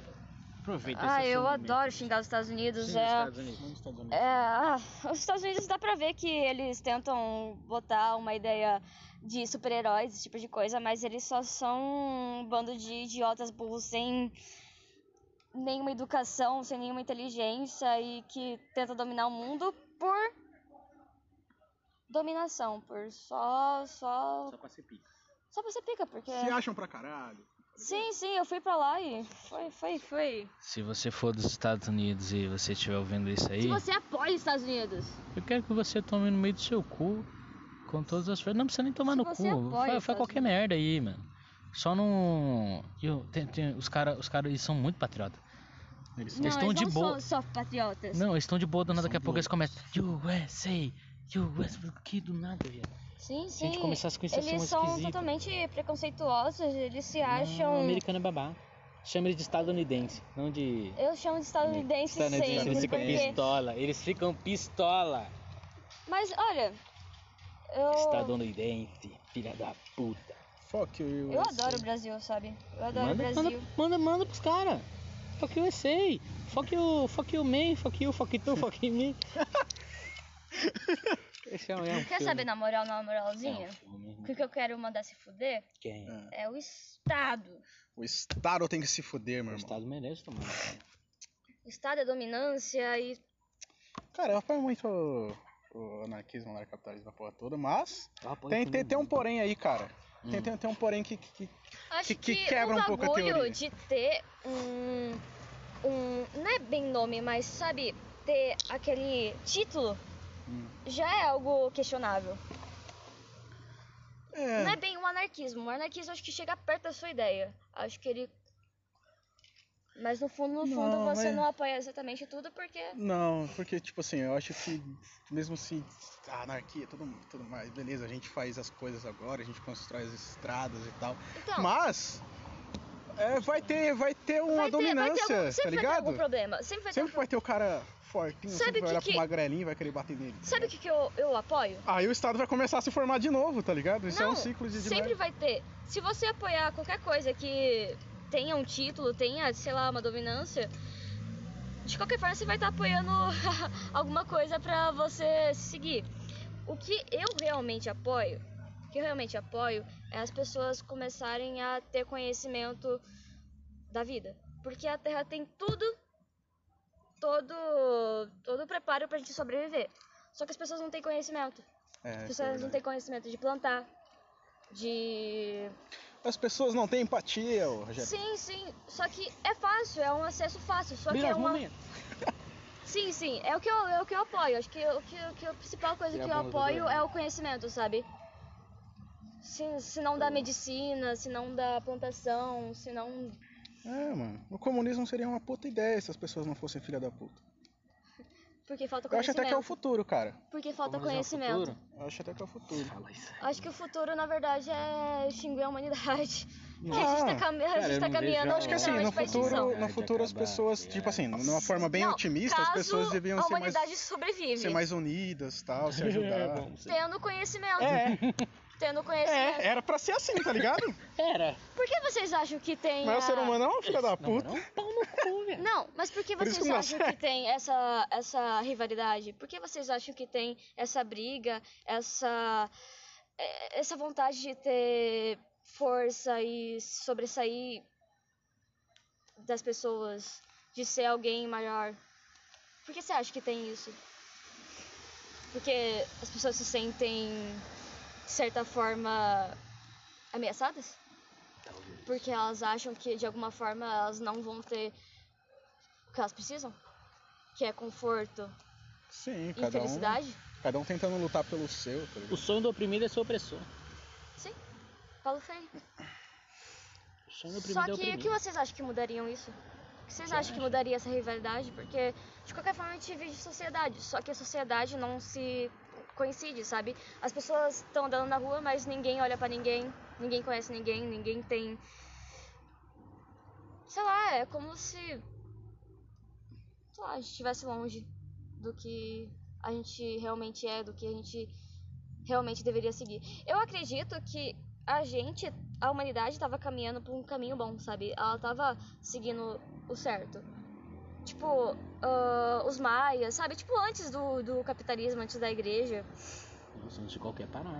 [SPEAKER 3] Aproveita
[SPEAKER 1] Ah,
[SPEAKER 3] esse seu
[SPEAKER 1] eu
[SPEAKER 3] momento.
[SPEAKER 1] adoro xingar os Estados Unidos.
[SPEAKER 3] Xinga os
[SPEAKER 1] é-
[SPEAKER 3] Estados Unidos. Xinga os Estados Unidos.
[SPEAKER 1] É, ah, os Estados Unidos dá pra ver que eles tentam botar uma ideia de super-heróis, esse tipo de coisa, mas eles só são um bando de idiotas burros sem nenhuma educação, sem nenhuma inteligência e que tenta dominar o mundo por dominação, por só só
[SPEAKER 3] Só pra ser pica.
[SPEAKER 1] só pra ser pica, porque É.
[SPEAKER 2] Se acham pra caralho.
[SPEAKER 1] Sim, sim, eu fui pra lá e foi, foi, foi.
[SPEAKER 4] Se você for dos Estados Unidos e você estiver ouvindo isso aí,
[SPEAKER 1] Se você apoia os Estados Unidos.
[SPEAKER 4] eu quero que você tome no meio do seu cu com todas as coisas. Não precisa nem tomar
[SPEAKER 1] Se
[SPEAKER 4] no
[SPEAKER 1] você
[SPEAKER 4] cu.
[SPEAKER 1] apoia
[SPEAKER 4] Faz,
[SPEAKER 1] os
[SPEAKER 4] faz
[SPEAKER 1] Estados
[SPEAKER 4] qualquer merda aí, mano. Só não. Eu, tem- tem- os caras os cara, eles são muito patriotas. Eles,
[SPEAKER 1] não,
[SPEAKER 4] estão
[SPEAKER 1] eles
[SPEAKER 4] de
[SPEAKER 1] não
[SPEAKER 4] boa.
[SPEAKER 1] são só patriotas.
[SPEAKER 4] Não, eles estão de boa do
[SPEAKER 2] Eles
[SPEAKER 4] nada.
[SPEAKER 2] são
[SPEAKER 4] Daqui a pouco
[SPEAKER 2] do-
[SPEAKER 4] eles começam. USA, USA. Que do nada, viado. Se a
[SPEAKER 1] Sim, sim.
[SPEAKER 4] gente começasse com isso assim,
[SPEAKER 1] É, Eles
[SPEAKER 4] mais
[SPEAKER 1] são
[SPEAKER 4] esquisito.
[SPEAKER 1] totalmente preconceituosos, eles se
[SPEAKER 3] Não,
[SPEAKER 1] acham...
[SPEAKER 3] americano é babá. Chama eles de estadunidense, não de.
[SPEAKER 1] Eu chamo de estadunidense
[SPEAKER 3] Estadunidense,
[SPEAKER 1] sempre,
[SPEAKER 3] eles ficam
[SPEAKER 1] porque...
[SPEAKER 3] pistola. Eles ficam pistola.
[SPEAKER 1] Mas, olha... Eu...
[SPEAKER 3] Estadunidense, filha da puta.
[SPEAKER 2] Fuck you.
[SPEAKER 1] Eu adoro o Brasil, sabe? Eu adoro o
[SPEAKER 3] Manda, manda,
[SPEAKER 1] Brasil.
[SPEAKER 3] manda, manda pros caras. Fuck you, USA. Fuck you, fuck you, man. Fuck you, fuck you, fuck me. Esse é um, é um
[SPEAKER 1] Quer
[SPEAKER 3] filme.
[SPEAKER 1] saber, na moral, na
[SPEAKER 3] É um
[SPEAKER 1] moralzinha?
[SPEAKER 3] filme.
[SPEAKER 1] Que o que eu quero mandar se fuder
[SPEAKER 3] Quem?
[SPEAKER 2] É.
[SPEAKER 1] é o Estado.
[SPEAKER 2] O Estado tem que se fuder, meu irmão.
[SPEAKER 3] O Estado merece tomar.
[SPEAKER 1] O Estado é dominância e.
[SPEAKER 2] Cara, eu apoio muito o, o anarquismo, o anarcapitalismo, a porra toda, mas tem, tem, tem um porém aí, cara. Tem, tem, tem um porém que, que- que-
[SPEAKER 1] Acho
[SPEAKER 2] Que-
[SPEAKER 1] que,
[SPEAKER 2] que quebra um
[SPEAKER 1] o
[SPEAKER 2] pouco a
[SPEAKER 1] bagulho
[SPEAKER 2] teoria.
[SPEAKER 1] de ter um. um. Não é bem nome, mas sabe, ter aquele título
[SPEAKER 2] Hum.
[SPEAKER 1] já é algo questionável.
[SPEAKER 2] é,
[SPEAKER 1] Não é bem um anarquismo. O anarquismo acho que chega perto da sua ideia. Acho que ele. Mas no fundo, no fundo,
[SPEAKER 2] Não,
[SPEAKER 1] você
[SPEAKER 2] mas-
[SPEAKER 1] não apoia exatamente tudo porque.
[SPEAKER 2] Não, porque, tipo assim, eu acho que mesmo se a anarquia, tudo, tudo mais, beleza, a gente faz as coisas agora, a gente constrói as estradas e tal,
[SPEAKER 1] Então,
[SPEAKER 2] mas é, vai, ter, vai ter uma
[SPEAKER 1] vai ter- vai ter algum-
[SPEAKER 2] dominância, tá
[SPEAKER 1] sempre vai ter
[SPEAKER 2] ligado?
[SPEAKER 1] algum problema. Sempre vai ter
[SPEAKER 2] Sempre
[SPEAKER 1] um
[SPEAKER 2] vai ter o cara fortinho,
[SPEAKER 1] Sabe
[SPEAKER 2] sempre
[SPEAKER 1] que
[SPEAKER 2] vai olhar
[SPEAKER 1] que-
[SPEAKER 2] pro magrelinho e vai querer bater nele. tá
[SPEAKER 1] Sabe o que, que eu, eu apoio?
[SPEAKER 2] Aí o Estado vai começar a se formar de novo, tá ligado? Isso é
[SPEAKER 1] Não,
[SPEAKER 2] um ciclo de... de
[SPEAKER 1] Sempre vai ter. Se você apoiar qualquer coisa que tenha um título, tenha, sei lá, uma dominância, de qualquer forma você vai estar apoiando alguma coisa pra você seguir. O que eu realmente apoio, o que eu realmente apoio é as pessoas começarem a ter conhecimento da vida, porque a Terra tem tudo todo todo o preparo pra gente sobreviver. Só que as pessoas não têm conhecimento.
[SPEAKER 2] É, isso
[SPEAKER 1] As
[SPEAKER 2] é
[SPEAKER 1] pessoas não
[SPEAKER 2] verdade.
[SPEAKER 1] têm conhecimento de plantar, de.
[SPEAKER 2] As pessoas não têm empatia, ô, Rogério.
[SPEAKER 1] Sim, sim. Só que é fácil, é um acesso fácil. Só que é uma. Sim, sim. É o que eu, é o que eu apoio. Acho que, o que, o que a principal coisa
[SPEAKER 3] Tira
[SPEAKER 1] que
[SPEAKER 3] a
[SPEAKER 1] eu
[SPEAKER 3] bunda do
[SPEAKER 1] apoio
[SPEAKER 3] governo.
[SPEAKER 1] é o conhecimento, sabe? Se, se não da medicina, se não da plantação, se não.
[SPEAKER 2] É, mano. O comunismo seria uma puta ideia se as pessoas não fossem filha da puta.
[SPEAKER 1] Porque falta
[SPEAKER 2] Eu acho
[SPEAKER 1] conhecimento.
[SPEAKER 2] até que é o futuro, né, cara.
[SPEAKER 1] Porque falta conhecimento.
[SPEAKER 2] Eu acho até que é o futuro.
[SPEAKER 1] Acho que o futuro, na verdade, é extinguir a humanidade. Porque
[SPEAKER 2] Ah,
[SPEAKER 1] a gente tá, cami- a
[SPEAKER 3] cara, eu
[SPEAKER 1] gente tá
[SPEAKER 3] não vejo
[SPEAKER 1] caminhando.
[SPEAKER 2] Eu acho que assim, no
[SPEAKER 1] literalmente pra extinção.
[SPEAKER 2] futuro, no
[SPEAKER 3] Verdade,
[SPEAKER 2] futuro as
[SPEAKER 3] acabar,
[SPEAKER 2] pessoas,
[SPEAKER 3] tá
[SPEAKER 2] tipo
[SPEAKER 3] ligado?
[SPEAKER 2] assim, numa forma bem
[SPEAKER 1] Não,
[SPEAKER 2] otimista, as
[SPEAKER 1] caso
[SPEAKER 2] pessoas deviam
[SPEAKER 1] a
[SPEAKER 2] ser mais,
[SPEAKER 1] humanidade sobrevive.
[SPEAKER 2] ser mais unidas, tal, se
[SPEAKER 3] É,
[SPEAKER 2] ajudar.
[SPEAKER 3] bom, sei.
[SPEAKER 1] Tendo conhecimento.
[SPEAKER 2] É,
[SPEAKER 1] Tendo conhecimento.
[SPEAKER 2] é, era pra ser assim, tá ligado?
[SPEAKER 3] Era.
[SPEAKER 1] Por que vocês acham que tem.
[SPEAKER 2] Mas o
[SPEAKER 1] a-
[SPEAKER 2] ser humano é um filho da
[SPEAKER 3] Não,
[SPEAKER 2] puta.
[SPEAKER 3] era um pau no cu, velho.
[SPEAKER 1] Não, mas por que
[SPEAKER 2] Por
[SPEAKER 1] vocês
[SPEAKER 2] isso que não
[SPEAKER 1] acham
[SPEAKER 2] serve.
[SPEAKER 1] que tem essa, essa rivalidade? Por que vocês acham que tem essa briga, essa, é, essa vontade de ter força e sobressair das pessoas, de ser alguém maior? Por que você acha que tem isso? Porque as pessoas se sentem, de certa forma, ameaçadas? Porque elas acham que, de alguma forma, elas não vão ter o que elas precisam, que é conforto
[SPEAKER 2] Sim,
[SPEAKER 1] e
[SPEAKER 2] cada um,
[SPEAKER 1] felicidade.
[SPEAKER 2] cada um tentando lutar pelo seu, tá
[SPEAKER 3] O
[SPEAKER 2] ligado?
[SPEAKER 3] sonho do oprimido é seu opressor.
[SPEAKER 1] Sim, Paulo Freire.
[SPEAKER 3] O sonho do oprimido
[SPEAKER 1] Só
[SPEAKER 3] é
[SPEAKER 1] que o
[SPEAKER 3] oprimido.
[SPEAKER 1] que vocês acham que mudariam isso? O que vocês acham que mudaria essa rivalidade? Porque, de qualquer forma, a gente vive de sociedade, só que a sociedade não se coincide, sabe? As pessoas estão andando na rua, mas ninguém olha pra ninguém, ninguém conhece ninguém, ninguém tem... Sei lá, é como se... Sei lá, a gente estivesse longe do que a gente realmente é, do que a gente realmente deveria seguir. Eu acredito que a gente, a humanidade tava caminhando por um caminho bom, sabe? Ela tava seguindo o certo. Tipo, ah, os maias, sabe? Tipo, antes do, do capitalismo, antes da igreja.
[SPEAKER 3] Nossa, antes de qualquer parada.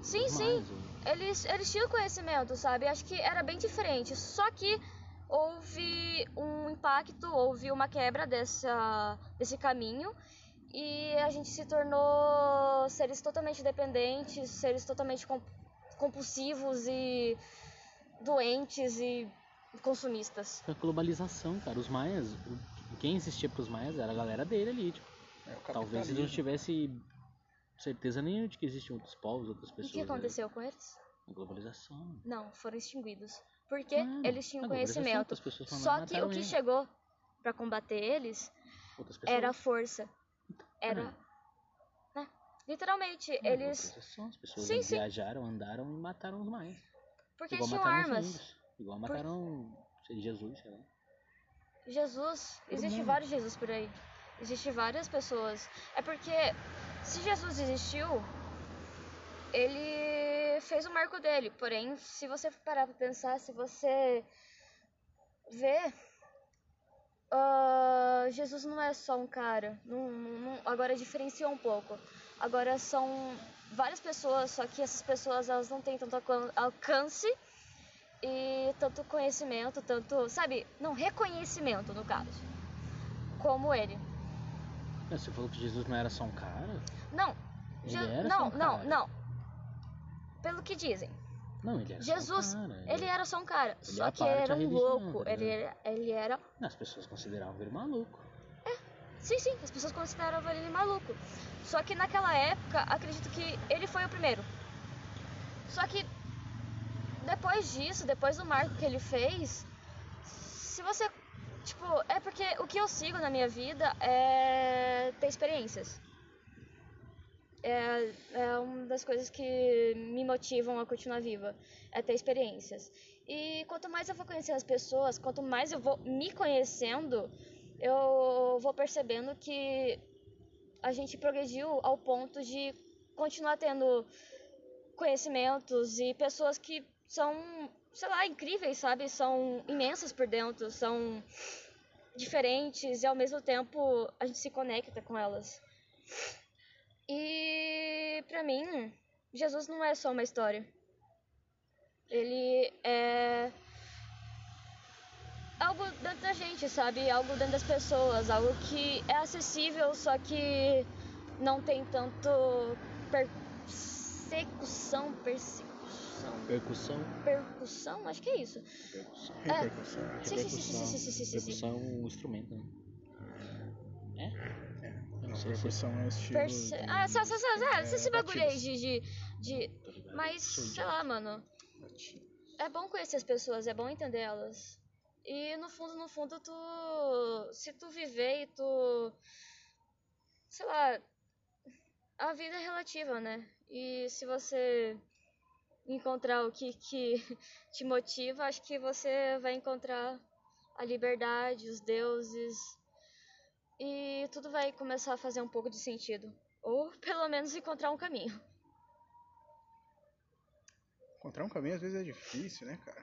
[SPEAKER 3] é
[SPEAKER 1] Sim,
[SPEAKER 3] Mas,
[SPEAKER 1] sim.
[SPEAKER 3] o-
[SPEAKER 1] Eles, eles tinham conhecimento, sabe? Acho que era bem diferente. Só que houve um impacto, houve uma quebra dessa, desse caminho. E a gente se tornou seres totalmente dependentes, seres totalmente com- compulsivos e doentes e consumistas.
[SPEAKER 3] A globalização, cara. Os maias, o- quem existia pros maias era a galera dele ali, tipo.
[SPEAKER 2] É o
[SPEAKER 3] Talvez ele não
[SPEAKER 2] capitalismo.
[SPEAKER 3] tivesse certeza nenhuma de que existiam outros povos, outras
[SPEAKER 1] E
[SPEAKER 3] pessoas.
[SPEAKER 1] o que
[SPEAKER 3] né?
[SPEAKER 1] aconteceu com eles?
[SPEAKER 3] A globalização.
[SPEAKER 1] Não, foram extinguidos. Porque
[SPEAKER 3] Claro,
[SPEAKER 1] eles tinham
[SPEAKER 3] a globalização,
[SPEAKER 1] conhecimento.
[SPEAKER 3] outras pessoas foram lá e
[SPEAKER 1] Só que o
[SPEAKER 3] mataram
[SPEAKER 1] que
[SPEAKER 3] ele.
[SPEAKER 1] chegou pra combater eles
[SPEAKER 3] Outras pessoas.
[SPEAKER 1] era a força. Era. né? Literalmente,
[SPEAKER 3] É,
[SPEAKER 1] eles.
[SPEAKER 3] globalização, As pessoas
[SPEAKER 1] Sim, sim.
[SPEAKER 3] viajaram, andaram e mataram os maias.
[SPEAKER 1] Porque eles tinham
[SPEAKER 3] Igual mataram os
[SPEAKER 1] armas.
[SPEAKER 3] índios. Igual mataram sei, Jesus, sei lá.
[SPEAKER 1] Jesus, existe vários Jesus por aí. Existe várias pessoas. É porque se Jesus existiu, ele fez o marco dele. Porém, se você parar pra pensar, se você ver, ah, Jesus não é só um cara. Não- não- não- agora diferencia um pouco. Agora são várias pessoas, só que essas pessoas elas não têm tanto alcan- alcance e tanto conhecimento, tanto, sabe, não reconhecimento no caso, como ele.
[SPEAKER 3] Mas Você falou que Jesus não era só um cara?
[SPEAKER 1] Não,
[SPEAKER 3] Ele
[SPEAKER 1] Je-
[SPEAKER 3] era só
[SPEAKER 1] não,
[SPEAKER 3] um
[SPEAKER 1] não,
[SPEAKER 3] cara.
[SPEAKER 1] não. Pelo que dizem,
[SPEAKER 3] Não, ele era
[SPEAKER 1] Jesus,
[SPEAKER 3] só um cara.
[SPEAKER 1] ele era só um cara,
[SPEAKER 3] ele
[SPEAKER 1] só
[SPEAKER 3] é
[SPEAKER 1] que
[SPEAKER 3] parte
[SPEAKER 1] ele
[SPEAKER 3] da
[SPEAKER 1] era um
[SPEAKER 3] religião,
[SPEAKER 1] louco,
[SPEAKER 3] tá
[SPEAKER 1] ele era, ele era,
[SPEAKER 3] As pessoas consideravam ele maluco.
[SPEAKER 1] sim, sim, as pessoas consideravam ele maluco. Só que naquela época, acredito que ele foi o primeiro. Só que depois disso, depois do marco que ele fez, se você. Tipo, é porque o que eu sigo na minha vida é ter experiências. É, é uma das coisas que me motivam a continuar viva, é ter experiências. E quanto mais eu vou conhecendo as pessoas, quanto mais eu vou me conhecendo, eu vou percebendo que a gente progrediu ao ponto de continuar tendo conhecimentos e pessoas que são, sei lá, incríveis, sabe? São imensas por dentro, são diferentes e ao mesmo tempo a gente se conecta com elas. E pra mim, Jesus não é só uma história. Ele é algo dentro da gente, sabe? Algo dentro das pessoas, algo que é acessível, só que não tem tanto persecução, persecução,
[SPEAKER 3] Percussão.
[SPEAKER 1] percussão, acho que é isso. É,
[SPEAKER 3] Percussão.
[SPEAKER 2] Repercussão.
[SPEAKER 1] Sim, sim, sim, sim, sim, sim, sim, sim, sim.
[SPEAKER 3] Percussão é um instrumento, né?
[SPEAKER 2] né?
[SPEAKER 3] É? Eu não sei se
[SPEAKER 2] Repercussão é o estilo.
[SPEAKER 1] Perse...
[SPEAKER 2] de-
[SPEAKER 1] Ah, essa, essa, essa, essa- esse
[SPEAKER 2] é,
[SPEAKER 1] bagulho aí
[SPEAKER 2] batidas.
[SPEAKER 1] de, de, de-
[SPEAKER 3] tá ligado.
[SPEAKER 1] Mas,
[SPEAKER 3] Sou
[SPEAKER 1] sei
[SPEAKER 3] idiota.
[SPEAKER 1] lá, mano. É bom conhecer as pessoas, é bom entender elas. E no fundo, no fundo, tu. Se tu viver e tu. Sei lá. A vida é relativa, né? E se você encontrar o que, que te motiva, acho que você vai encontrar a liberdade, os deuses. E tudo vai começar a fazer um pouco de sentido. Ou pelo menos encontrar um caminho.
[SPEAKER 2] Encontrar um caminho às vezes é difícil, né, cara?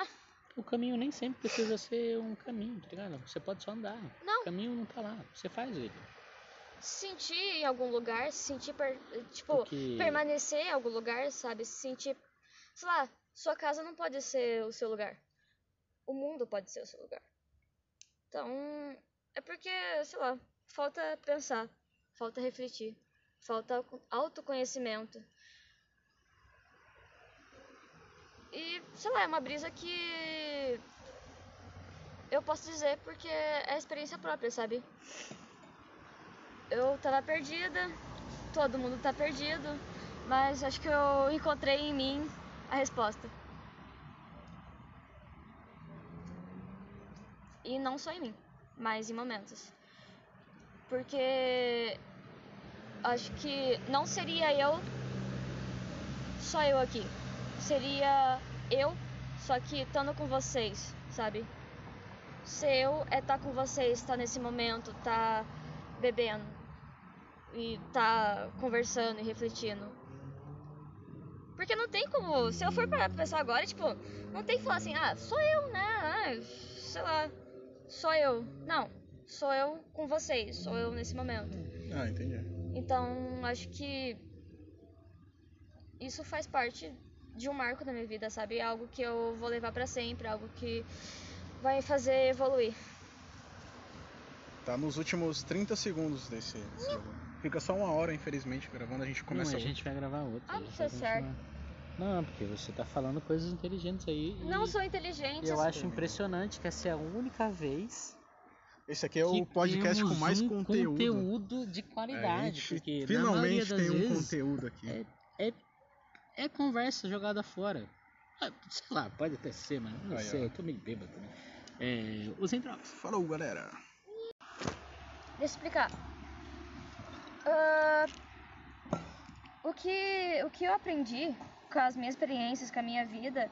[SPEAKER 1] é.
[SPEAKER 3] O caminho nem sempre precisa ser um caminho, tá ligado? Você pode só andar.
[SPEAKER 1] Não.
[SPEAKER 3] O caminho não tá lá. Você faz ele.
[SPEAKER 1] se sentir em algum lugar, se sentir, per- tipo,
[SPEAKER 3] Porque-
[SPEAKER 1] permanecer em algum lugar, sabe? Se sentir, sei lá, sua casa não pode ser o seu lugar. O mundo pode ser o seu lugar. Então, é porque, sei lá, falta pensar, falta refletir, falta auto- autoconhecimento. E, sei lá, é uma brisa que eu posso dizer porque é experiência própria, sabe? eu tava perdida, todo mundo tá perdido, mas acho que eu encontrei em mim a resposta. E não só em mim, mas em momentos. Porque acho que não seria eu só eu aqui. Seria eu, só que estando com vocês, sabe? Ser eu é estar com vocês, estar nesse momento, estar bebendo e tá conversando e refletindo. Porque não tem como, se eu for parar pra pensar agora, tipo, não tem que falar assim, ah, sou eu, né? Ah, sei lá, sou eu. Não, sou eu com vocês, sou eu nesse momento.
[SPEAKER 2] Ah, entendi.
[SPEAKER 1] Então, acho que isso faz parte de um marco da minha vida, sabe? Algo que eu vou levar pra sempre, algo que vai fazer evoluir.
[SPEAKER 2] Tá nos últimos 30 segundos desse. desse jogo. Fica só uma hora, infelizmente, gravando. A gente começa.
[SPEAKER 3] Não, um, a
[SPEAKER 2] outro.
[SPEAKER 3] gente vai gravar outro.
[SPEAKER 1] Ah,
[SPEAKER 3] gente
[SPEAKER 1] tá
[SPEAKER 3] vai continuar. Não, porque você tá falando coisas inteligentes aí. e-
[SPEAKER 1] Não sou inteligente. assim.
[SPEAKER 3] E eu acho impressionante que essa é a única vez
[SPEAKER 2] Esse aqui é
[SPEAKER 3] que
[SPEAKER 2] o podcast com
[SPEAKER 3] temos
[SPEAKER 2] mais
[SPEAKER 3] um
[SPEAKER 2] conteúdo. É,
[SPEAKER 3] conteúdo de
[SPEAKER 2] A
[SPEAKER 3] qualidade,
[SPEAKER 2] gente
[SPEAKER 3] porque na maioria
[SPEAKER 2] finalmente
[SPEAKER 3] das
[SPEAKER 2] tem um
[SPEAKER 3] vezes
[SPEAKER 2] conteúdo aqui.
[SPEAKER 3] é- é conversa jogada fora. Ah, Sei lá, pode até ser, mas não
[SPEAKER 2] Aí,
[SPEAKER 3] sei, eu tô meio bêbado. Né? É, os entraves.
[SPEAKER 2] Falou, galera.
[SPEAKER 1] Deixa eu explicar. Ah, o, que, o que eu aprendi com as minhas experiências, com a minha vida,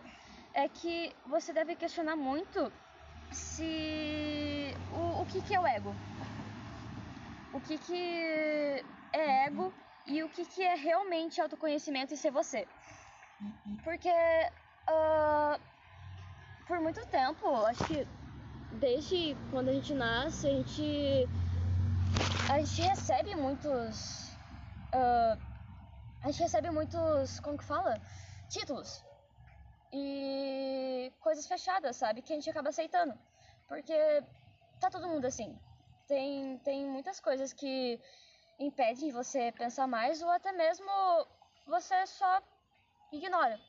[SPEAKER 1] é que você deve questionar muito se o, o que, que é o ego. O que, que é ego e o que, que é realmente autoconhecimento e ser você. Porque ah, por muito tempo, acho que desde quando a gente nasce, a gente a gente recebe muitos. ah, a gente recebe muitos. Como que fala? Títulos. E coisas fechadas, sabe? Que a gente acaba aceitando. Porque tá todo mundo assim. Tem, tem muitas coisas que impedem você pensar mais ou até mesmo você só ignora.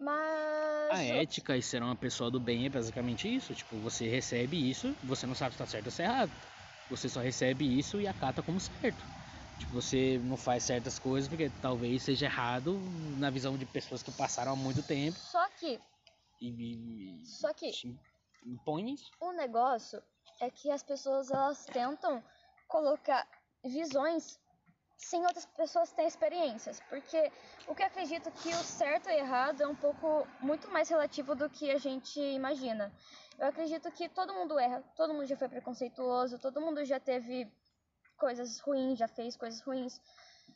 [SPEAKER 1] Mas.
[SPEAKER 3] A ética e ser uma pessoa do bem é basicamente isso. Tipo, você recebe isso, você não sabe se tá certo ou se é errado. Você só recebe isso e acata como certo. Tipo, você não faz certas coisas porque talvez seja errado na visão de pessoas que passaram há muito tempo
[SPEAKER 1] Só que,
[SPEAKER 3] e, e, e
[SPEAKER 1] só que
[SPEAKER 3] te impõem isso.
[SPEAKER 1] O negócio é que as pessoas elas tentam colocar visões sem outras pessoas terem experiências, porque o que eu acredito que o certo e errado é um pouco muito mais relativo do que a gente imagina. Eu acredito que todo mundo erra, todo mundo já foi preconceituoso, todo mundo já teve coisas ruins, já fez coisas ruins.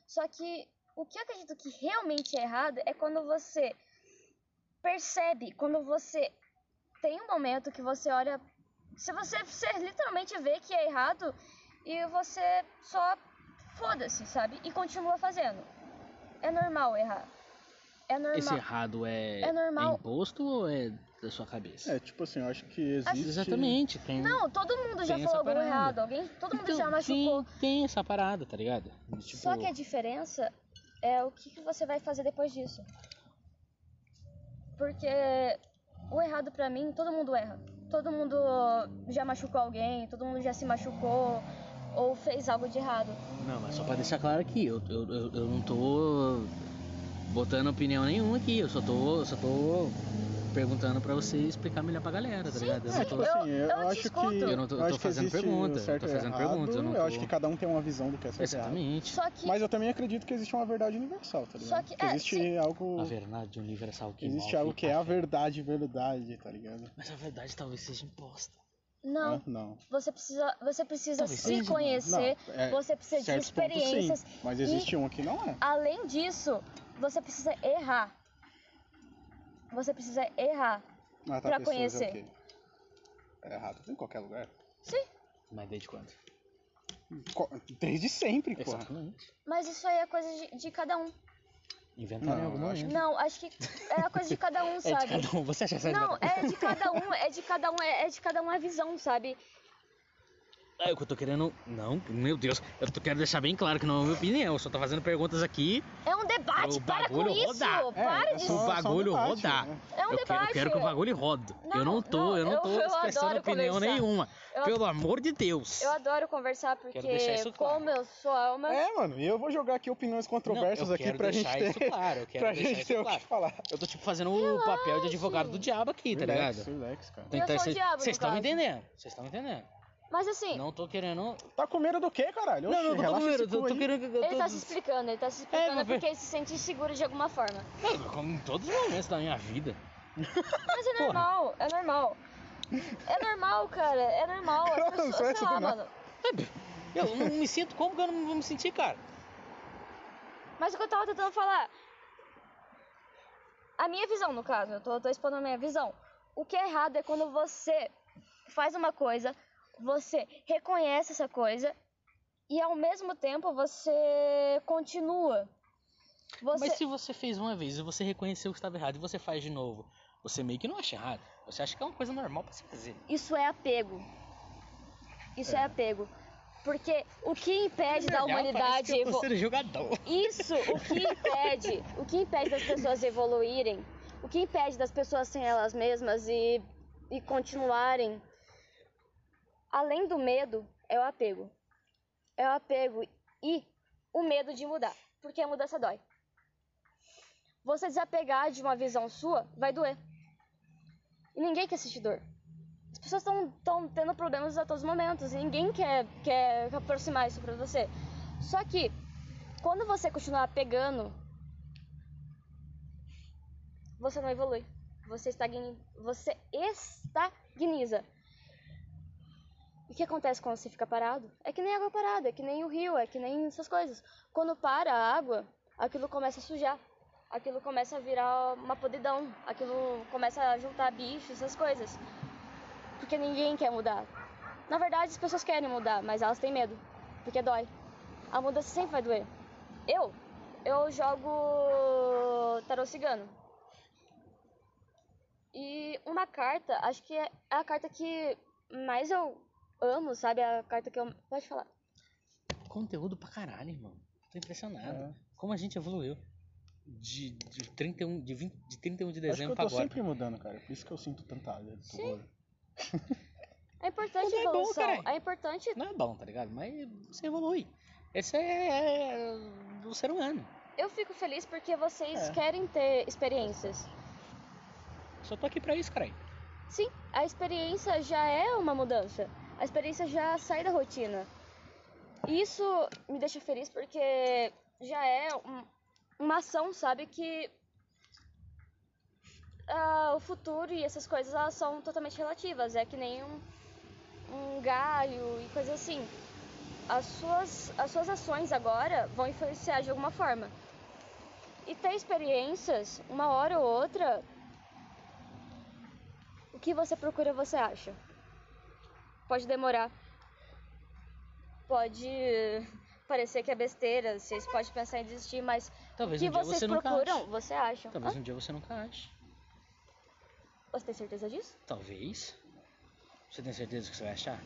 [SPEAKER 1] Só que o que eu acredito que realmente é errado é quando você percebe, quando você tem um momento que você olha. Se você, você literalmente vê que é errado e você só foda-se, sabe? E continua fazendo. É normal errar. É normal.
[SPEAKER 3] Esse errado é,
[SPEAKER 1] É normal.
[SPEAKER 3] imposto ou é da sua cabeça?
[SPEAKER 2] É, tipo assim, eu acho que existe.
[SPEAKER 3] Exatamente. Tem...
[SPEAKER 1] Não, todo mundo já
[SPEAKER 3] Tem
[SPEAKER 1] falou
[SPEAKER 3] essa
[SPEAKER 1] algo
[SPEAKER 3] parada.
[SPEAKER 1] errado. Alguém, todo mundo
[SPEAKER 3] Então,
[SPEAKER 1] já machucou.
[SPEAKER 3] Tem, tem essa parada, tá ligado? Tipo,
[SPEAKER 1] Só que a diferença é o que, que você vai fazer depois disso. Porque o errado pra mim, todo mundo erra. Todo mundo já machucou alguém, todo mundo já se machucou ou fez algo de errado.
[SPEAKER 3] Não, mas só pra deixar claro aqui, eu, eu, eu, eu não tô botando opinião nenhuma aqui, eu só tô, eu só tô perguntando pra você explicar melhor pra galera, tá
[SPEAKER 1] Sim, é,
[SPEAKER 3] ligado? Eu
[SPEAKER 1] sim.
[SPEAKER 3] não
[SPEAKER 2] Tipo
[SPEAKER 3] tô...
[SPEAKER 2] assim,
[SPEAKER 1] Eu-
[SPEAKER 2] eu,
[SPEAKER 1] eu te
[SPEAKER 2] acho que.
[SPEAKER 1] escuto.
[SPEAKER 3] Eu não tô- eu tô
[SPEAKER 2] acho que
[SPEAKER 3] fazendo
[SPEAKER 2] existe
[SPEAKER 3] pergunta,
[SPEAKER 2] o certo
[SPEAKER 3] eu tô
[SPEAKER 2] e o
[SPEAKER 3] fazendo
[SPEAKER 2] errado.
[SPEAKER 3] pergunta, eu não tô-
[SPEAKER 2] acho que cada um tem uma visão do que é certo e errado.
[SPEAKER 3] Exatamente.
[SPEAKER 1] Só que
[SPEAKER 2] Mas eu também acredito que existe uma verdade universal, tá ligado?
[SPEAKER 1] Só que-
[SPEAKER 2] Que
[SPEAKER 1] é,
[SPEAKER 2] existe
[SPEAKER 1] sim.
[SPEAKER 2] algo.
[SPEAKER 3] A verdade universal que
[SPEAKER 2] Existe
[SPEAKER 3] move
[SPEAKER 2] algo que é a
[SPEAKER 3] fé.
[SPEAKER 2] verdade, verdade, tá ligado?
[SPEAKER 3] Mas a verdade talvez seja imposta.
[SPEAKER 1] não,
[SPEAKER 2] Hã? Não.
[SPEAKER 1] você precisa, você precisa
[SPEAKER 3] Talvez
[SPEAKER 1] se
[SPEAKER 3] seja, não.
[SPEAKER 1] conhecer,
[SPEAKER 2] não, é,
[SPEAKER 1] você precisa de
[SPEAKER 2] certos pontos, sim,
[SPEAKER 1] experiências.
[SPEAKER 2] mas
[SPEAKER 1] e-
[SPEAKER 2] existe um que não é.
[SPEAKER 1] Além disso, você precisa errar. Você precisa errar.
[SPEAKER 2] Matar
[SPEAKER 1] Pra
[SPEAKER 2] pessoas
[SPEAKER 1] conhecer.
[SPEAKER 2] É, o quê? é errado em qualquer lugar.
[SPEAKER 1] Sim,
[SPEAKER 3] Mas desde quando?
[SPEAKER 2] Co- Desde sempre, pô.
[SPEAKER 3] Exatamente.
[SPEAKER 1] mas isso aí é coisa de, de cada um.
[SPEAKER 3] Inventaram
[SPEAKER 2] Não,
[SPEAKER 3] em algum
[SPEAKER 2] eu acho
[SPEAKER 3] momento.
[SPEAKER 1] Não, acho que é a coisa de cada um,
[SPEAKER 3] É de
[SPEAKER 1] sabe?
[SPEAKER 3] cada um, você acha essa
[SPEAKER 1] Não,
[SPEAKER 3] verdade?
[SPEAKER 1] é de cada um, é de cada um, é é de cada um a visão, sabe?
[SPEAKER 3] Ah, eu tô querendo... Não, meu Deus, eu tô quero deixar bem claro que não é a minha opinião, eu só tô fazendo perguntas aqui.
[SPEAKER 1] É um debate,
[SPEAKER 3] O
[SPEAKER 1] para com
[SPEAKER 3] bagulho
[SPEAKER 1] isso!
[SPEAKER 3] rodar.
[SPEAKER 2] É,
[SPEAKER 1] Para
[SPEAKER 2] é
[SPEAKER 1] de
[SPEAKER 2] só-
[SPEAKER 3] o
[SPEAKER 2] um
[SPEAKER 3] bagulho
[SPEAKER 2] debate,
[SPEAKER 3] rodar.
[SPEAKER 2] né?
[SPEAKER 1] É um
[SPEAKER 3] eu, quero, eu
[SPEAKER 1] debate.
[SPEAKER 3] quero que o bagulho roda. eu
[SPEAKER 1] Não,
[SPEAKER 3] não tô,
[SPEAKER 1] não,
[SPEAKER 3] eu não
[SPEAKER 1] eu-
[SPEAKER 3] tô
[SPEAKER 1] eu
[SPEAKER 3] expressando
[SPEAKER 1] adoro
[SPEAKER 3] opinião
[SPEAKER 1] conversar.
[SPEAKER 3] nenhuma.
[SPEAKER 1] Eu-
[SPEAKER 3] Pelo amor de Deus.
[SPEAKER 1] Eu adoro conversar porque,
[SPEAKER 3] deixar isso claro.
[SPEAKER 1] como eu sou alma,
[SPEAKER 2] É, mano, e eu vou jogar aqui opiniões controversas
[SPEAKER 3] eu
[SPEAKER 2] aqui
[SPEAKER 3] quero
[SPEAKER 2] pra gente
[SPEAKER 3] deixar
[SPEAKER 2] ter.
[SPEAKER 3] isso claro, eu quero
[SPEAKER 2] pra
[SPEAKER 3] deixar
[SPEAKER 2] gente
[SPEAKER 3] isso
[SPEAKER 2] ter o
[SPEAKER 3] claro.
[SPEAKER 2] que falar.
[SPEAKER 3] Eu tô tipo fazendo o papel de advogado do diabo aqui, tá
[SPEAKER 2] relax,
[SPEAKER 3] ligado? tá
[SPEAKER 2] relax, cara.
[SPEAKER 1] Eu sou o diabo, no
[SPEAKER 3] Vocês estão me
[SPEAKER 1] caso.
[SPEAKER 3] entendendo? Vocês estão me entendendo?
[SPEAKER 1] mas assim,
[SPEAKER 3] Não tô querendo.
[SPEAKER 2] Tá com medo do quê, caralho?
[SPEAKER 3] não, não,
[SPEAKER 2] Oxi,
[SPEAKER 3] eu tô
[SPEAKER 2] relaxa
[SPEAKER 3] com medo,
[SPEAKER 2] esse
[SPEAKER 3] eu tô,
[SPEAKER 2] cu
[SPEAKER 3] tô
[SPEAKER 2] aí.
[SPEAKER 3] querendo. Eu tô...
[SPEAKER 1] ele tá se explicando, ele tá se explicando
[SPEAKER 3] mas-
[SPEAKER 1] porque ele se sente inseguro de alguma forma.
[SPEAKER 3] Não, Como em todos os momentos da minha vida.
[SPEAKER 1] Mas é normal, é normal. É normal, cara, é normal.
[SPEAKER 2] Não,
[SPEAKER 1] As
[SPEAKER 2] não
[SPEAKER 1] pessoas,
[SPEAKER 2] é
[SPEAKER 1] sei lá,
[SPEAKER 2] normal.
[SPEAKER 1] mano.
[SPEAKER 3] Eu não me sinto como que eu não vou me sentir, cara.
[SPEAKER 1] Mas o que eu tava tentando falar. A minha visão, no caso, eu tô, tô expondo a minha visão. O que é errado é quando você faz uma coisa, você reconhece essa coisa e ao mesmo tempo você continua. Você...
[SPEAKER 3] Mas se você fez uma vez e você reconheceu que estava errado e você faz de novo, você meio que não acha errado.
[SPEAKER 1] é
[SPEAKER 3] Você acha que é uma coisa normal pra se fazer.
[SPEAKER 1] Isso é apego. Isso é, apego. Porque o que impede
[SPEAKER 3] é
[SPEAKER 1] da humanidade
[SPEAKER 3] eu tô
[SPEAKER 1] evo-
[SPEAKER 3] sendo jogador.
[SPEAKER 1] Isso, o que impede, o que impede das pessoas evoluírem, o que impede das pessoas serem elas mesmas e, e continuarem, além do medo, é o apego. É o apego e o medo de mudar, porque a mudança dói. Você desapegar de uma visão sua vai doer. E ninguém quer sentir dor. As pessoas estão tendo problemas a todos os momentos e ninguém quer, quer aproximar isso pra você. Só que quando você continuar pegando, você não evolui. Você estagni... você estagniza. E o que acontece quando você fica parado? É que nem água parada, é que nem o rio, é que nem essas coisas. Quando para a água, aquilo começa a sujar. Aquilo começa a virar uma podridão. Aquilo começa a juntar bichos, essas coisas. Porque ninguém quer mudar. Na verdade, as pessoas querem mudar, mas elas têm medo. Porque dói. A mudança sempre vai doer. Eu, eu jogo tarô cigano. E uma carta, acho que é a carta que mais eu amo, sabe? É A carta que eu. Pode falar.
[SPEAKER 3] Conteúdo pra caralho, irmão. Tô impressionado.
[SPEAKER 2] É.
[SPEAKER 3] Como a gente evoluiu. De, de 31 de, 20, de 31 de
[SPEAKER 2] Acho que eu
[SPEAKER 3] dezembro
[SPEAKER 2] tô
[SPEAKER 3] pra agora.
[SPEAKER 2] sempre mudando, cara. Por isso que eu sinto tanta área do olho.
[SPEAKER 1] É importante a
[SPEAKER 3] Mas é bom,
[SPEAKER 1] evolução.
[SPEAKER 3] caralho.
[SPEAKER 1] É importante.
[SPEAKER 3] Não é bom, tá ligado? Mas você evolui. Esse é, é do ser humano.
[SPEAKER 1] Eu fico feliz porque vocês
[SPEAKER 3] É.
[SPEAKER 1] querem ter experiências.
[SPEAKER 3] Só tô aqui pra isso, caralho.
[SPEAKER 1] Sim, a experiência já é uma mudança. A experiência já sai da rotina. E Isso me deixa feliz porque já é um- uma ação, sabe, que ah, o futuro e essas coisas elas são totalmente relativas. É que nem um, um galho e coisas assim. As suas, as suas ações agora vão influenciar de alguma forma. E ter experiências, uma hora ou outra, o que você procura, você acha. Pode demorar. Pode parecer que é besteira, vocês podem pensar em desistir, mas o
[SPEAKER 3] Talvez
[SPEAKER 1] que
[SPEAKER 3] um dia
[SPEAKER 1] vocês
[SPEAKER 3] você nunca
[SPEAKER 1] procuram,
[SPEAKER 3] ache.
[SPEAKER 1] você acha.
[SPEAKER 3] Talvez um dia você nunca ache.
[SPEAKER 1] Você tem certeza disso?
[SPEAKER 3] Talvez. Você tem certeza que você vai achar?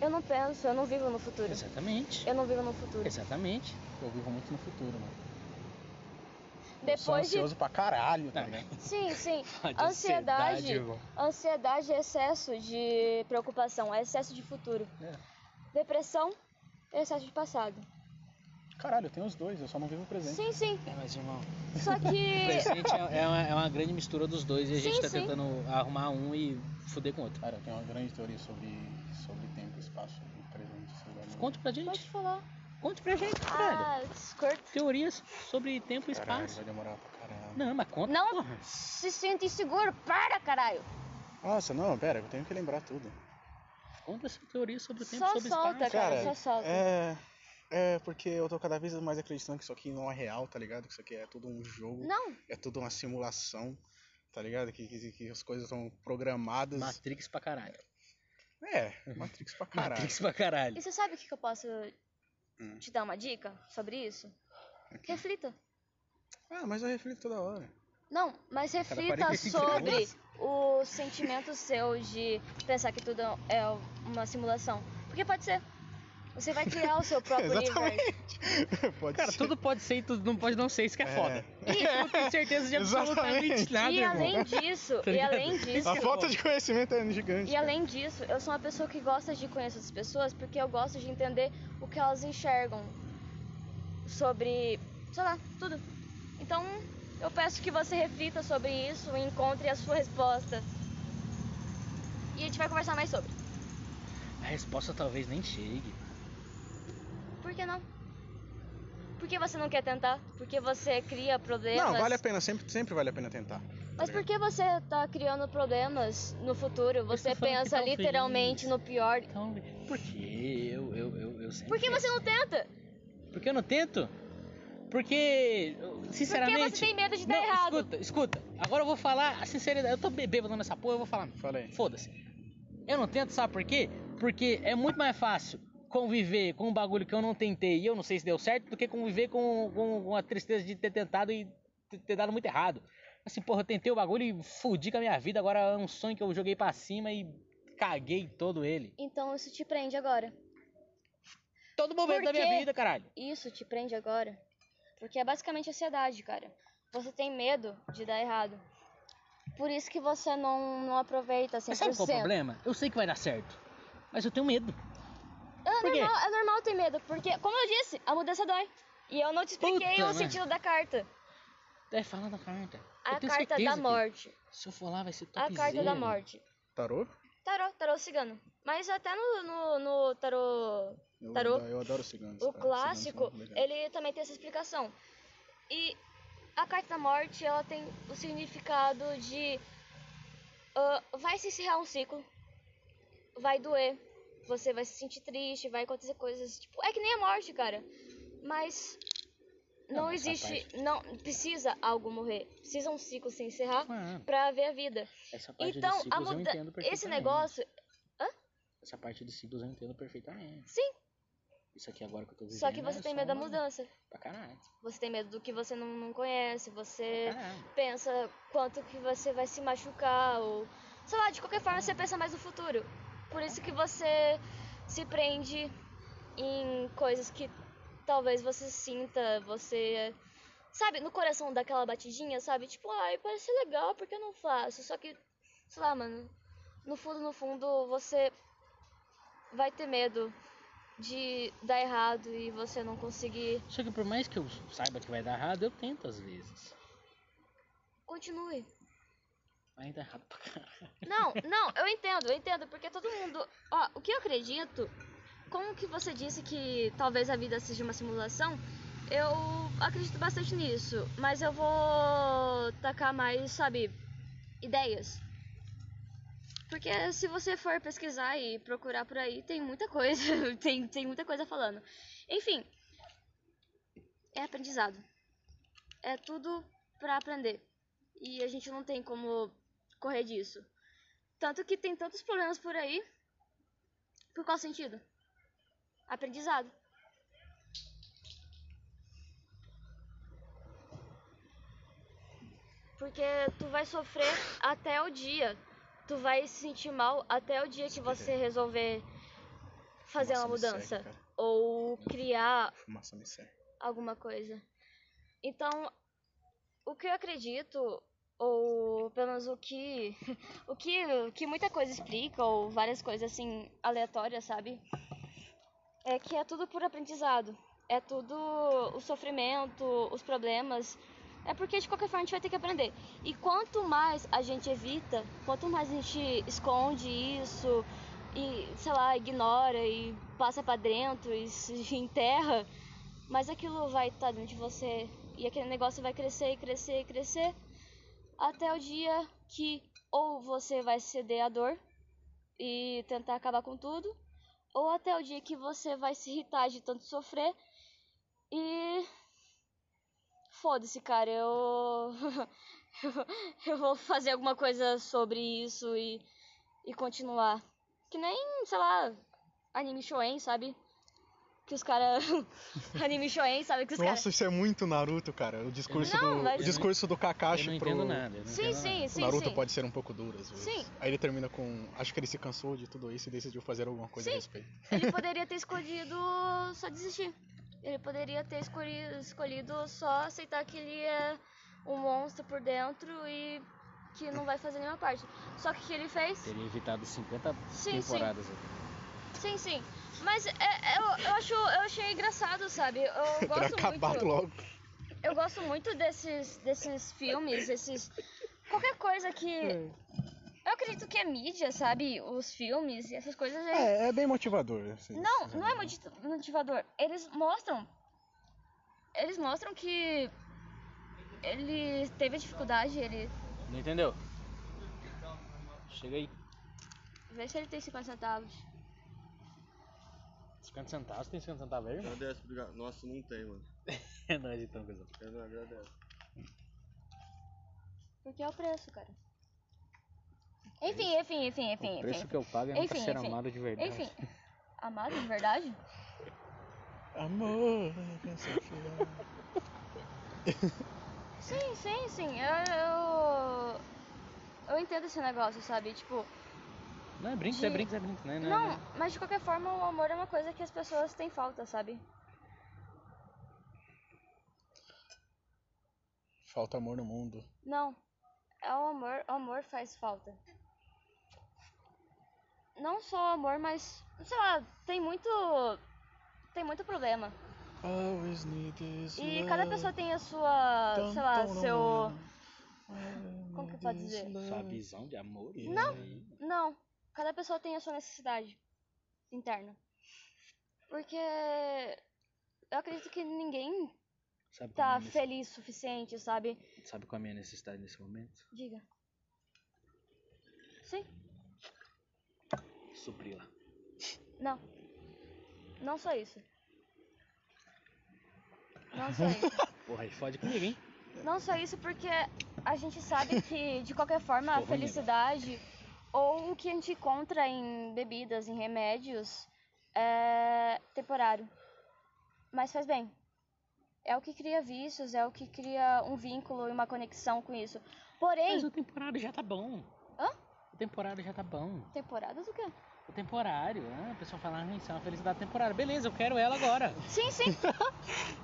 [SPEAKER 1] Eu não penso, eu não vivo no futuro.
[SPEAKER 3] Exatamente.
[SPEAKER 1] Eu não vivo no futuro.
[SPEAKER 3] Exatamente.
[SPEAKER 2] Eu vivo muito no futuro, mano. Eu sou
[SPEAKER 1] Depois de.
[SPEAKER 2] ansioso pra caralho, tá
[SPEAKER 3] Tá.
[SPEAKER 2] ligado?
[SPEAKER 1] Sim, sim.
[SPEAKER 3] Pode
[SPEAKER 1] Ansiedade.
[SPEAKER 3] irmão.
[SPEAKER 1] Ansiedade é excesso de preocupação, é excesso de futuro. Depressão é excesso de passado.
[SPEAKER 2] Caralho, eu tenho os dois, eu só não vivo o presente.
[SPEAKER 1] Sim, sim.
[SPEAKER 3] É, mas irmão,
[SPEAKER 1] Só
[SPEAKER 3] o
[SPEAKER 1] que.
[SPEAKER 3] presente é, é uma, é uma grande mistura dos dois e a
[SPEAKER 1] Sim,
[SPEAKER 3] gente tá
[SPEAKER 1] sim.
[SPEAKER 3] tentando arrumar um e fuder com o outro.
[SPEAKER 2] Cara, eu tenho uma grande teoria sobre, sobre tempo, espaço e presente. sei lá, né?
[SPEAKER 3] Conte pra gente.
[SPEAKER 1] Pode falar.
[SPEAKER 3] Conte pra gente, velho.
[SPEAKER 1] Ah, discordo.
[SPEAKER 3] Teorias sobre tempo e
[SPEAKER 2] Caralho,
[SPEAKER 3] espaço.
[SPEAKER 2] vai demorar pra caralho.
[SPEAKER 3] Não, mas conta.
[SPEAKER 1] Não.
[SPEAKER 3] porra.
[SPEAKER 1] Se sente inseguro, para, caralho!
[SPEAKER 2] Nossa, não, pera, eu tenho que lembrar tudo.
[SPEAKER 3] Conta essa teoria sobre o tempo
[SPEAKER 1] Só
[SPEAKER 3] e sobre
[SPEAKER 1] solta,
[SPEAKER 3] espaço.
[SPEAKER 1] cara, só
[SPEAKER 2] Cara,
[SPEAKER 1] solta.
[SPEAKER 2] É. É, porque eu tô cada vez mais acreditando que isso aqui não é real, tá ligado? Que isso aqui é tudo um jogo,
[SPEAKER 1] Não,
[SPEAKER 2] é tudo uma simulação, tá ligado? Que, que, que as coisas são programadas.
[SPEAKER 3] Matrix pra caralho.
[SPEAKER 2] É, Matrix pra caralho.
[SPEAKER 3] Matrix pra caralho.
[SPEAKER 1] e você sabe o que, que eu posso
[SPEAKER 2] Hum.
[SPEAKER 1] te dar uma dica sobre isso? Reflita.
[SPEAKER 2] Ah, mas eu reflito toda hora.
[SPEAKER 1] Não, mas reflita
[SPEAKER 3] 45
[SPEAKER 1] sobre o sentimento seu de pensar que tudo é uma simulação. Porque pode ser. Você vai criar o seu próprio universo.
[SPEAKER 2] Exatamente. Pode
[SPEAKER 3] Cara,
[SPEAKER 2] ser.
[SPEAKER 3] tudo pode ser e tudo não pode não ser, isso que é,
[SPEAKER 2] É.
[SPEAKER 3] foda. Eu não tenho certeza de absolutamente
[SPEAKER 2] Exatamente.
[SPEAKER 3] nada,
[SPEAKER 1] E
[SPEAKER 3] irmão.
[SPEAKER 1] além disso,
[SPEAKER 3] Tá
[SPEAKER 1] e
[SPEAKER 3] ligado?
[SPEAKER 1] além disso.
[SPEAKER 2] A falta de conhecimento é gigante.
[SPEAKER 1] E além disso, eu sou uma pessoa que gosta de conhecer as pessoas porque eu gosto de entender o que elas enxergam sobre, sei lá, tudo. Então, eu peço que você reflita sobre isso e encontre a sua resposta. E a gente vai conversar mais sobre.
[SPEAKER 3] A resposta talvez nem chegue.
[SPEAKER 1] Por que não? Por que você não quer tentar? Porque você cria problemas.
[SPEAKER 2] Não, vale a pena, sempre, sempre vale a pena tentar.
[SPEAKER 1] Mas por que você tá criando problemas no futuro? Você
[SPEAKER 3] tô falando que
[SPEAKER 1] pensa
[SPEAKER 3] talvez.
[SPEAKER 1] literalmente no pior.
[SPEAKER 3] Então, por que eu, eu, eu, eu sempre.
[SPEAKER 1] Por que você não tenta?
[SPEAKER 3] Por que eu não tento? Porque, sinceramente.
[SPEAKER 1] Porque você tem medo de dar
[SPEAKER 3] Não,
[SPEAKER 1] errado.
[SPEAKER 3] Escuta, escuta. Agora eu vou falar a sinceridade. Eu tô be- bêbado nessa porra, eu vou falar.
[SPEAKER 2] Fala aí.
[SPEAKER 3] Foda-se. Eu não tento, sabe por quê? Porque é muito mais fácil conviver com um bagulho que eu não tentei e eu não sei se deu certo do que conviver com, com, com a tristeza de ter tentado e ter- ter dado muito errado. Assim, porra, eu tentei o bagulho e fudi com a minha vida. Agora é um sonho que eu joguei pra cima e caguei todo ele.
[SPEAKER 1] Então isso te prende agora.
[SPEAKER 3] todo momento
[SPEAKER 1] Por
[SPEAKER 3] da minha
[SPEAKER 1] quê?
[SPEAKER 3] vida, caralho.
[SPEAKER 1] Isso te prende agora. Porque é basicamente ansiedade, cara. Você tem medo de dar errado. Por isso que você não, não aproveita 100%.
[SPEAKER 3] Mas sabe qual é o problema? Eu sei que vai dar certo, mas eu tenho medo.
[SPEAKER 1] É
[SPEAKER 3] Por quê?
[SPEAKER 1] normal, é normal ter medo, porque, como eu disse, a mudança dói. E eu não te expliquei
[SPEAKER 3] Puta,
[SPEAKER 1] o
[SPEAKER 3] mano.
[SPEAKER 1] sentido da carta.
[SPEAKER 3] É, fala da carta.
[SPEAKER 1] A
[SPEAKER 3] eu tenho
[SPEAKER 1] carta
[SPEAKER 3] certeza
[SPEAKER 1] da
[SPEAKER 3] que tá
[SPEAKER 1] morte.
[SPEAKER 3] se eu for lá, vai ser
[SPEAKER 1] A
[SPEAKER 3] topzera.
[SPEAKER 1] carta da morte.
[SPEAKER 2] Tarô?
[SPEAKER 1] Tarô, tarô cigano. Mas até no, no, no tarô
[SPEAKER 2] Eu,
[SPEAKER 1] Tarô.
[SPEAKER 2] adoro- Eu adoro ciganos.
[SPEAKER 1] O
[SPEAKER 2] cara. Ciganos
[SPEAKER 1] clássico,
[SPEAKER 2] são muito legais.
[SPEAKER 1] ele também tem essa explicação. E a carta da morte, ela tem o significado de ah, vai se encerrar um ciclo, vai doer, você vai se sentir triste, vai acontecer coisas, tipo, é que nem a morte, cara. Mas não,
[SPEAKER 3] mas
[SPEAKER 1] existe, não precisa algo morrer, precisa um ciclo se encerrar
[SPEAKER 3] Mano,
[SPEAKER 1] pra haver a vida.
[SPEAKER 3] essa parte
[SPEAKER 1] Então,
[SPEAKER 3] dos
[SPEAKER 1] a
[SPEAKER 3] ciclos eu
[SPEAKER 1] muda
[SPEAKER 3] entendo perfeitamente.
[SPEAKER 1] esse negócio,
[SPEAKER 3] Essa parte dos ciclos eu entendo perfeitamente.
[SPEAKER 1] sim,
[SPEAKER 3] Isso aqui agora que eu tô vivendo.
[SPEAKER 1] só que você
[SPEAKER 3] é
[SPEAKER 1] tem medo da
[SPEAKER 3] uma-
[SPEAKER 1] mudança.
[SPEAKER 3] Pra caralho.
[SPEAKER 1] Você tem medo do que você não, não conhece, você
[SPEAKER 3] pra caralho.
[SPEAKER 1] pensa quanto que você vai se machucar ou sei lá, de qualquer forma você pensa mais no futuro. Por isso que você se prende em coisas que talvez você sinta, você sabe, no coração daquela batidinha, sabe? Tipo, ai, parece legal, por que eu não faço? Só que sei lá, mano, no fundo, no fundo, você vai ter medo de dar errado e você não conseguir
[SPEAKER 3] Só que por mais que eu saiba que vai dar errado, eu tento às vezes.
[SPEAKER 1] continue.
[SPEAKER 3] Ainda errado pra caralho.
[SPEAKER 1] Não, não, eu entendo, eu entendo, porque todo mundo. Ó, o que eu acredito, como que você disse que talvez a vida seja uma simulação, eu acredito bastante nisso, mas eu vou tacar mais, sabe, ideias. Porque se você for pesquisar e procurar por aí, tem muita coisa, tem, tem muita coisa falando. Enfim, é aprendizado. É tudo pra aprender. E a gente não tem como correr disso. Tanto que tem tantos problemas por aí. Por qual sentido? Aprendizado. Porque tu vai sofrer até o dia. Tu vai se sentir mal até o dia que você resolver fazer
[SPEAKER 2] Fumaça
[SPEAKER 1] uma
[SPEAKER 2] me segue,
[SPEAKER 1] mudança.
[SPEAKER 2] cara.
[SPEAKER 1] Ou criar
[SPEAKER 2] Fumaça me segue.
[SPEAKER 1] alguma coisa. Então, o que eu acredito, ou pelo menos o que, o que, o que muita coisa explica, ou várias coisas assim aleatórias, sabe? É que é tudo por aprendizado. É tudo o sofrimento, os problemas. É porque de qualquer forma a gente vai ter que aprender. E quanto mais a gente evita, quanto mais a gente esconde isso e, sei lá, ignora e passa pra dentro e se enterra, mas aquilo vai estar dentro de você e aquele negócio vai crescer e crescer e crescer até o dia que ou você vai ceder à dor e tentar acabar com tudo, ou até o dia que você vai se irritar de tanto sofrer e foda-se, cara, eu eu vou fazer alguma coisa sobre isso e e continuar. Que nem, sei lá, anime shonen, sabe? Que os caras anime shonen, sabe que os caras
[SPEAKER 2] Nossa, isso é muito Naruto, cara. O discurso
[SPEAKER 1] Não,
[SPEAKER 2] do,
[SPEAKER 1] mas-
[SPEAKER 2] o discurso do Kakashi
[SPEAKER 3] Eu não
[SPEAKER 2] pro
[SPEAKER 3] entendo nada. eu não
[SPEAKER 1] Sim,
[SPEAKER 3] entendo nada.
[SPEAKER 1] sim,
[SPEAKER 2] o
[SPEAKER 1] sim,
[SPEAKER 2] Naruto
[SPEAKER 1] sim.
[SPEAKER 2] pode ser um pouco duro às vezes.
[SPEAKER 1] Sim.
[SPEAKER 2] Aí ele termina com, acho que ele se cansou de tudo isso e decidiu fazer alguma coisa a
[SPEAKER 1] Sim.
[SPEAKER 2] respeito.
[SPEAKER 1] Ele poderia ter escolhido só desistir. Ele poderia ter escolhi- escolhido só aceitar que ele é um monstro por dentro e que não vai fazer nenhuma parte. Só que o que ele fez?
[SPEAKER 3] Teria evitado 50
[SPEAKER 1] Sim, sim.
[SPEAKER 3] temporadas.
[SPEAKER 1] Sim, sim. Mas é- é- eu, eu, acho, eu achei engraçado, sabe? Eu
[SPEAKER 2] pra
[SPEAKER 1] gosto
[SPEAKER 2] acabar
[SPEAKER 1] muito. É.
[SPEAKER 2] logo.
[SPEAKER 1] Eu gosto muito desses, desses filmes, esses. Qualquer coisa
[SPEAKER 2] Hum.
[SPEAKER 1] que. Eu acredito que é mídia, sabe? Os filmes e essas coisas. eles-
[SPEAKER 2] É, é bem motivador. assim.
[SPEAKER 1] Não, não é modi- motivador. Eles mostram. Eles mostram que ele teve dificuldade, ele.
[SPEAKER 3] Não entendeu? Chega aí.
[SPEAKER 1] Vê se ele tem 50 centavos.
[SPEAKER 3] 50 centavos, tem 50 centavos aí, irmão?
[SPEAKER 5] Agradece, obrigado. Nossa, não tem, mano.
[SPEAKER 3] É nóis então, coisa.
[SPEAKER 5] Eu não agradeço.
[SPEAKER 1] Porque é o preço, cara. Enfim, enfim, enfim, enfim,
[SPEAKER 3] É O preço
[SPEAKER 1] enfim.
[SPEAKER 3] que eu pago é nunca
[SPEAKER 1] Enfim,
[SPEAKER 3] ser
[SPEAKER 1] enfim.
[SPEAKER 3] amado de verdade.
[SPEAKER 1] Enfim. Amado, de verdade?
[SPEAKER 2] Amor, eu sei que é.
[SPEAKER 1] Sim, sim, sim. Eu, eu, eu entendo esse negócio, sabe? Tipo,
[SPEAKER 3] Não, é brinks, é
[SPEAKER 1] De-
[SPEAKER 3] brinks, é brinks, né? Não,
[SPEAKER 1] Não, mas de qualquer forma, o amor é uma coisa que as pessoas têm falta, sabe?
[SPEAKER 2] Falta amor no mundo.
[SPEAKER 1] Não. É o amor, o amor faz falta. Não só o amor, mas sei lá, tem muito tem muito problema.
[SPEAKER 2] Always need is
[SPEAKER 1] E cada
[SPEAKER 2] love.
[SPEAKER 1] pessoa tem a sua,
[SPEAKER 2] Tum,
[SPEAKER 1] sei lá,
[SPEAKER 2] tum, tum,
[SPEAKER 1] seu
[SPEAKER 2] tum, tum.
[SPEAKER 1] Como que eu posso dizer?
[SPEAKER 3] Sua visão né? de amor?
[SPEAKER 2] Não.
[SPEAKER 1] Não, cada pessoa tem a sua necessidade interna. Porque eu acredito que ninguém
[SPEAKER 3] Sabe qual, é a
[SPEAKER 1] tá
[SPEAKER 3] minha nece-
[SPEAKER 1] feliz o suficiente, sabe?
[SPEAKER 3] sabe qual é a minha necessidade nesse momento?
[SPEAKER 1] Diga. Sim?
[SPEAKER 3] Supri-la.
[SPEAKER 1] Não. Não só isso. Não só isso.
[SPEAKER 3] Porra, aí fode comigo, hein?
[SPEAKER 1] Não só isso, porque a gente sabe que, de qualquer forma, a
[SPEAKER 3] Ficou ruim, né?
[SPEAKER 1] felicidade ou o que a gente encontra em bebidas, em remédios, é temporário. Mas faz bem. É o que cria vícios, é o que cria um vínculo e uma conexão com isso.
[SPEAKER 3] Mas
[SPEAKER 1] Porém,
[SPEAKER 3] o temporário já tá bom.
[SPEAKER 1] Hã?
[SPEAKER 3] O temporário já tá bom.
[SPEAKER 1] temporada do quê?
[SPEAKER 3] O temporário, né? A pessoa fala, ah, isso é uma felicidade temporária. Beleza, eu quero ela agora.
[SPEAKER 1] Sim, sim.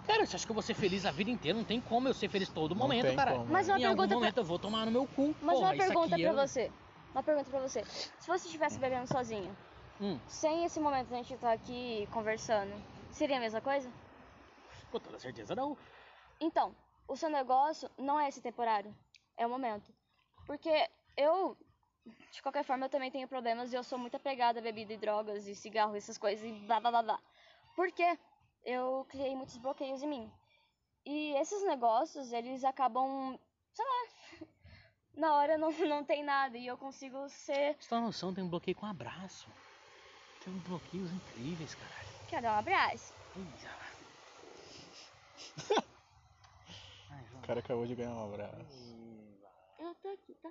[SPEAKER 3] Cara, você acha que eu vou ser feliz a vida inteira? Não tem como eu ser feliz todo momento,
[SPEAKER 2] tem
[SPEAKER 3] cara.
[SPEAKER 2] como.
[SPEAKER 1] Mas uma
[SPEAKER 3] Em algum
[SPEAKER 1] pergunta pra-
[SPEAKER 3] momento eu vou tomar no meu cu.
[SPEAKER 1] Mas
[SPEAKER 3] Porra,
[SPEAKER 1] uma pergunta
[SPEAKER 3] isso
[SPEAKER 1] pra
[SPEAKER 3] aqui é um eu...
[SPEAKER 1] você. Uma pergunta pra você. Se você estivesse bebendo sozinho,
[SPEAKER 3] Hum.
[SPEAKER 1] sem esse momento de a gente estar aqui conversando, seria a mesma coisa?
[SPEAKER 3] Com toda certeza não.
[SPEAKER 1] Então, o seu negócio não é esse temporário, é o momento. Porque eu, de qualquer forma, eu também tenho problemas e eu sou muito apegada a bebida e drogas e cigarro, essas coisas e blá blá blá blá. Porque eu criei muitos bloqueios em mim. E esses negócios, eles acabam, sei lá, na hora não, não tem nada e eu consigo ser.
[SPEAKER 3] Você tem uma noção, tem um bloqueio com abraço. Tem uns bloqueios incríveis, caralho.
[SPEAKER 1] Quer dar um abraço?
[SPEAKER 3] Ih, já. Ai,
[SPEAKER 2] O
[SPEAKER 3] João.
[SPEAKER 2] cara acabou de ganhar um abraço.
[SPEAKER 1] Eu tô aqui, tá?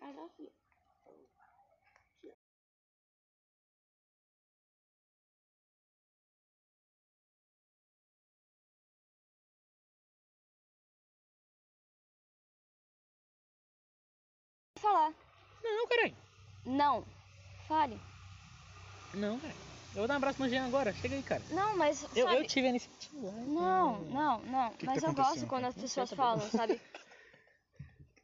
[SPEAKER 1] I love you. Falar.
[SPEAKER 3] Não, caralho.
[SPEAKER 1] Não. Fale.
[SPEAKER 3] Não, caralho. Eu vou dar um abraço no Jean agora. Chega aí, cara.
[SPEAKER 1] Não, mas.
[SPEAKER 3] Eu,
[SPEAKER 1] sabe-
[SPEAKER 3] eu tive a iniciativa.
[SPEAKER 1] Não, não, não.
[SPEAKER 2] Hum. que
[SPEAKER 1] Mas
[SPEAKER 2] tá
[SPEAKER 1] eu gosto
[SPEAKER 2] acontecendo?
[SPEAKER 1] quando as pessoas falam, sabe?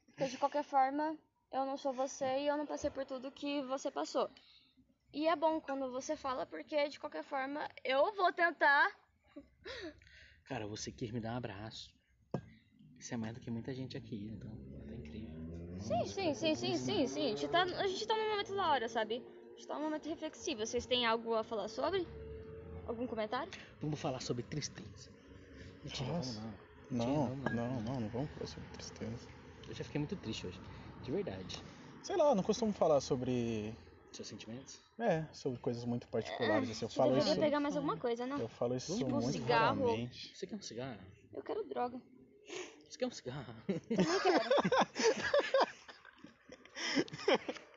[SPEAKER 1] Porque de qualquer forma, eu não sou você e eu não passei por tudo que você passou. E é bom quando você fala, porque de qualquer forma, eu vou tentar.
[SPEAKER 3] Cara, você quis me dar um abraço. Isso é mais do que muita gente aqui, então tá incrível.
[SPEAKER 1] Sim, sim, sim, sim, sim, sim. A gente tá, a gente tá num momento da hora, sabe? A gente tá num momento reflexivo. Vocês têm algo a falar sobre? Algum comentário?
[SPEAKER 3] Vamos falar sobre tristeza. Mentira, vamos
[SPEAKER 2] Nossa. né?
[SPEAKER 3] não.
[SPEAKER 2] Não,
[SPEAKER 3] Não,
[SPEAKER 2] não,
[SPEAKER 3] não,
[SPEAKER 2] não, não, vamos falar sobre tristeza.
[SPEAKER 3] Eu já fiquei muito triste hoje. De verdade.
[SPEAKER 2] Sei lá, eu não costumo falar sobre.
[SPEAKER 3] Seus sentimentos?
[SPEAKER 2] É, sobre coisas muito particulares. assim, eu
[SPEAKER 1] Você
[SPEAKER 2] falo
[SPEAKER 1] deveria
[SPEAKER 2] isso.
[SPEAKER 1] pegar mais alguma coisa, não?
[SPEAKER 2] Eu falo isso
[SPEAKER 3] Tipo um
[SPEAKER 2] muito
[SPEAKER 1] cigarro.
[SPEAKER 2] raramente.
[SPEAKER 3] Você quer um cigarro?
[SPEAKER 1] Eu quero droga.
[SPEAKER 3] Você quer um cigarro?
[SPEAKER 1] Não quero.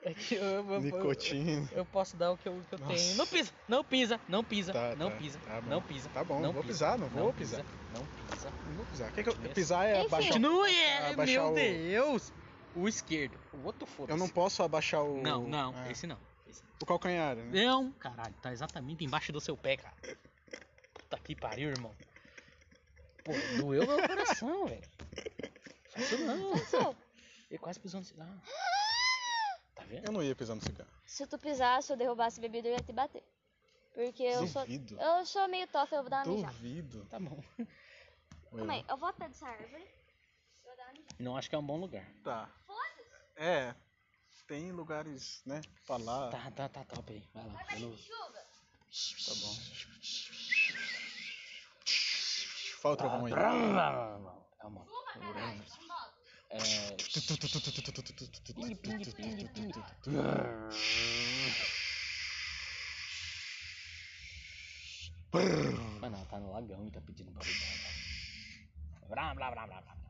[SPEAKER 3] É que eu, eu- eu-
[SPEAKER 2] Nicotina.
[SPEAKER 3] eu posso dar o que eu, que eu
[SPEAKER 2] Nossa.
[SPEAKER 3] tenho. Não pisa, não pisa, não pisa,
[SPEAKER 2] Tá,
[SPEAKER 3] não
[SPEAKER 2] tá,
[SPEAKER 3] pisa,
[SPEAKER 2] tá bom.
[SPEAKER 3] não pisa.
[SPEAKER 2] Tá bom,
[SPEAKER 3] não
[SPEAKER 2] vou
[SPEAKER 3] pisa,
[SPEAKER 2] pisar, não vou
[SPEAKER 3] não
[SPEAKER 2] pisar.
[SPEAKER 3] pisa, Não pisa.
[SPEAKER 2] Não vou pisar. Quer que eu...
[SPEAKER 3] Começa.
[SPEAKER 2] Pisar é
[SPEAKER 1] Enfim.
[SPEAKER 2] abaixar. o-
[SPEAKER 3] Continua, é,
[SPEAKER 2] abaixar
[SPEAKER 3] meu
[SPEAKER 2] o-
[SPEAKER 3] Deus! O esquerdo. O outro foda-se.
[SPEAKER 2] Eu não posso abaixar o.
[SPEAKER 3] Não, não,
[SPEAKER 2] é,
[SPEAKER 3] esse não. Esse
[SPEAKER 2] O calcanhar, né?
[SPEAKER 3] Não, caralho, tá exatamente embaixo do seu pé, cara. Puta que pariu, irmão. Pô, doeu meu coração, velho. Faz Isso não. Ele quase pisou no cigarro. Tá vendo?
[SPEAKER 2] Eu não ia pisar no cigarro.
[SPEAKER 1] Se tu pisasse ou derrubasse bebida, eu ia te bater. Porque eu sou.
[SPEAKER 2] Duvido.
[SPEAKER 1] Eu sou meio tofa, eu vou dar uma mijada.
[SPEAKER 2] Duvido.
[SPEAKER 3] Tá bom.
[SPEAKER 1] Calma aí, eu vou até dessa árvore. Eu vou dar uma mijada.
[SPEAKER 3] Não acho que é um bom lugar.
[SPEAKER 2] Tá. É. Tem lugares, né? Falar.
[SPEAKER 3] Tá, tá, tá top aí. Vai lá. eu não-
[SPEAKER 2] Tá bom. Fala o trovão aí.
[SPEAKER 3] Calma. É. Ping, ping, ping, ping. Mas não, tá no lagão e tá pedindo pra eu blá, blá, blá, blá, blá, blá.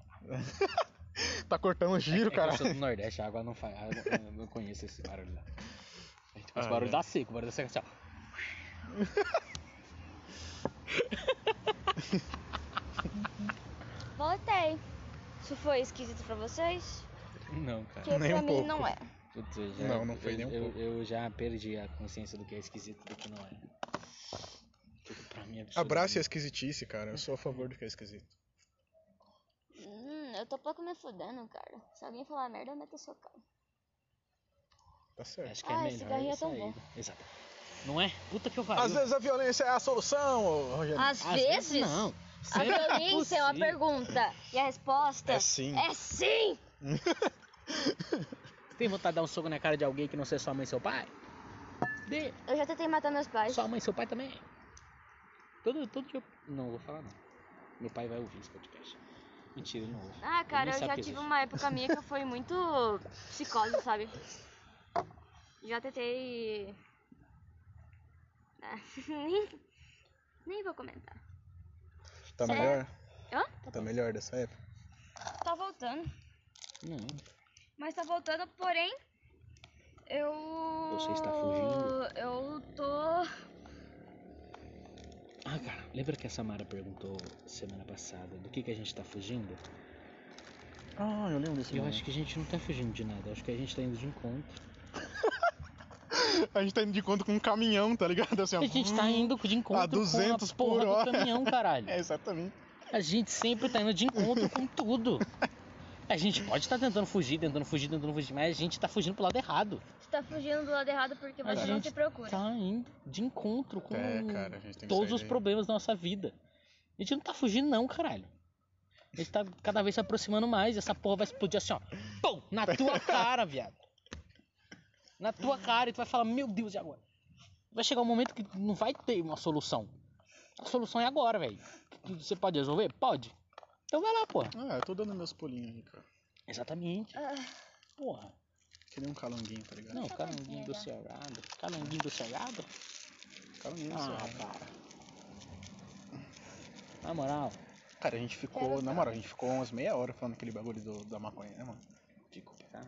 [SPEAKER 2] Tá cortando o
[SPEAKER 3] É
[SPEAKER 2] giro,
[SPEAKER 3] que eu
[SPEAKER 2] cara.
[SPEAKER 3] sou do Nordeste, a água não faz. a água- Eu não conheço esse barulho lá. É tipo, esse
[SPEAKER 2] Ah,
[SPEAKER 3] barulho
[SPEAKER 2] é.
[SPEAKER 3] da seca, o barulho da seca é assim, ó.
[SPEAKER 1] Voltei. Isso foi esquisito pra vocês?
[SPEAKER 3] Não, cara.
[SPEAKER 1] Porque
[SPEAKER 2] Nem
[SPEAKER 1] pra
[SPEAKER 2] um
[SPEAKER 1] mim
[SPEAKER 2] pouco.
[SPEAKER 1] não é.
[SPEAKER 3] Putz, eu já,
[SPEAKER 2] Não, não foi
[SPEAKER 3] eu,
[SPEAKER 2] nem um
[SPEAKER 3] eu,
[SPEAKER 2] pouco.
[SPEAKER 3] eu já perdi a consciência do que é esquisito e do que não é. Tudo pra mim é absurdo.
[SPEAKER 2] Abrace a esquisitice, cara. Eu sou a favor do que é esquisito.
[SPEAKER 1] Hum, eu tô pouco me fudendo, cara. Se alguém falar merda, eu meto a sua cara.
[SPEAKER 2] Tá certo.
[SPEAKER 3] Acho que é
[SPEAKER 1] Ah,
[SPEAKER 3] melhor
[SPEAKER 1] esse cigarrinho é
[SPEAKER 3] isso
[SPEAKER 1] tão
[SPEAKER 3] aí.
[SPEAKER 1] bom.
[SPEAKER 3] Exato. Não é? Puta que eu pariu.
[SPEAKER 2] Às vezes a violência é a solução, ô, Rogério.
[SPEAKER 1] Às,
[SPEAKER 3] Às
[SPEAKER 1] vezes,
[SPEAKER 3] não.
[SPEAKER 1] a
[SPEAKER 3] Sempre é
[SPEAKER 1] violência é uma
[SPEAKER 3] possível.
[SPEAKER 1] pergunta. E a resposta
[SPEAKER 2] É sim.
[SPEAKER 1] é sim!
[SPEAKER 3] Tem vontade de dar um soco na cara de alguém que não seja sua mãe e seu pai? Dê.
[SPEAKER 1] Eu já tentei matar meus pais.
[SPEAKER 3] Sua mãe e seu pai também. Todo, todo dia. eu- Não, vou falar não. Meu pai vai ouvir esse podcast. Mentira, ele não ouve.
[SPEAKER 1] Ah, cara,
[SPEAKER 3] nem
[SPEAKER 1] eu
[SPEAKER 3] sabe
[SPEAKER 1] já
[SPEAKER 3] que
[SPEAKER 1] tive
[SPEAKER 3] existe.
[SPEAKER 1] uma época minha que foi muito psicose, sabe? Já tentei. Ah, nem, nem vou comentar.
[SPEAKER 2] Tá
[SPEAKER 1] Sério?
[SPEAKER 2] melhor?
[SPEAKER 1] Hã?
[SPEAKER 2] Tá melhor dessa época?
[SPEAKER 1] Tá voltando.
[SPEAKER 3] Não.
[SPEAKER 1] Mas tá voltando, porém. Eu.
[SPEAKER 3] Você está fugindo?
[SPEAKER 1] Eu tô.
[SPEAKER 3] Ah, cara, lembra que a Samara perguntou semana passada do que, que a gente tá fugindo?
[SPEAKER 2] Ah, eu lembro desse
[SPEAKER 3] Eu
[SPEAKER 2] momento.
[SPEAKER 3] acho que a gente não tá fugindo de nada. eu Acho que a gente tá indo de encontro.
[SPEAKER 2] A gente tá indo de conta com um caminhão, tá ligado? Assim, ó.
[SPEAKER 3] A gente tá indo de encontro
[SPEAKER 2] A 200
[SPEAKER 3] com a
[SPEAKER 2] por
[SPEAKER 3] porra
[SPEAKER 2] hora.
[SPEAKER 3] do caminhão, caralho.
[SPEAKER 2] É, exatamente.
[SPEAKER 3] A gente sempre tá indo de encontro com tudo. A gente pode estar tentando fugir, tentando fugir, tentando fugir, mas a gente tá fugindo pro lado errado.
[SPEAKER 1] Você tá fugindo do lado errado porque
[SPEAKER 3] A
[SPEAKER 1] você não
[SPEAKER 3] gente
[SPEAKER 1] se procura.
[SPEAKER 3] Tá indo de encontro com
[SPEAKER 2] É, cara, a gente tem que
[SPEAKER 3] todos
[SPEAKER 2] sair
[SPEAKER 3] os
[SPEAKER 2] daí.
[SPEAKER 3] problemas da nossa vida. A gente não tá fugindo, não, caralho. A gente tá cada vez se aproximando mais e essa porra vai explodir assim, ó. Pum! Na tua cara, viado. Na tua cara, e tu vai falar, meu Deus, e agora? Vai chegar um momento que não vai ter uma solução. A solução é agora, velho. Você pode resolver? Pode. Então vai lá, porra.
[SPEAKER 2] Ah, eu tô dando meus pulinhos aí, cara.
[SPEAKER 3] Exatamente.
[SPEAKER 1] Ah,
[SPEAKER 3] Porra.
[SPEAKER 2] Que nem um calanguinho, tá ligado?
[SPEAKER 3] Não, calanguinho do cerrado. Calanguinho do cerrado?
[SPEAKER 2] Calanguinho,
[SPEAKER 3] Ah,
[SPEAKER 2] assim, ó.
[SPEAKER 3] cara. Na moral,
[SPEAKER 2] Cara, a gente ficou, na moral, a gente ficou umas meia hora falando aquele bagulho do, da maconha, né, mano?
[SPEAKER 3] fico, cara,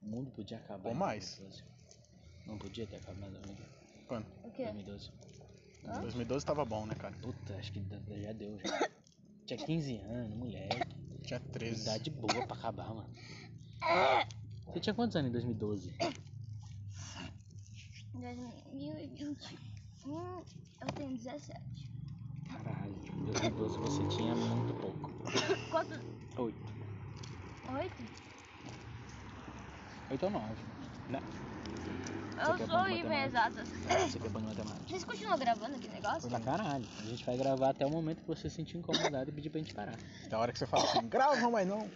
[SPEAKER 3] o mundo podia acabar
[SPEAKER 2] Ou
[SPEAKER 3] em
[SPEAKER 2] mais.
[SPEAKER 3] 2012. Não podia ter acabado em
[SPEAKER 2] Quando?
[SPEAKER 1] O quê?
[SPEAKER 3] 2012.
[SPEAKER 2] 2012 tava bom, né, cara?
[SPEAKER 3] Puta, acho que da- da- já deu já. Tinha 15 anos, moleque.
[SPEAKER 2] Tinha 13.
[SPEAKER 3] Idade boa pra acabar, mano. Você tinha quantos anos em 2012?
[SPEAKER 1] 2020. Hum, eu tenho 17.
[SPEAKER 3] Caralho, em 2012 você tinha muito pouco.
[SPEAKER 1] Quanto?
[SPEAKER 3] Oito.
[SPEAKER 1] Oito?
[SPEAKER 3] Oito ou nove. Né?
[SPEAKER 1] Eu sou
[SPEAKER 3] quer banho
[SPEAKER 1] horrível em
[SPEAKER 3] matemática?
[SPEAKER 1] exatas.
[SPEAKER 3] Você que é bom em matemática.
[SPEAKER 1] Vocês continuam gravando aquele negócio?
[SPEAKER 3] Pra caralho. A gente vai gravar até o momento que você se sentir incomodado e pedir pra gente parar.
[SPEAKER 2] Da hora que você fala assim, grava, mas não.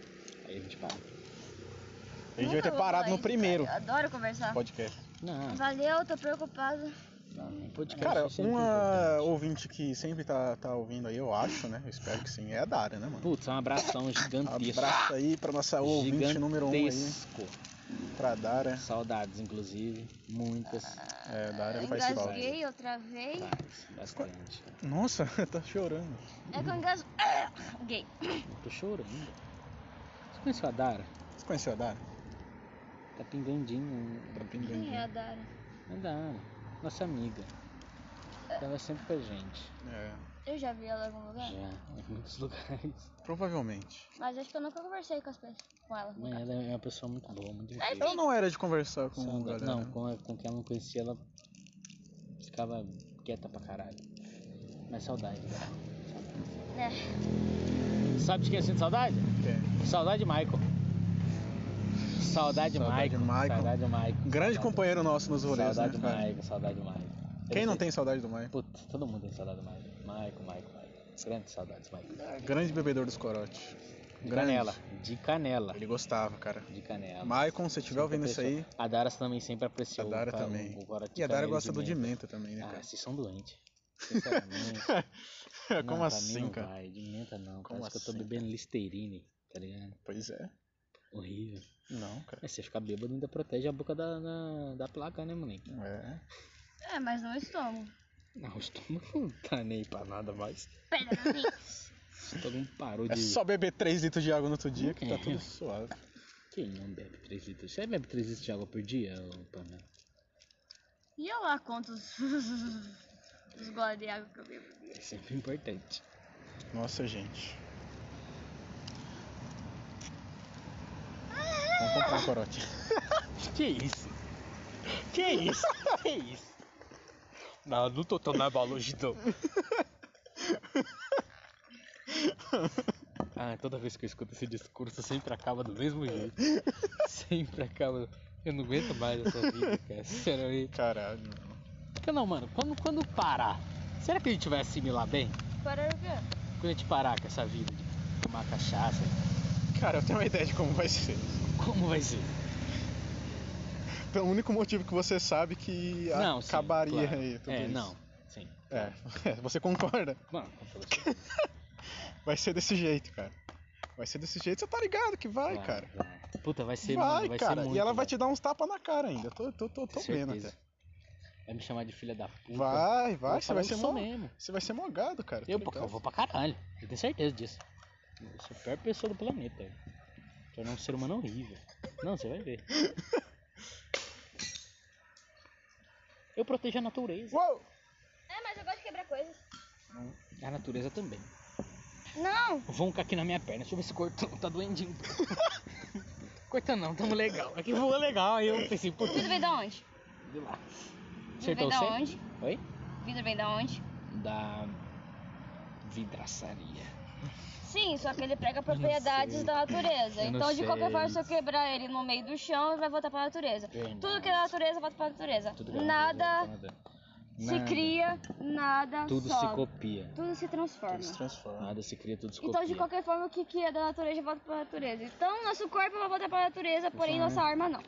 [SPEAKER 3] Aí a gente para.
[SPEAKER 2] A gente vai
[SPEAKER 1] Nunca
[SPEAKER 2] ter
[SPEAKER 1] vou
[SPEAKER 2] parado
[SPEAKER 1] falar
[SPEAKER 2] no
[SPEAKER 3] é
[SPEAKER 1] isso,
[SPEAKER 2] primeiro
[SPEAKER 1] cara. Eu adoro conversar.
[SPEAKER 2] podcast.
[SPEAKER 3] Não,
[SPEAKER 1] Valeu, tô preocupada.
[SPEAKER 3] não. Podcast
[SPEAKER 2] Cara,
[SPEAKER 3] é sempre
[SPEAKER 2] uma
[SPEAKER 3] importante.
[SPEAKER 2] ouvinte que sempre tá, tá ouvindo aí, eu acho, né? Eu espero que sim, é a Dara, né, mano?
[SPEAKER 3] Putz, um abração gigantesco.
[SPEAKER 2] Abraço aí pra nossa ouvinte número 1 um aí,
[SPEAKER 3] Gigantesco.
[SPEAKER 2] pra Dara.
[SPEAKER 3] Saudades, inclusive. Muitas.
[SPEAKER 2] É, Dara faz Tá. falta.
[SPEAKER 3] assim.
[SPEAKER 1] Engasguei, eu travei.
[SPEAKER 3] Saudades, Bastante.
[SPEAKER 2] Nossa, tá chorando.
[SPEAKER 1] É que eu engasguei.
[SPEAKER 3] Eu tô chorando. Você conheceu a Dara?
[SPEAKER 2] Você conheceu a Dara?
[SPEAKER 3] Tá pingandinho.
[SPEAKER 2] Tá
[SPEAKER 1] Quem é
[SPEAKER 2] pingando.
[SPEAKER 1] a Dara?
[SPEAKER 3] A Dara. Nossa amiga. Ela é sempre com a gente.
[SPEAKER 2] É,
[SPEAKER 1] Eu já vi ela em algum lugar.
[SPEAKER 3] Já, em muitos lugares.
[SPEAKER 2] provavelmente.
[SPEAKER 1] Mas acho que eu nunca conversei com as pessoas. Com ela.
[SPEAKER 3] Mas ela é uma pessoa muito boa, muito incrível.
[SPEAKER 2] Eu não era de conversar com
[SPEAKER 3] Só-
[SPEAKER 2] galera.
[SPEAKER 3] Não, com, a- com quem ela não conhecia, ela ficava quieta pra caralho. Mas saudade, cara.
[SPEAKER 1] Né?
[SPEAKER 3] Sabe de quem eu sinto saudade?
[SPEAKER 2] Quem?
[SPEAKER 3] Saudade de Michael. Saudade
[SPEAKER 2] Saudade
[SPEAKER 3] de Michael.
[SPEAKER 2] do Michael.
[SPEAKER 3] Saudade de Michael.
[SPEAKER 2] Grande
[SPEAKER 3] Saudade-
[SPEAKER 2] companheiro nosso nos rolês,
[SPEAKER 3] Saudade
[SPEAKER 2] né,
[SPEAKER 3] do
[SPEAKER 2] cara?
[SPEAKER 3] Michael, saudade do Michael. Eu
[SPEAKER 2] Quem não
[SPEAKER 3] sei-
[SPEAKER 2] tem saudade do Maio?
[SPEAKER 3] Putz, todo mundo tem saudade do Michael. Michael, Michael, Michael. Grandes saudades, Michael.
[SPEAKER 2] Grande bebedor dos corotes.
[SPEAKER 3] De
[SPEAKER 2] Grande.
[SPEAKER 3] canela. De canela.
[SPEAKER 2] Ele gostava, cara.
[SPEAKER 3] De canela.
[SPEAKER 2] Maicon, se você estiver ouvindo isso aí,
[SPEAKER 3] A Dara também sempre apreciou.
[SPEAKER 2] A Dara
[SPEAKER 3] o ca-
[SPEAKER 2] também.
[SPEAKER 3] o corote de
[SPEAKER 2] e a Dara
[SPEAKER 3] canela
[SPEAKER 2] gosta do
[SPEAKER 3] menta.
[SPEAKER 2] Dimenta também, né,
[SPEAKER 3] Ah,
[SPEAKER 2] cara?
[SPEAKER 3] vocês são doentes. Sinceramente. Não,
[SPEAKER 2] Como
[SPEAKER 3] pra mim
[SPEAKER 2] assim,
[SPEAKER 3] não
[SPEAKER 2] cara?
[SPEAKER 3] Vai, de menta não.
[SPEAKER 2] Como
[SPEAKER 3] Parece que eu tô
[SPEAKER 2] assim,
[SPEAKER 3] bebendo Listerine, tá ligado?
[SPEAKER 2] Pois é.
[SPEAKER 3] Horrível.
[SPEAKER 2] Não, cara.
[SPEAKER 3] Mas você ficar bêbado ainda protege a boca da, da, da placa, né, moleque?
[SPEAKER 2] É.
[SPEAKER 1] É, mas não estou.
[SPEAKER 3] Não, o estômago não tá nem pra nada mais.
[SPEAKER 1] Pedra no rim.
[SPEAKER 3] O estômago parou
[SPEAKER 2] É
[SPEAKER 3] de.
[SPEAKER 2] só beber 3 litros de água no outro dia que tá
[SPEAKER 3] É.
[SPEAKER 2] tudo suave.
[SPEAKER 3] Quem não bebe 3 litros? Você bebe 3 litros de água por dia, ô, Pamela?
[SPEAKER 1] E eu lá conto os. os goles de água que eu bebo.
[SPEAKER 3] É sempre importante.
[SPEAKER 2] Nossa, gente. Vamos comprar um corote.
[SPEAKER 3] Que isso? Que isso? Que isso? Não, não tô tão na balões, não. Ah, toda vez que eu escuto esse discurso, sempre acaba do mesmo jeito. Sempre acaba. Eu não aguento mais essa vida, cara. Sinceramente.
[SPEAKER 2] Caralho, mano.
[SPEAKER 3] Porque não, mano, quando, quando parar, será que a gente vai assimilar bem?
[SPEAKER 1] Parar o quê?
[SPEAKER 3] Quando a gente parar com essa vida de tomar cachaça,
[SPEAKER 2] Cara, eu tenho uma ideia de como vai ser.
[SPEAKER 3] como vai ser?
[SPEAKER 2] Pelo único motivo que você sabe que
[SPEAKER 3] Não, sim,
[SPEAKER 2] acabaria
[SPEAKER 3] claro.
[SPEAKER 2] aí tudo
[SPEAKER 3] É,
[SPEAKER 2] isso.
[SPEAKER 3] não. Sim.
[SPEAKER 2] É, você concorda?
[SPEAKER 3] Mano,
[SPEAKER 2] Vai ser desse jeito, cara. Vai ser desse jeito, você tá ligado que vai, cara.
[SPEAKER 3] vai. Puta, vai ser,
[SPEAKER 2] vai,
[SPEAKER 3] mano, vai
[SPEAKER 2] cara.
[SPEAKER 3] ser muito.
[SPEAKER 2] e ela vai
[SPEAKER 3] velho.
[SPEAKER 2] te dar uns tapas na cara ainda. Tô, tô, tô, tô
[SPEAKER 3] Com
[SPEAKER 2] vendo
[SPEAKER 3] certeza.
[SPEAKER 2] até.
[SPEAKER 3] Vai me chamar de filha da puta.
[SPEAKER 2] Vai,
[SPEAKER 3] Eu
[SPEAKER 2] vai,
[SPEAKER 3] vou
[SPEAKER 2] você
[SPEAKER 3] falar
[SPEAKER 2] vai
[SPEAKER 3] que
[SPEAKER 2] ser então.
[SPEAKER 3] sou
[SPEAKER 2] mo...
[SPEAKER 3] mesmo.
[SPEAKER 2] Você vai ser mogado, cara. tô
[SPEAKER 3] Eu, pô, eu
[SPEAKER 2] ligado.
[SPEAKER 3] vou pra caralho. Eu tenho certeza disso. Eu sou a pior pessoa do planeta. velho. Tornar um ser humano horrível. Não, você vai ver. Eu protejo a natureza.
[SPEAKER 2] Uou!
[SPEAKER 1] É, mas eu gosto de quebrar coisas.
[SPEAKER 3] A natureza também.
[SPEAKER 1] Não!
[SPEAKER 3] Vão cá aqui na minha perna. Deixa eu ver se cortou. Tá doendinho. Cortando não, tamo legal. É que voa legal. Aí eu pensei, pô,
[SPEAKER 1] O vidro vem da onde?
[SPEAKER 3] de lá.
[SPEAKER 1] O vidro vem
[SPEAKER 3] Acertou
[SPEAKER 1] da
[SPEAKER 3] você?
[SPEAKER 1] onde?
[SPEAKER 3] Oi?
[SPEAKER 1] O vidro vem da onde?
[SPEAKER 3] Da vidraçaria.
[SPEAKER 1] Sim, só que ele prega propriedades da natureza.
[SPEAKER 3] Eu não
[SPEAKER 1] Então, de qualquer
[SPEAKER 3] sei.
[SPEAKER 1] forma, se eu quebrar ele no meio do chão, ele vai voltar pra natureza.
[SPEAKER 3] Verdade.
[SPEAKER 1] Tudo que é natureza, volta pra natureza.
[SPEAKER 3] Tudo que é
[SPEAKER 1] nada
[SPEAKER 3] natureza,
[SPEAKER 1] se cria, nada
[SPEAKER 3] Tudo se
[SPEAKER 1] sobe.
[SPEAKER 3] copia.
[SPEAKER 1] Tudo se transforma.
[SPEAKER 3] Nada se cria, tudo se copia.
[SPEAKER 1] Então, de qualquer forma, o que, que é da natureza volta pra natureza. Então, nosso corpo vai voltar pra natureza, porém,
[SPEAKER 3] é.
[SPEAKER 1] nossa arma não.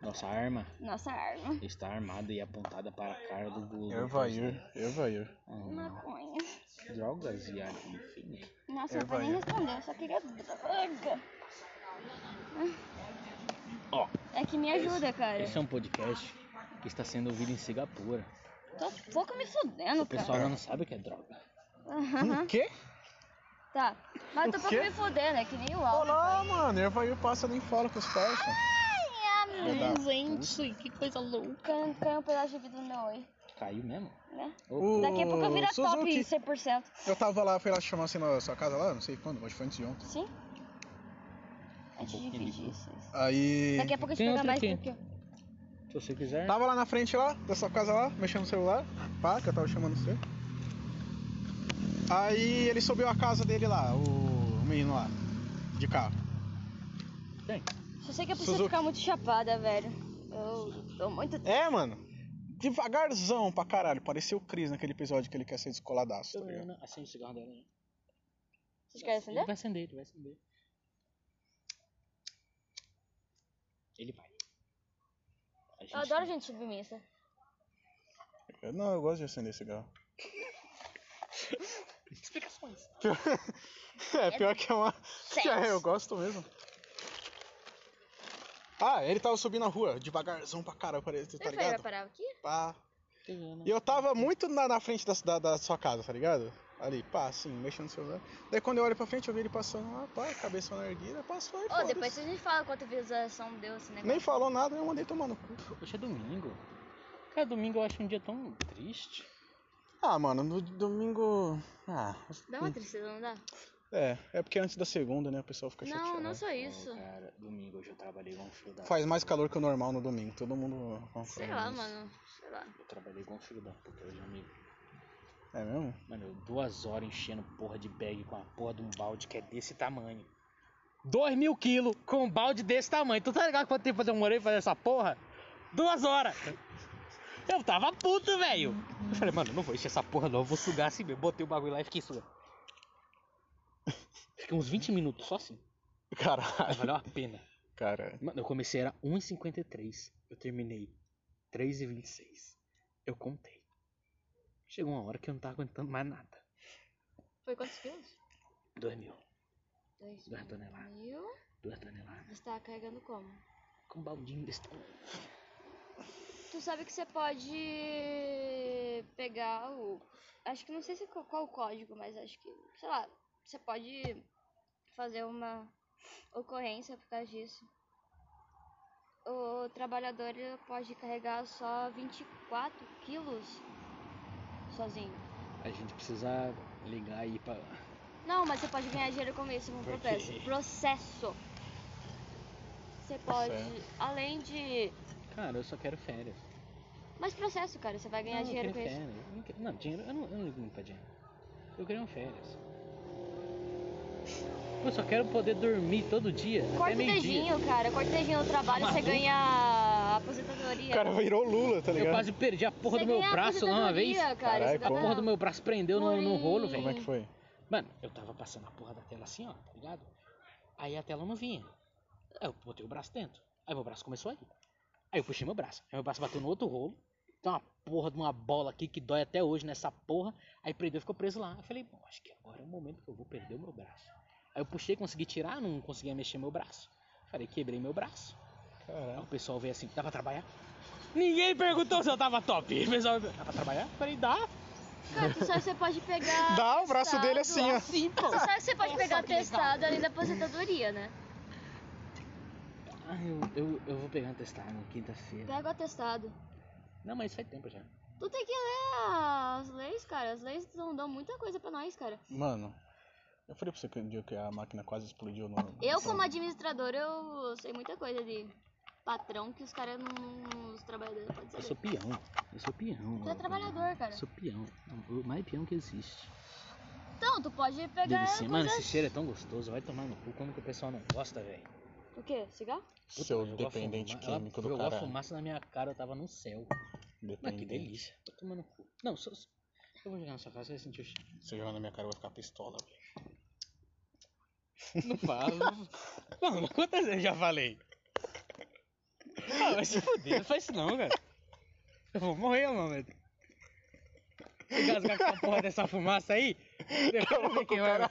[SPEAKER 3] Nossa arma
[SPEAKER 1] Nossa arma.
[SPEAKER 3] está armada e apontada para a cara do... do
[SPEAKER 2] Eu vai ir, eu vai ir.
[SPEAKER 1] Maconha.
[SPEAKER 3] Drogas e armas, enfim.
[SPEAKER 1] Nossa, meu pai nem respondeu, só queria droga.
[SPEAKER 3] Ó.
[SPEAKER 1] É que me ajuda, cara.
[SPEAKER 3] Esse é um podcast que está sendo ouvido em Singapura.
[SPEAKER 1] Tô pouco me fudendo,
[SPEAKER 3] O
[SPEAKER 1] cara.
[SPEAKER 3] um pessoal lá não sabe o que é um droga.
[SPEAKER 1] Aham,
[SPEAKER 2] O Hum, quê?
[SPEAKER 1] tá. Mas tô pouco
[SPEAKER 2] quê?
[SPEAKER 1] me fudendo, é que nem o Al.
[SPEAKER 2] Olá, mano. Eu vai ir, passa nem fala com os pais, cara.
[SPEAKER 1] Ai,
[SPEAKER 2] Verdade.
[SPEAKER 1] gente, que coisa louca. Caiu, caiu um pedaço de vidro no meu oi,
[SPEAKER 3] Caiu mesmo?
[SPEAKER 1] né?
[SPEAKER 2] O
[SPEAKER 1] Daqui a pouco eu viro a top é
[SPEAKER 2] Suzuki.
[SPEAKER 1] 100%.
[SPEAKER 2] Eu tava lá, fui lá te chamar assim na sua casa lá, não sei quando, mas foi antes de ontem.
[SPEAKER 1] Sim? A gente
[SPEAKER 3] Um pouquinho de
[SPEAKER 1] divide isso.
[SPEAKER 2] Aí.
[SPEAKER 1] Daqui a pouco a gente
[SPEAKER 3] Tem
[SPEAKER 1] pega
[SPEAKER 3] outra
[SPEAKER 1] mais
[SPEAKER 3] aqui.
[SPEAKER 1] do que eu.
[SPEAKER 3] Se você quiser...
[SPEAKER 2] Tava lá na frente lá, da sua casa lá, mexendo no celular. Pá, que eu tava chamando você. Aí ele subiu a casa dele lá, o menino lá, de carro.
[SPEAKER 1] Só sei que eu preciso
[SPEAKER 2] Suzuki.
[SPEAKER 1] ficar muito chapada, velho. Eu tô muito.
[SPEAKER 2] É, mano. Devagarzão pra caralho. Parecia o Chris naquele episódio que ele quer ser descoladaço, tá ligado?
[SPEAKER 3] Acende o cigarro dela. né?
[SPEAKER 1] Vocês querem
[SPEAKER 3] Ele
[SPEAKER 1] acender?
[SPEAKER 3] vai acender, ele vai acender. Ele vai. A gente-
[SPEAKER 1] Eu adoro gente submissa.
[SPEAKER 2] Eu- Não, eu gosto de acender cigarro.
[SPEAKER 3] Explicações.
[SPEAKER 2] Pior- É, pior que é uma.
[SPEAKER 1] Sério?
[SPEAKER 2] É, eu gosto mesmo. Ah, ele tava subindo a rua, devagarzão pra caralho, parece, tá
[SPEAKER 1] Eu falei, vai
[SPEAKER 2] ligado?
[SPEAKER 1] parar aqui?
[SPEAKER 2] Pá.
[SPEAKER 1] né?
[SPEAKER 2] E eu tava muito na, na frente da, da, da sua casa, tá ligado? Ali, pá, assim, mexendo no celular. Daí quando eu olho pra frente, eu vi ele passando lá, pá, cabeça na erguida, passou aí,
[SPEAKER 1] Ô,
[SPEAKER 2] foda-se.
[SPEAKER 1] depois a gente fala quanto visualização deu esse negócio.
[SPEAKER 2] Nem falou nada, eu mandei tomar no cu.
[SPEAKER 3] Hoje é domingo. Cara, domingo eu acho um dia tão triste.
[SPEAKER 2] Ah, mano, no domingo. Ah,
[SPEAKER 1] Dá uma tristeza, não dá?
[SPEAKER 2] é, é porque antes da segunda, né, o pessoal fica
[SPEAKER 1] Não,
[SPEAKER 2] chateado.
[SPEAKER 1] não só isso.
[SPEAKER 3] Pô, cara, domingo hoje eu trabalhei igual um filho da
[SPEAKER 2] Faz mais calor que o normal no domingo, todo mundo.
[SPEAKER 1] Sei lá, mano. Sei lá.
[SPEAKER 3] Eu trabalhei igual um filho da puta hoje, amigo.
[SPEAKER 2] É mesmo?
[SPEAKER 3] Mano, eu duas horas enchendo porra de bag com a porra de um balde que é desse tamanho. Dois mil quilos com um balde desse tamanho. Tu tá ligado quanto tempo eu demorei pra fazer essa porra? Duas horas. Eu tava puto, velho. Eu falei, mano, não vou encher essa porra não, eu vou sugar assim mesmo. Botei o bagulho lá e fiquei sugando. Fiquei uns 20 minutos só assim. Mas
[SPEAKER 2] Caralho.
[SPEAKER 3] valeu a pena.
[SPEAKER 2] Cara,
[SPEAKER 3] Mano, eu comecei era 1,53. Eu terminei 3,26. Eu contei. Chegou uma hora que eu não tava aguentando mais nada.
[SPEAKER 1] Foi quantos quilos?
[SPEAKER 3] 2 mil.
[SPEAKER 1] Dois
[SPEAKER 3] Duas toneladas.
[SPEAKER 1] mil.
[SPEAKER 3] Duas toneladas.
[SPEAKER 1] Você tava carregando como?
[SPEAKER 3] Com um baldinho desse tamanho.
[SPEAKER 1] Tu sabe que você pode pegar o. Acho que não sei se é qual, qual o código, mas acho que. Sei lá, você pode fazer uma ocorrência por causa disso. O trabalhador ele pode carregar só 24 quilos sozinho.
[SPEAKER 3] A gente precisa ligar aí pra.
[SPEAKER 1] Não, mas você pode ganhar dinheiro com isso, com
[SPEAKER 3] Por
[SPEAKER 1] processo.
[SPEAKER 3] quê?
[SPEAKER 1] Processo. Você Você pode,
[SPEAKER 2] Certo.
[SPEAKER 1] além de.
[SPEAKER 3] Cara, eu só quero férias.
[SPEAKER 1] Mas processo, cara, você vai ganhar
[SPEAKER 3] Não,
[SPEAKER 1] dinheiro
[SPEAKER 3] eu
[SPEAKER 1] com
[SPEAKER 3] queria
[SPEAKER 1] isso.
[SPEAKER 3] férias. Eu não quero- Não, dinheiro, eu não, eu não ligo muito pra dinheiro. Eu queria um férias. Eu só quero poder dormir todo dia.
[SPEAKER 1] Corta
[SPEAKER 3] até
[SPEAKER 1] o
[SPEAKER 3] meio-dia.
[SPEAKER 1] dedinho, cara. Corta o dedinho no trabalho, você
[SPEAKER 3] Maluco.
[SPEAKER 1] ganha a
[SPEAKER 2] O
[SPEAKER 1] aposentadoria.
[SPEAKER 2] cara virou Lula, tá
[SPEAKER 3] Eu
[SPEAKER 2] ligado?
[SPEAKER 3] quase perdi a porra
[SPEAKER 1] Você
[SPEAKER 3] do meu
[SPEAKER 1] ganha a
[SPEAKER 3] braço lá uma vez.
[SPEAKER 1] aposentadoria, cara,
[SPEAKER 2] Caralho,
[SPEAKER 1] você
[SPEAKER 2] como?
[SPEAKER 3] A
[SPEAKER 1] ganha-
[SPEAKER 3] porra do meu braço prendeu no, no rolo,
[SPEAKER 1] Porém.
[SPEAKER 3] velho.
[SPEAKER 2] Como é que foi?
[SPEAKER 3] Mano, eu tava passando a porra da tela assim, ó, tá ligado? Aí a tela não vinha. Aí eu botei o braço dentro. Aí meu braço começou a ir. Aí eu puxei meu braço. Aí meu braço bateu no outro rolo. Tem uma porra de uma bola aqui que dói até hoje nessa porra. Aí prendeu e ficou preso lá. Eu falei, bom, acho que agora é o momento que eu vou perder o meu braço. Aí eu puxei, consegui tirar, não conseguia mexer meu braço. Falei, quebrei meu braço. Aí o
[SPEAKER 2] Caralho.
[SPEAKER 3] pessoal veio assim, dá pra trabalhar? Ninguém perguntou se eu tava top. O pessoal, dá pra trabalhar? Falei, dá.
[SPEAKER 1] Cara, tu sabe que você pode pegar.
[SPEAKER 2] Dá o braço
[SPEAKER 1] testado.
[SPEAKER 2] dele assim, ó.
[SPEAKER 3] Sim, pô.
[SPEAKER 1] Você sabe que você pode
[SPEAKER 3] Nossa,
[SPEAKER 1] pegar
[SPEAKER 3] que legal.
[SPEAKER 1] testado além da aposentadoria, né?
[SPEAKER 3] Ah, eu, eu, eu vou pegar um testado quinta-feira.
[SPEAKER 1] Pega o atestado.
[SPEAKER 3] Não, mas faz tempo já.
[SPEAKER 1] Tu tem que ler as leis, cara. As leis não dão muita coisa pra nós, cara.
[SPEAKER 2] Mano, eu falei pra você que um dia que a máquina quase explodiu
[SPEAKER 3] Ah,
[SPEAKER 2] no.
[SPEAKER 1] Eu, como administrador, eu sei muita coisa de patrão que os caras não. Os trabalhadores não podem
[SPEAKER 3] Eu
[SPEAKER 1] saber.
[SPEAKER 3] sou peão. Eu sou peão.
[SPEAKER 1] Tu é
[SPEAKER 3] eu-
[SPEAKER 1] trabalhador, cara.
[SPEAKER 3] Eu sou peão. Não, O mais peão que existe.
[SPEAKER 1] Então, tu pode pegar.
[SPEAKER 3] Delicinha. Mano, esse
[SPEAKER 1] coisas-
[SPEAKER 3] cheiro é tão gostoso. Vai tomar no cu. Como que o pessoal não gosta, velho?
[SPEAKER 1] O quê? Cigarro?
[SPEAKER 3] Puta,
[SPEAKER 2] Seu
[SPEAKER 3] jogou a
[SPEAKER 2] dependente
[SPEAKER 3] fuma- ela
[SPEAKER 2] químico do
[SPEAKER 3] Jogou a
[SPEAKER 2] caralho.
[SPEAKER 3] fumaça na minha cara. Eu tava no céu. Mas que
[SPEAKER 2] Depende.
[SPEAKER 3] delícia. Tô tomando cu. Não, só... só- Eu vou jogar na sua casa. Você vai sentir o cheiro.
[SPEAKER 2] Se jogar na minha cara, eu vou ficar pistola, velho.
[SPEAKER 3] Não falo. Mano, quantas vezes eu já falei? Ah, vai se fuder, não faz isso não, velho. Eu vou morrer, mano. velho. Engasgar com essa porra dessa fumaça aí. Eu quero ver quem vai, eu
[SPEAKER 2] cara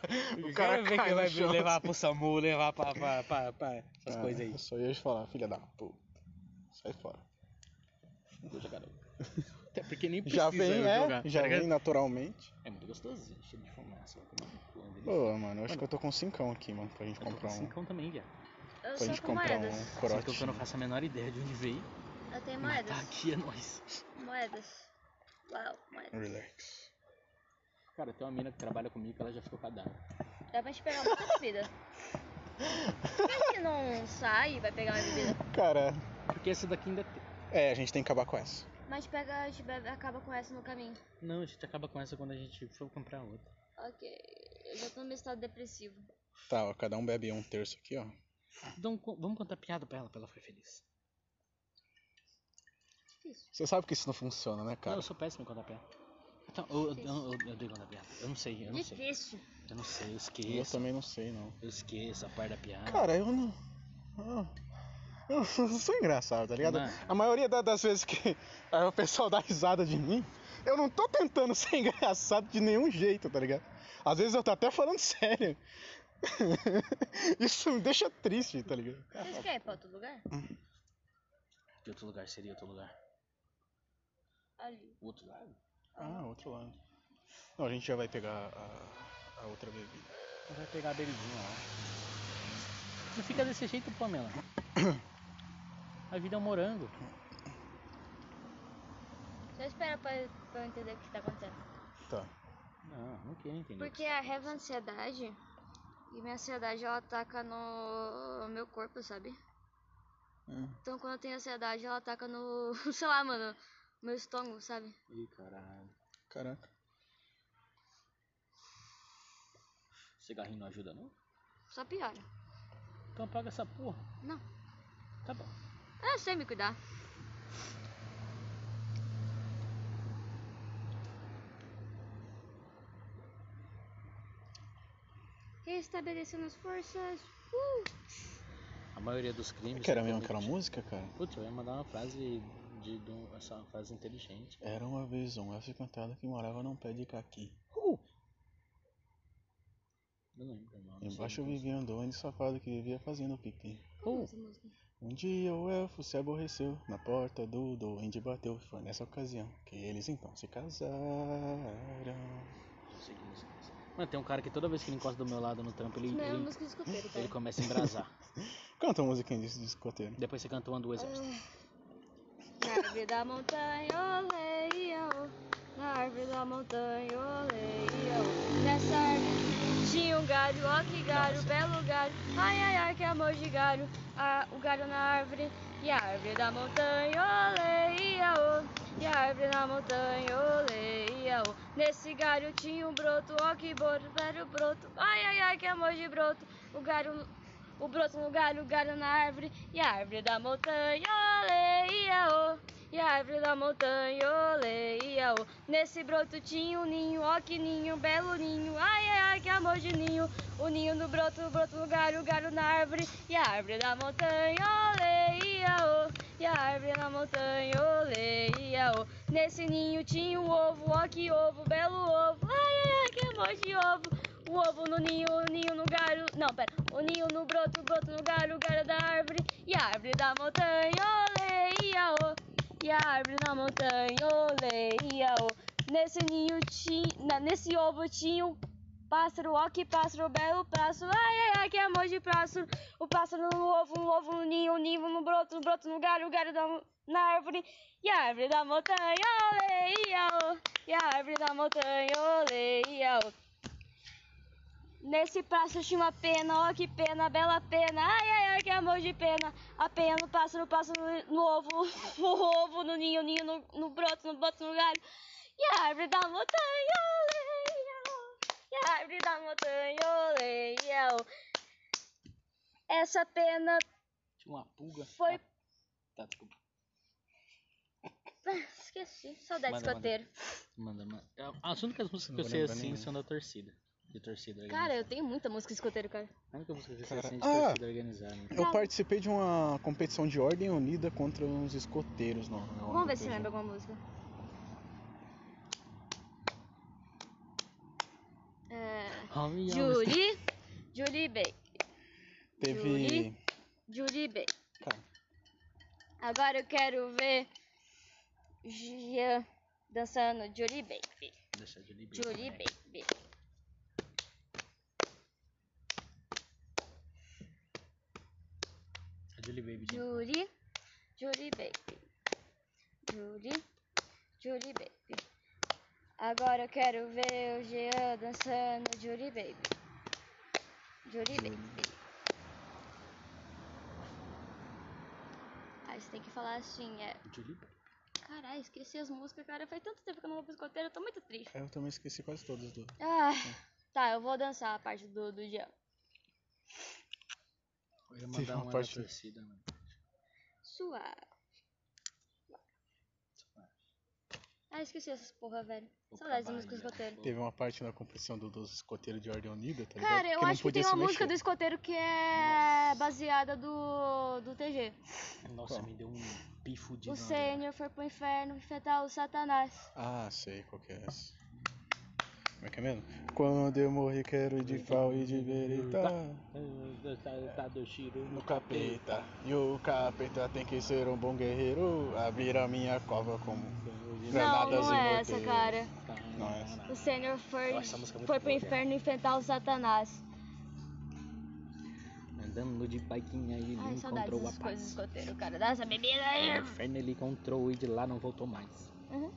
[SPEAKER 3] quero ver
[SPEAKER 2] cai
[SPEAKER 3] quem
[SPEAKER 2] no
[SPEAKER 3] vai me
[SPEAKER 2] chão,
[SPEAKER 3] levar pro SAMU, levar pra, pra, pra, pra essas
[SPEAKER 2] Ah,
[SPEAKER 3] coisas aí.
[SPEAKER 2] Eu só ia te falar, filha da puta. Sai fora.
[SPEAKER 3] Até porque nem precisa
[SPEAKER 2] Já vem,
[SPEAKER 3] eu
[SPEAKER 2] é?
[SPEAKER 3] jogar.
[SPEAKER 2] Já
[SPEAKER 3] tá ligado?
[SPEAKER 2] vem naturalmente.
[SPEAKER 3] É muito gostosinho, cheiro de fumaça. vai tomar no cu, velho.
[SPEAKER 2] Ô, mano, eu acho que eu tô com cincão aqui, mano, pra gente
[SPEAKER 3] Eu tô com
[SPEAKER 2] comprar um.
[SPEAKER 3] cincão também, viado.
[SPEAKER 6] Eu
[SPEAKER 2] Pra
[SPEAKER 6] sou
[SPEAKER 2] gente
[SPEAKER 6] com
[SPEAKER 2] comprar
[SPEAKER 6] moedas.
[SPEAKER 2] um
[SPEAKER 3] Só que
[SPEAKER 2] corote.
[SPEAKER 3] eu não faço a menor ideia de onde veio.
[SPEAKER 6] Eu tenho
[SPEAKER 3] Mas
[SPEAKER 6] moedas.
[SPEAKER 3] tá aqui é nóis.
[SPEAKER 6] Moedas. Uau, moedas.
[SPEAKER 2] Relax.
[SPEAKER 3] Cara, tem uma mina que trabalha comigo que ela já ficou cadada.
[SPEAKER 6] Dá pra um gente pegar muita bebida. Por que que não sai e vai pegar uma bebida?
[SPEAKER 2] Cara,
[SPEAKER 3] Porque essa daqui ainda tem.
[SPEAKER 2] é, a gente tem que acabar com essa.
[SPEAKER 6] Mas pega, a gente bebe, acaba com essa no caminho.
[SPEAKER 3] Não, a gente acaba com essa quando a gente for comprar outra.
[SPEAKER 6] Ok, eu já tô no meu estado depressivo.
[SPEAKER 2] Tá, ó, cada um bebe um terço aqui, ó.
[SPEAKER 3] Então, co- vamos contar piada pra ela, pra ela ficar feliz.
[SPEAKER 2] Você sabe que isso não funciona, né,
[SPEAKER 3] Não,
[SPEAKER 2] cara?
[SPEAKER 3] eu sou péssimo em contar piada. Então, eu, eu, eu, eu, eu dei contar piada. Eu não sei, eu não sei.
[SPEAKER 6] Difícil.
[SPEAKER 3] Eu não sei, eu
[SPEAKER 2] Eu
[SPEAKER 3] esqueço.
[SPEAKER 2] também não sei, não.
[SPEAKER 3] Eu esqueço a parte da piada.
[SPEAKER 2] Cara, eu não. ah, Eu sou sou engraçado, tá ligado?
[SPEAKER 3] Mano.
[SPEAKER 2] A maioria da- das vezes que aí o pessoal dá risada de mim, eu não tô tentando ser engraçado de nenhum jeito, tá ligado? Às vezes eu tô até falando sério. Isso me deixa triste, tá ligado?
[SPEAKER 6] Vocês querem ir pra outro lugar?
[SPEAKER 3] Que outro lugar seria outro lugar?
[SPEAKER 6] Ali.
[SPEAKER 3] O outro lado?
[SPEAKER 2] Ah, outro lado. Não, a gente já vai pegar a, a outra bebida.
[SPEAKER 3] Vai pegar a belezinha lá. Não fica desse jeito, Pamela. A vida é um morango.
[SPEAKER 6] Só espera pra, pra eu entender o que tá acontecendo.
[SPEAKER 2] Tá.
[SPEAKER 3] Não, não quero entender.
[SPEAKER 1] Porque a raiva é ansiedade. E minha ansiedade ela ataca no meu corpo, sabe? Então quando eu tenho ansiedade, ela ataca no. sei lá, mano. Meu estômago, sabe?
[SPEAKER 3] Ih, caralho.
[SPEAKER 2] Caraca.
[SPEAKER 3] Cigarrinho não ajuda, não?
[SPEAKER 1] Só piora.
[SPEAKER 3] Então apaga essa porra.
[SPEAKER 1] Não.
[SPEAKER 3] Tá bom.
[SPEAKER 1] Ah, Eu sei me cuidar. Restabelecendo as forças. Uh!
[SPEAKER 3] A maioria dos crimes.
[SPEAKER 2] Que era mesmo aquela
[SPEAKER 3] atualmente-
[SPEAKER 2] música, cara?
[SPEAKER 3] Putz, eu ia mandar uma frase de, de um- essa uma frase inteligente.
[SPEAKER 2] Era uma vez um elfo encantado que morava num pé de caqui.
[SPEAKER 3] Eu não lembro. Não, não sei
[SPEAKER 2] Embaixo
[SPEAKER 3] como
[SPEAKER 2] vivia um doente safado que vivia fazendo pipi.
[SPEAKER 3] Oh.
[SPEAKER 2] Um dia o elfo se aborreceu, na porta do duende bateu. Foi nessa ocasião que eles então se casaram.
[SPEAKER 3] que eu sei que música é essa. Mano, tem um cara que toda vez que ele encosta do meu lado no trampo, ele,
[SPEAKER 1] Isso não é
[SPEAKER 3] ele,
[SPEAKER 1] música de escoteiro,
[SPEAKER 3] ele
[SPEAKER 6] um
[SPEAKER 1] cara.
[SPEAKER 3] começa a embrasar.
[SPEAKER 2] Canta a musiquinha disso de escoteiro.
[SPEAKER 3] Depois você canta uma do exército.
[SPEAKER 6] Ah.
[SPEAKER 1] Na árvore da montanha, olé, e eu. Na árvore da
[SPEAKER 6] na montanha, olê, e eu nessa árvore. Tinha um galho, ó que galho, belo galho, ai ai ai que amor de galho, Ah, o galho na árvore e a árvore da montanha, olê, e eu e a árvore na montanha, olê, e eu nesse galho tinha um broto, ó que broto, velho broto, ai ai ai que amor de broto, o galho o broto no galho, o galho na árvore E a árvore da montanha, olê, iaô E a árvore da montanha, olê, iaô Nesse broto tinha um ninho, ó que ninho, belo ninho Ai, ai, ai, que amor de ninho O ninho no broto, o broto no galho, o galho na árvore E a árvore da montanha, olê, iaô E a árvore da montanha, olê, iaô Nesse ninho tinha um ovo, ó que ovo, belo ovo Ai, ai, ai, que amor de ovo o ovo no ninho, o ninho no galho. Não, pera. O ninho no broto, o broto no galho, o galho da árvore. E a árvore da montanha, olê, iaô. E a árvore da montanha, olê, iaô. Nesse ninho tinha. Nesse ovo tinha um pássaro, ó que pássaro, belo pássaro. Ai, ai, ai, que amor de pássaro. O pássaro no ovo, um ovo no ninho, o ninho no broto, o broto no galho, o galho da, mo- na árvore. E a árvore da montanha, olê, iaô. E a árvore da montanha, olê, iaô. Nesse pássaro tinha uma pena, ó que pena, bela pena, ai ai ai que amor de pena. A pena no pássaro, o pássaro no ovo, o ovo no ninho, o ninho no, no broto, no broto no galho. E a árvore da montanha, olê, iau. E a árvore da montanha, olê, iau. Essa pena
[SPEAKER 3] Tinha uma pulga.
[SPEAKER 6] foi...
[SPEAKER 3] Tá, desculpa.
[SPEAKER 6] Ah, Esqueci, saudade
[SPEAKER 3] Manda,
[SPEAKER 6] escoteiro.
[SPEAKER 3] Manda, manda. A única das músicas que eu
[SPEAKER 2] vou
[SPEAKER 3] sei
[SPEAKER 2] lembrar
[SPEAKER 3] assim
[SPEAKER 2] nenhuma.
[SPEAKER 3] são da torcida. De torcida
[SPEAKER 6] Cara,
[SPEAKER 3] organizada.
[SPEAKER 6] eu tenho muita música de escoteiro, cara.
[SPEAKER 3] A única música que eu sei assim de
[SPEAKER 2] Ah!
[SPEAKER 3] torcida organizada. né?
[SPEAKER 2] Eu participei de uma competição de ordem unida contra uns escoteiros. Não, não,
[SPEAKER 6] Vamos ver se
[SPEAKER 2] não.
[SPEAKER 6] lembra alguma música. É...
[SPEAKER 3] Homem, homem,
[SPEAKER 6] Julie, Julie Bay,
[SPEAKER 2] Teve.
[SPEAKER 6] Júri. Julie Bay.
[SPEAKER 2] Cara,
[SPEAKER 6] Agora eu quero ver Jean dançando Julie Baby.
[SPEAKER 3] deixa de liberar,
[SPEAKER 6] Julie
[SPEAKER 3] né?
[SPEAKER 6] Baby.
[SPEAKER 3] A Julie Baby. né?
[SPEAKER 6] Julie, Julie Baby. Julie, Julie Baby. Agora eu quero ver o Jean dançando Julie Baby. Julie Baby. Ah, você tem que falar assim, é.
[SPEAKER 3] Julie
[SPEAKER 6] Caralho, esqueci as músicas, cara. Faz tanto tempo que eu não vou pro escoteiro, eu tô muito triste.
[SPEAKER 2] eu também esqueci quase todas. Do...
[SPEAKER 6] Ah, tá, eu vou dançar a parte do, do Jean.
[SPEAKER 3] Eu ia
[SPEAKER 2] Teve
[SPEAKER 3] mandar
[SPEAKER 2] uma
[SPEAKER 3] uma, da
[SPEAKER 2] parte-
[SPEAKER 3] torcida, mano.
[SPEAKER 6] Suave. Ah, esqueci essas porra, velho.
[SPEAKER 3] Vou
[SPEAKER 6] Saudades
[SPEAKER 3] pra
[SPEAKER 6] das músicas do
[SPEAKER 3] Bahia.
[SPEAKER 6] escoteiro.
[SPEAKER 2] Teve uma parte na competição do, dos escoteiros de ordem unida, tá ligado?
[SPEAKER 6] Cara, eu
[SPEAKER 2] não
[SPEAKER 6] acho que
[SPEAKER 2] podia
[SPEAKER 6] tem
[SPEAKER 2] se
[SPEAKER 6] uma música do
[SPEAKER 2] mexer.
[SPEAKER 6] escoteiro que é baseada do, do TG.
[SPEAKER 3] Nossa,
[SPEAKER 2] Qual?
[SPEAKER 3] me deu um pifo de
[SPEAKER 6] O Sênior foi pro inferno enfrentar o Satanás.
[SPEAKER 2] Ah, sei qual que é essa. Como é que é mesmo? Quando eu morrer, quero de pau e de bereta
[SPEAKER 3] Tá. do Shiro.
[SPEAKER 2] Tá no capeta. E o capeta tem que ser um bom guerreiro. Abrir a minha cova como granadas
[SPEAKER 6] não, não é
[SPEAKER 2] e
[SPEAKER 6] essa,
[SPEAKER 2] morteiros.
[SPEAKER 6] cara.
[SPEAKER 2] Não é essa.
[SPEAKER 6] O Sênior foi,
[SPEAKER 3] assim, Nossa, essa música é muito
[SPEAKER 6] foi pro
[SPEAKER 3] boa,
[SPEAKER 6] inferno enfrentar o Satanás.
[SPEAKER 3] Andando de biquinha ele
[SPEAKER 6] Ai, saudades
[SPEAKER 3] encontrou a
[SPEAKER 6] das coisas do
[SPEAKER 3] paz.
[SPEAKER 6] escoteiro, cara. Dá essa bebida aí.
[SPEAKER 3] O inferno ele encontrou e de lá não voltou mais.
[SPEAKER 6] Uhum.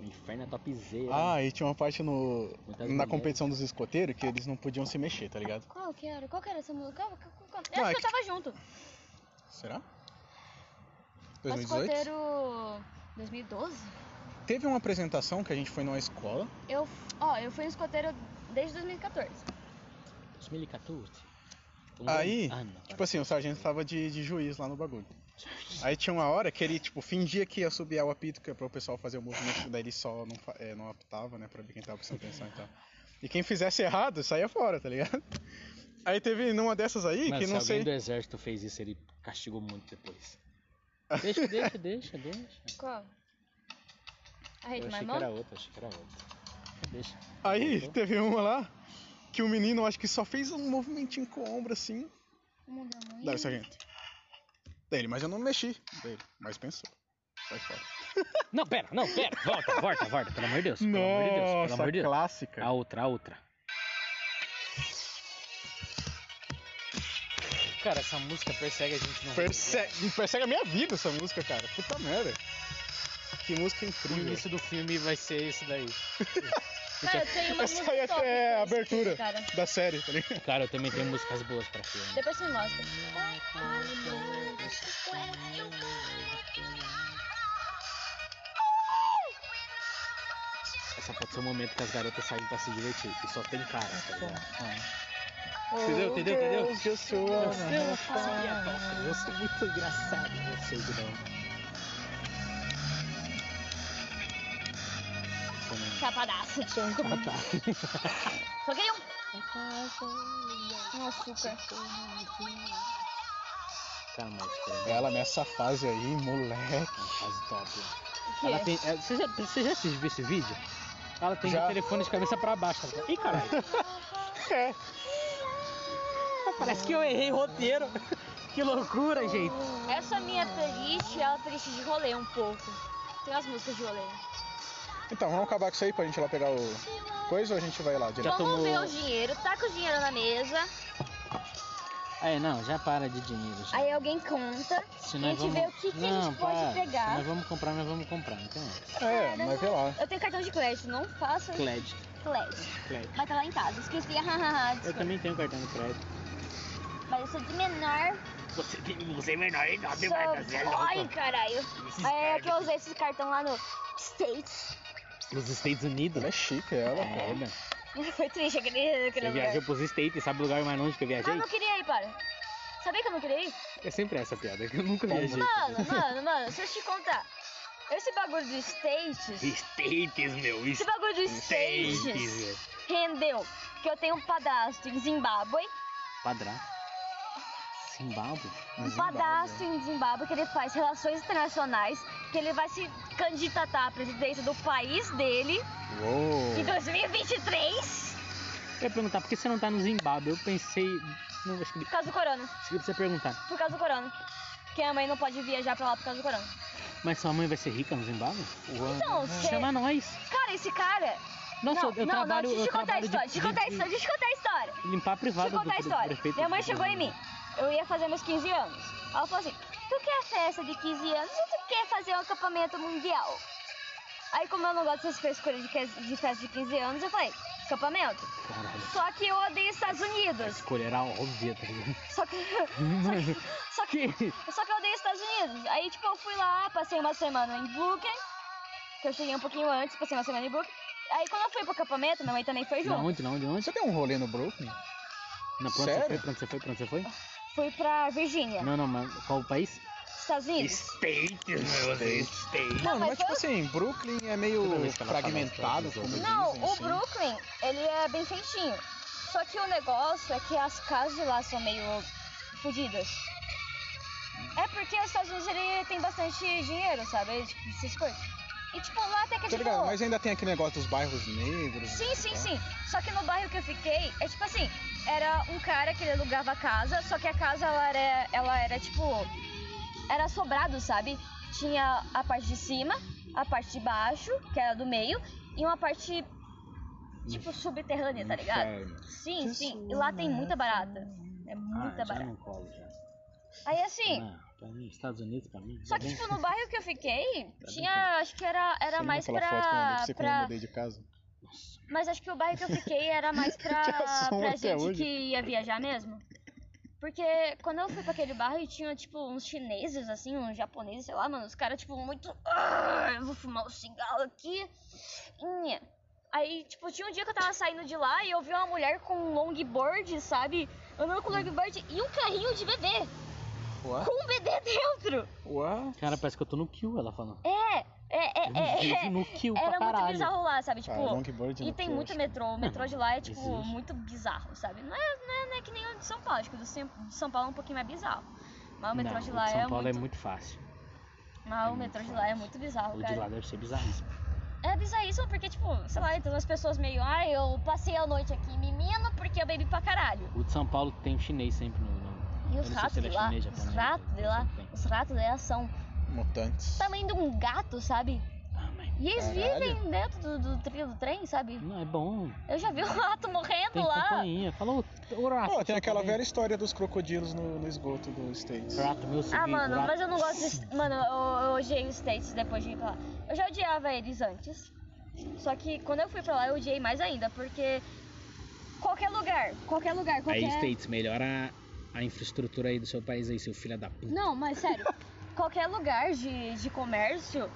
[SPEAKER 3] O inferno é topzera.
[SPEAKER 2] Ah, e tinha uma parte no,
[SPEAKER 3] Muitas
[SPEAKER 2] na
[SPEAKER 3] mulheres.
[SPEAKER 2] competição dos escoteiros que eles não podiam se mexer, tá ligado?
[SPEAKER 6] Qual que era? Qual que era essa música? Qual- qual- qual- Eu
[SPEAKER 2] Não,
[SPEAKER 6] acho
[SPEAKER 2] é
[SPEAKER 6] que eu
[SPEAKER 2] que-
[SPEAKER 6] tava junto.
[SPEAKER 2] Será?
[SPEAKER 6] Mas
[SPEAKER 2] 2018?
[SPEAKER 6] escoteiro 2012?
[SPEAKER 2] Teve uma apresentação que a gente foi numa escola.
[SPEAKER 6] Eu, ó, eu fui escoteiro desde 2014.
[SPEAKER 3] 2014. Um
[SPEAKER 2] Aí,
[SPEAKER 3] ano. Ah, não.
[SPEAKER 2] tipo assim, o sargento tava de, de juiz lá no bagulho. Aí tinha uma hora que ele, tipo, fingia que ia subir ao apito, que é pro pessoal fazer o movimento, daí ele só não, fa- é, não apitava, né, pra ver quem tava prestando atenção e tal. E quem fizesse errado, saía fora, tá ligado? Aí teve numa dessas aí,
[SPEAKER 3] Mano,
[SPEAKER 2] assim, que
[SPEAKER 3] se
[SPEAKER 2] não
[SPEAKER 3] alguém
[SPEAKER 2] sei...
[SPEAKER 3] do exército fez isso, ele castigou muito depois. Deixa, deixa, deixa, deixa.
[SPEAKER 6] Qual? A Rede
[SPEAKER 3] Eu
[SPEAKER 6] My
[SPEAKER 3] achei que
[SPEAKER 6] Mom?
[SPEAKER 3] era outra, achei que era outra. Deixa.
[SPEAKER 2] Aí
[SPEAKER 3] Voltou.
[SPEAKER 2] teve uma lá, que o menino, eu acho que só fez um movimentinho com o ombro, assim,
[SPEAKER 6] Muda muito.
[SPEAKER 2] Daí, sargento. Daí ele, mas eu não mexi. Daí ele, mas pensou. Sai fora.
[SPEAKER 3] Não, pera, não, pera. Volta, volta, volta. Pelo amor de Deus. Pelo amor de Deus. Pelo amor de Deus.
[SPEAKER 2] clássica.
[SPEAKER 3] A outra, a outra. Cara, essa música persegue a gente no rolê.
[SPEAKER 2] Persegue, persegue a minha vida essa música, cara. Puta merda. Que música
[SPEAKER 3] O
[SPEAKER 2] incrível.
[SPEAKER 3] início do filme vai ser isso daí.
[SPEAKER 6] Cara, tem uma
[SPEAKER 2] Essa
[SPEAKER 6] música
[SPEAKER 2] aí
[SPEAKER 6] top,
[SPEAKER 2] até é a
[SPEAKER 6] cara,
[SPEAKER 2] abertura
[SPEAKER 6] Cara,
[SPEAKER 2] da série, tá ligado?
[SPEAKER 3] Cara, eu também tenho músicas boas pra filme.
[SPEAKER 6] depois você me mostra.
[SPEAKER 3] Essa pode ser o momento que as garotas saem pra se divertir. E só tem cara, tá ligado?
[SPEAKER 2] Entendeu,
[SPEAKER 3] entendeu, entendeu?
[SPEAKER 2] Eu sou a Ana.
[SPEAKER 3] Eu sou é muito engraçado, eu sei que não.
[SPEAKER 1] Chapadaço. Só queria um. Um açúcar.
[SPEAKER 3] Cara, mas cara,
[SPEAKER 2] Ela nessa fase aí, moleque.
[SPEAKER 3] fase top.
[SPEAKER 1] Que
[SPEAKER 3] Ela
[SPEAKER 1] é?
[SPEAKER 3] tem. é, Você já, você já assistiu esse vídeo? Ela tem
[SPEAKER 2] Já.
[SPEAKER 3] o telefone de cabeça pra baixo. Ela... Ih, caralho. É. Parece que eu errei o roteiro. Que loucura, gente.
[SPEAKER 1] Essa minha playlist é a playlist de rolê um pouco. Tem as músicas de rolê.
[SPEAKER 2] Então, vamos acabar com isso aí pra gente ir lá pegar o. Coisa ou a gente vai lá direto?
[SPEAKER 1] Vamos
[SPEAKER 3] tomou-
[SPEAKER 1] ver o dinheiro, taca o dinheiro na mesa,
[SPEAKER 3] Aí, não, já para de dinheiro. Já.
[SPEAKER 1] aí alguém conta,
[SPEAKER 3] Se
[SPEAKER 1] e a
[SPEAKER 3] nós
[SPEAKER 1] gente vê o que, que a
[SPEAKER 3] Não,
[SPEAKER 1] gente pode
[SPEAKER 3] para. Se
[SPEAKER 1] pegar.
[SPEAKER 3] nós vamos comprar, nós vamos comprar, então.
[SPEAKER 2] É, mas vê lá.
[SPEAKER 1] Eu tenho cartão de crédito, não faça
[SPEAKER 3] Crédito,
[SPEAKER 1] crédito.
[SPEAKER 3] crédito.
[SPEAKER 1] Vai estar lá em casa, esqueci, hahaha,
[SPEAKER 3] Eu também tenho cartão de crédito.
[SPEAKER 1] mas eu sou de menor.
[SPEAKER 3] Você tem você é menor e nós
[SPEAKER 1] Sou... Ai, caralho. É que eu usei esse cartão lá no States.
[SPEAKER 3] Os Estados Unidos.
[SPEAKER 2] Ela
[SPEAKER 3] né?
[SPEAKER 2] é chique, ela.
[SPEAKER 3] É, mano.
[SPEAKER 1] Foi triste aquele, aquele
[SPEAKER 3] Você
[SPEAKER 1] lugar.
[SPEAKER 3] viajou pros States, sabe o lugar mais longe que eu
[SPEAKER 1] Ah, eu
[SPEAKER 3] viajei?
[SPEAKER 1] não queria ir, para. Sabia que eu não queria ir?
[SPEAKER 3] É sempre essa piada, que eu nunca viajei.
[SPEAKER 1] Mano, mano, mano, se eu te contar. Esse bagulho do States.
[SPEAKER 3] States, meu.
[SPEAKER 1] Esse bagulho do States
[SPEAKER 3] velho.
[SPEAKER 1] rendeu que eu tenho um padastro em Zimbábue.
[SPEAKER 3] Padrão. Zimbábue?
[SPEAKER 1] Um padastro em Zimbábue que ele faz relações internacionais. Que ele vai se candidatar à presidência do país dele
[SPEAKER 2] Uou.
[SPEAKER 1] em 2023
[SPEAKER 3] Eu ia perguntar, por que você não tá no Zimbábue? Eu pensei... Não, acho que
[SPEAKER 1] por causa do corona.
[SPEAKER 3] acho que precisa perguntar.
[SPEAKER 1] Por causa do corona. Que a mãe não pode viajar pra lá por causa do corona.
[SPEAKER 3] Mas sua mãe vai ser rica no Zimbábue?
[SPEAKER 1] Então, você.
[SPEAKER 3] Chama nós.
[SPEAKER 1] Cara, esse cara.
[SPEAKER 3] Nossa,
[SPEAKER 1] não,
[SPEAKER 3] eu, eu
[SPEAKER 1] não,
[SPEAKER 3] trabalho...
[SPEAKER 1] não, deixa eu
[SPEAKER 3] eu
[SPEAKER 1] te contar a
[SPEAKER 3] trabalho de-
[SPEAKER 1] história. Deixa eu te contar a
[SPEAKER 3] de-
[SPEAKER 1] história. Deixa eu te contar a história.
[SPEAKER 3] Limpar a privada
[SPEAKER 1] Deixa eu
[SPEAKER 3] do,
[SPEAKER 1] contar a
[SPEAKER 3] do
[SPEAKER 1] história.
[SPEAKER 3] prefeito.
[SPEAKER 1] Minha mãe chegou em mim. Eu ia fazer meus 15 anos. Ela falou assim: Tu quer festa de 15 anos ou tu quer fazer um acampamento mundial? Aí, como eu não gosto dessas frescuras de, que- de festa de 15 anos, eu falei: Acampamento.
[SPEAKER 3] Caralho.
[SPEAKER 1] Só que eu odeio Estados
[SPEAKER 3] A
[SPEAKER 1] Unidos.
[SPEAKER 3] escolha era óbvia, tá ligado?
[SPEAKER 1] Só que. Só que, só que, só que eu odeio Estados Unidos. Aí, tipo, eu fui lá, passei uma semana em Brooklyn. Que eu cheguei um pouquinho antes, passei uma semana em Brooklyn. Aí, quando eu fui pro acampamento, minha mãe também foi
[SPEAKER 3] Da
[SPEAKER 1] junto.
[SPEAKER 3] onde, da onde, da onde?
[SPEAKER 2] Você deu um rolê no Brooklyn?
[SPEAKER 3] Não, pronto,
[SPEAKER 2] Sério?
[SPEAKER 3] você foi, pronto, você foi, pronto, você foi?
[SPEAKER 1] Fui pra Virgínia,
[SPEAKER 3] Não, não, mas qual o país?
[SPEAKER 1] Estados Unidos.
[SPEAKER 2] Mano,
[SPEAKER 1] mas
[SPEAKER 2] mas tipo
[SPEAKER 1] eu-
[SPEAKER 2] assim, Brooklyn é
[SPEAKER 3] Toda
[SPEAKER 2] meio
[SPEAKER 3] vez que ela fala,
[SPEAKER 2] fragmentado,
[SPEAKER 3] ela fala
[SPEAKER 2] como dizem.
[SPEAKER 1] Não, o
[SPEAKER 2] assim.
[SPEAKER 1] Brooklyn, ele é bem feitinho. Só que o negócio é que as casas de lá são meio fodidas. É porque os Estados Unidos ele tem bastante dinheiro, sabe? Ele, tipo, essas coisas. E tipo, lá até que é
[SPEAKER 2] Tá
[SPEAKER 1] de
[SPEAKER 2] ligado?
[SPEAKER 1] boa.
[SPEAKER 2] Mas ainda tem aquele negócio dos bairros negros.
[SPEAKER 1] Sim, sim,
[SPEAKER 2] tá?
[SPEAKER 1] sim. Só que no bairro que eu fiquei, é tipo assim, era um cara que ele alugava a casa, só que a casa ela era, ela era tipo. Era sobrado, sabe? Tinha a parte de cima, a parte de baixo, que era do meio, e uma parte tipo subterrânea, tá ligado? Sim, sim. E lá tem muita barata. É muita
[SPEAKER 3] ah, já
[SPEAKER 1] barata.
[SPEAKER 3] não colo, já.
[SPEAKER 1] Aí assim.
[SPEAKER 3] Ah, pra mim, Estados Unidos, pra mim.
[SPEAKER 1] Só
[SPEAKER 3] tá
[SPEAKER 1] que,
[SPEAKER 3] bem.
[SPEAKER 1] tipo, no bairro que eu
[SPEAKER 3] Tá
[SPEAKER 1] fiquei, tinha, acho que era,
[SPEAKER 2] Você
[SPEAKER 1] era
[SPEAKER 2] lembra
[SPEAKER 1] mais
[SPEAKER 2] aquela foto que eu
[SPEAKER 1] pra,
[SPEAKER 2] mandei pra você quando eu
[SPEAKER 1] pra,
[SPEAKER 2] mudei de casa?
[SPEAKER 1] Mas acho que o bairro que eu fiquei era mais pra,
[SPEAKER 2] Te assombra
[SPEAKER 1] pra
[SPEAKER 2] até
[SPEAKER 1] gente
[SPEAKER 2] hoje.
[SPEAKER 1] que ia viajar mesmo. Porque quando eu fui pra aquele bairro tinha, tipo, uns chineses, assim, uns japoneses, sei lá, mano. Os caras, tipo, muito... "Ah, Eu vou fumar um cigarro aqui. Inha. Aí, tipo, tinha um dia que eu tava saindo de lá e eu vi uma mulher com um longboard, sabe? Andando com longboard e um carrinho de bebê.
[SPEAKER 2] Ué?
[SPEAKER 1] Com um bebê dentro.
[SPEAKER 2] Ué?
[SPEAKER 3] Cara, parece que eu tô no Kill, ela falando.
[SPEAKER 1] É, é, é,
[SPEAKER 3] Eu
[SPEAKER 1] é.
[SPEAKER 3] vivo
[SPEAKER 1] é.
[SPEAKER 3] no Kill pra
[SPEAKER 1] Era muito
[SPEAKER 3] caralho.
[SPEAKER 1] bizarro lá, sabe? Tipo,
[SPEAKER 2] Cara, longboard
[SPEAKER 1] e
[SPEAKER 2] no
[SPEAKER 1] tem
[SPEAKER 2] que Ah, eu
[SPEAKER 1] muito
[SPEAKER 2] acho.
[SPEAKER 1] metrô. O metrô de lá é, tipo,
[SPEAKER 3] existe.
[SPEAKER 1] muito bizarro, sabe? Não é, não, é, não é que nem o de São Paulo. Acho que o do Sem- de São Paulo é um pouquinho mais bizarro. Mas o metrô
[SPEAKER 3] Não,
[SPEAKER 1] de
[SPEAKER 3] o
[SPEAKER 1] lá
[SPEAKER 3] de São
[SPEAKER 1] é,
[SPEAKER 3] Paulo
[SPEAKER 1] muito...
[SPEAKER 3] é muito fácil.
[SPEAKER 1] Mas o
[SPEAKER 3] muito
[SPEAKER 1] metrô de lá
[SPEAKER 3] fácil.
[SPEAKER 1] é muito bizarro,
[SPEAKER 3] O de lá
[SPEAKER 1] cara.
[SPEAKER 3] deve ser bizarríssimo.
[SPEAKER 1] É bizarríssimo porque, tipo, sei lá, então as pessoas meio... Ai, eu passei a noite aqui menino porque eu bebi pra caralho.
[SPEAKER 3] O de São Paulo tem um chinês sempre no. no-
[SPEAKER 1] E
[SPEAKER 3] Eu
[SPEAKER 1] os
[SPEAKER 3] não sei
[SPEAKER 1] ratos
[SPEAKER 3] se
[SPEAKER 1] de
[SPEAKER 3] ele é
[SPEAKER 1] lá,
[SPEAKER 3] chinês,
[SPEAKER 1] os
[SPEAKER 3] japonês,
[SPEAKER 1] ratos de
[SPEAKER 3] eu
[SPEAKER 1] lá,
[SPEAKER 3] sei que tem.
[SPEAKER 1] os ratos de lá são
[SPEAKER 6] Tá
[SPEAKER 2] Mutantes.
[SPEAKER 1] tamanho de um gato, sabe?
[SPEAKER 3] Ah, mas
[SPEAKER 6] E eles
[SPEAKER 2] Caralho.
[SPEAKER 6] vivem dentro do, do trilho do trem, sabe?
[SPEAKER 3] Não, é bom.
[SPEAKER 6] Eu já vi
[SPEAKER 1] um
[SPEAKER 6] o rato morrendo
[SPEAKER 3] Tem
[SPEAKER 6] lá.
[SPEAKER 3] companhia. Falou, ô rato.
[SPEAKER 2] Pô, tem
[SPEAKER 3] seu
[SPEAKER 2] aquela
[SPEAKER 3] colega.
[SPEAKER 2] velha história dos crocodilos no, no esgoto do States.
[SPEAKER 3] Rato, meu
[SPEAKER 6] Ah,
[SPEAKER 3] seguinte,
[SPEAKER 6] mano,
[SPEAKER 3] rato.
[SPEAKER 6] mas eu não gosto desse... Mano, eu, eu odiei os States depois de ir pra lá. Eu já odiava eles antes. Só que quando eu fui pra lá, eu odiei mais ainda, porque... Qualquer lugar, qualquer lugar,
[SPEAKER 3] Aí,
[SPEAKER 6] qualquer...
[SPEAKER 3] States, melhora a infraestrutura aí do seu país aí, seu filho da puta.
[SPEAKER 6] Não, mas sério. Qualquer lugar de, de comércio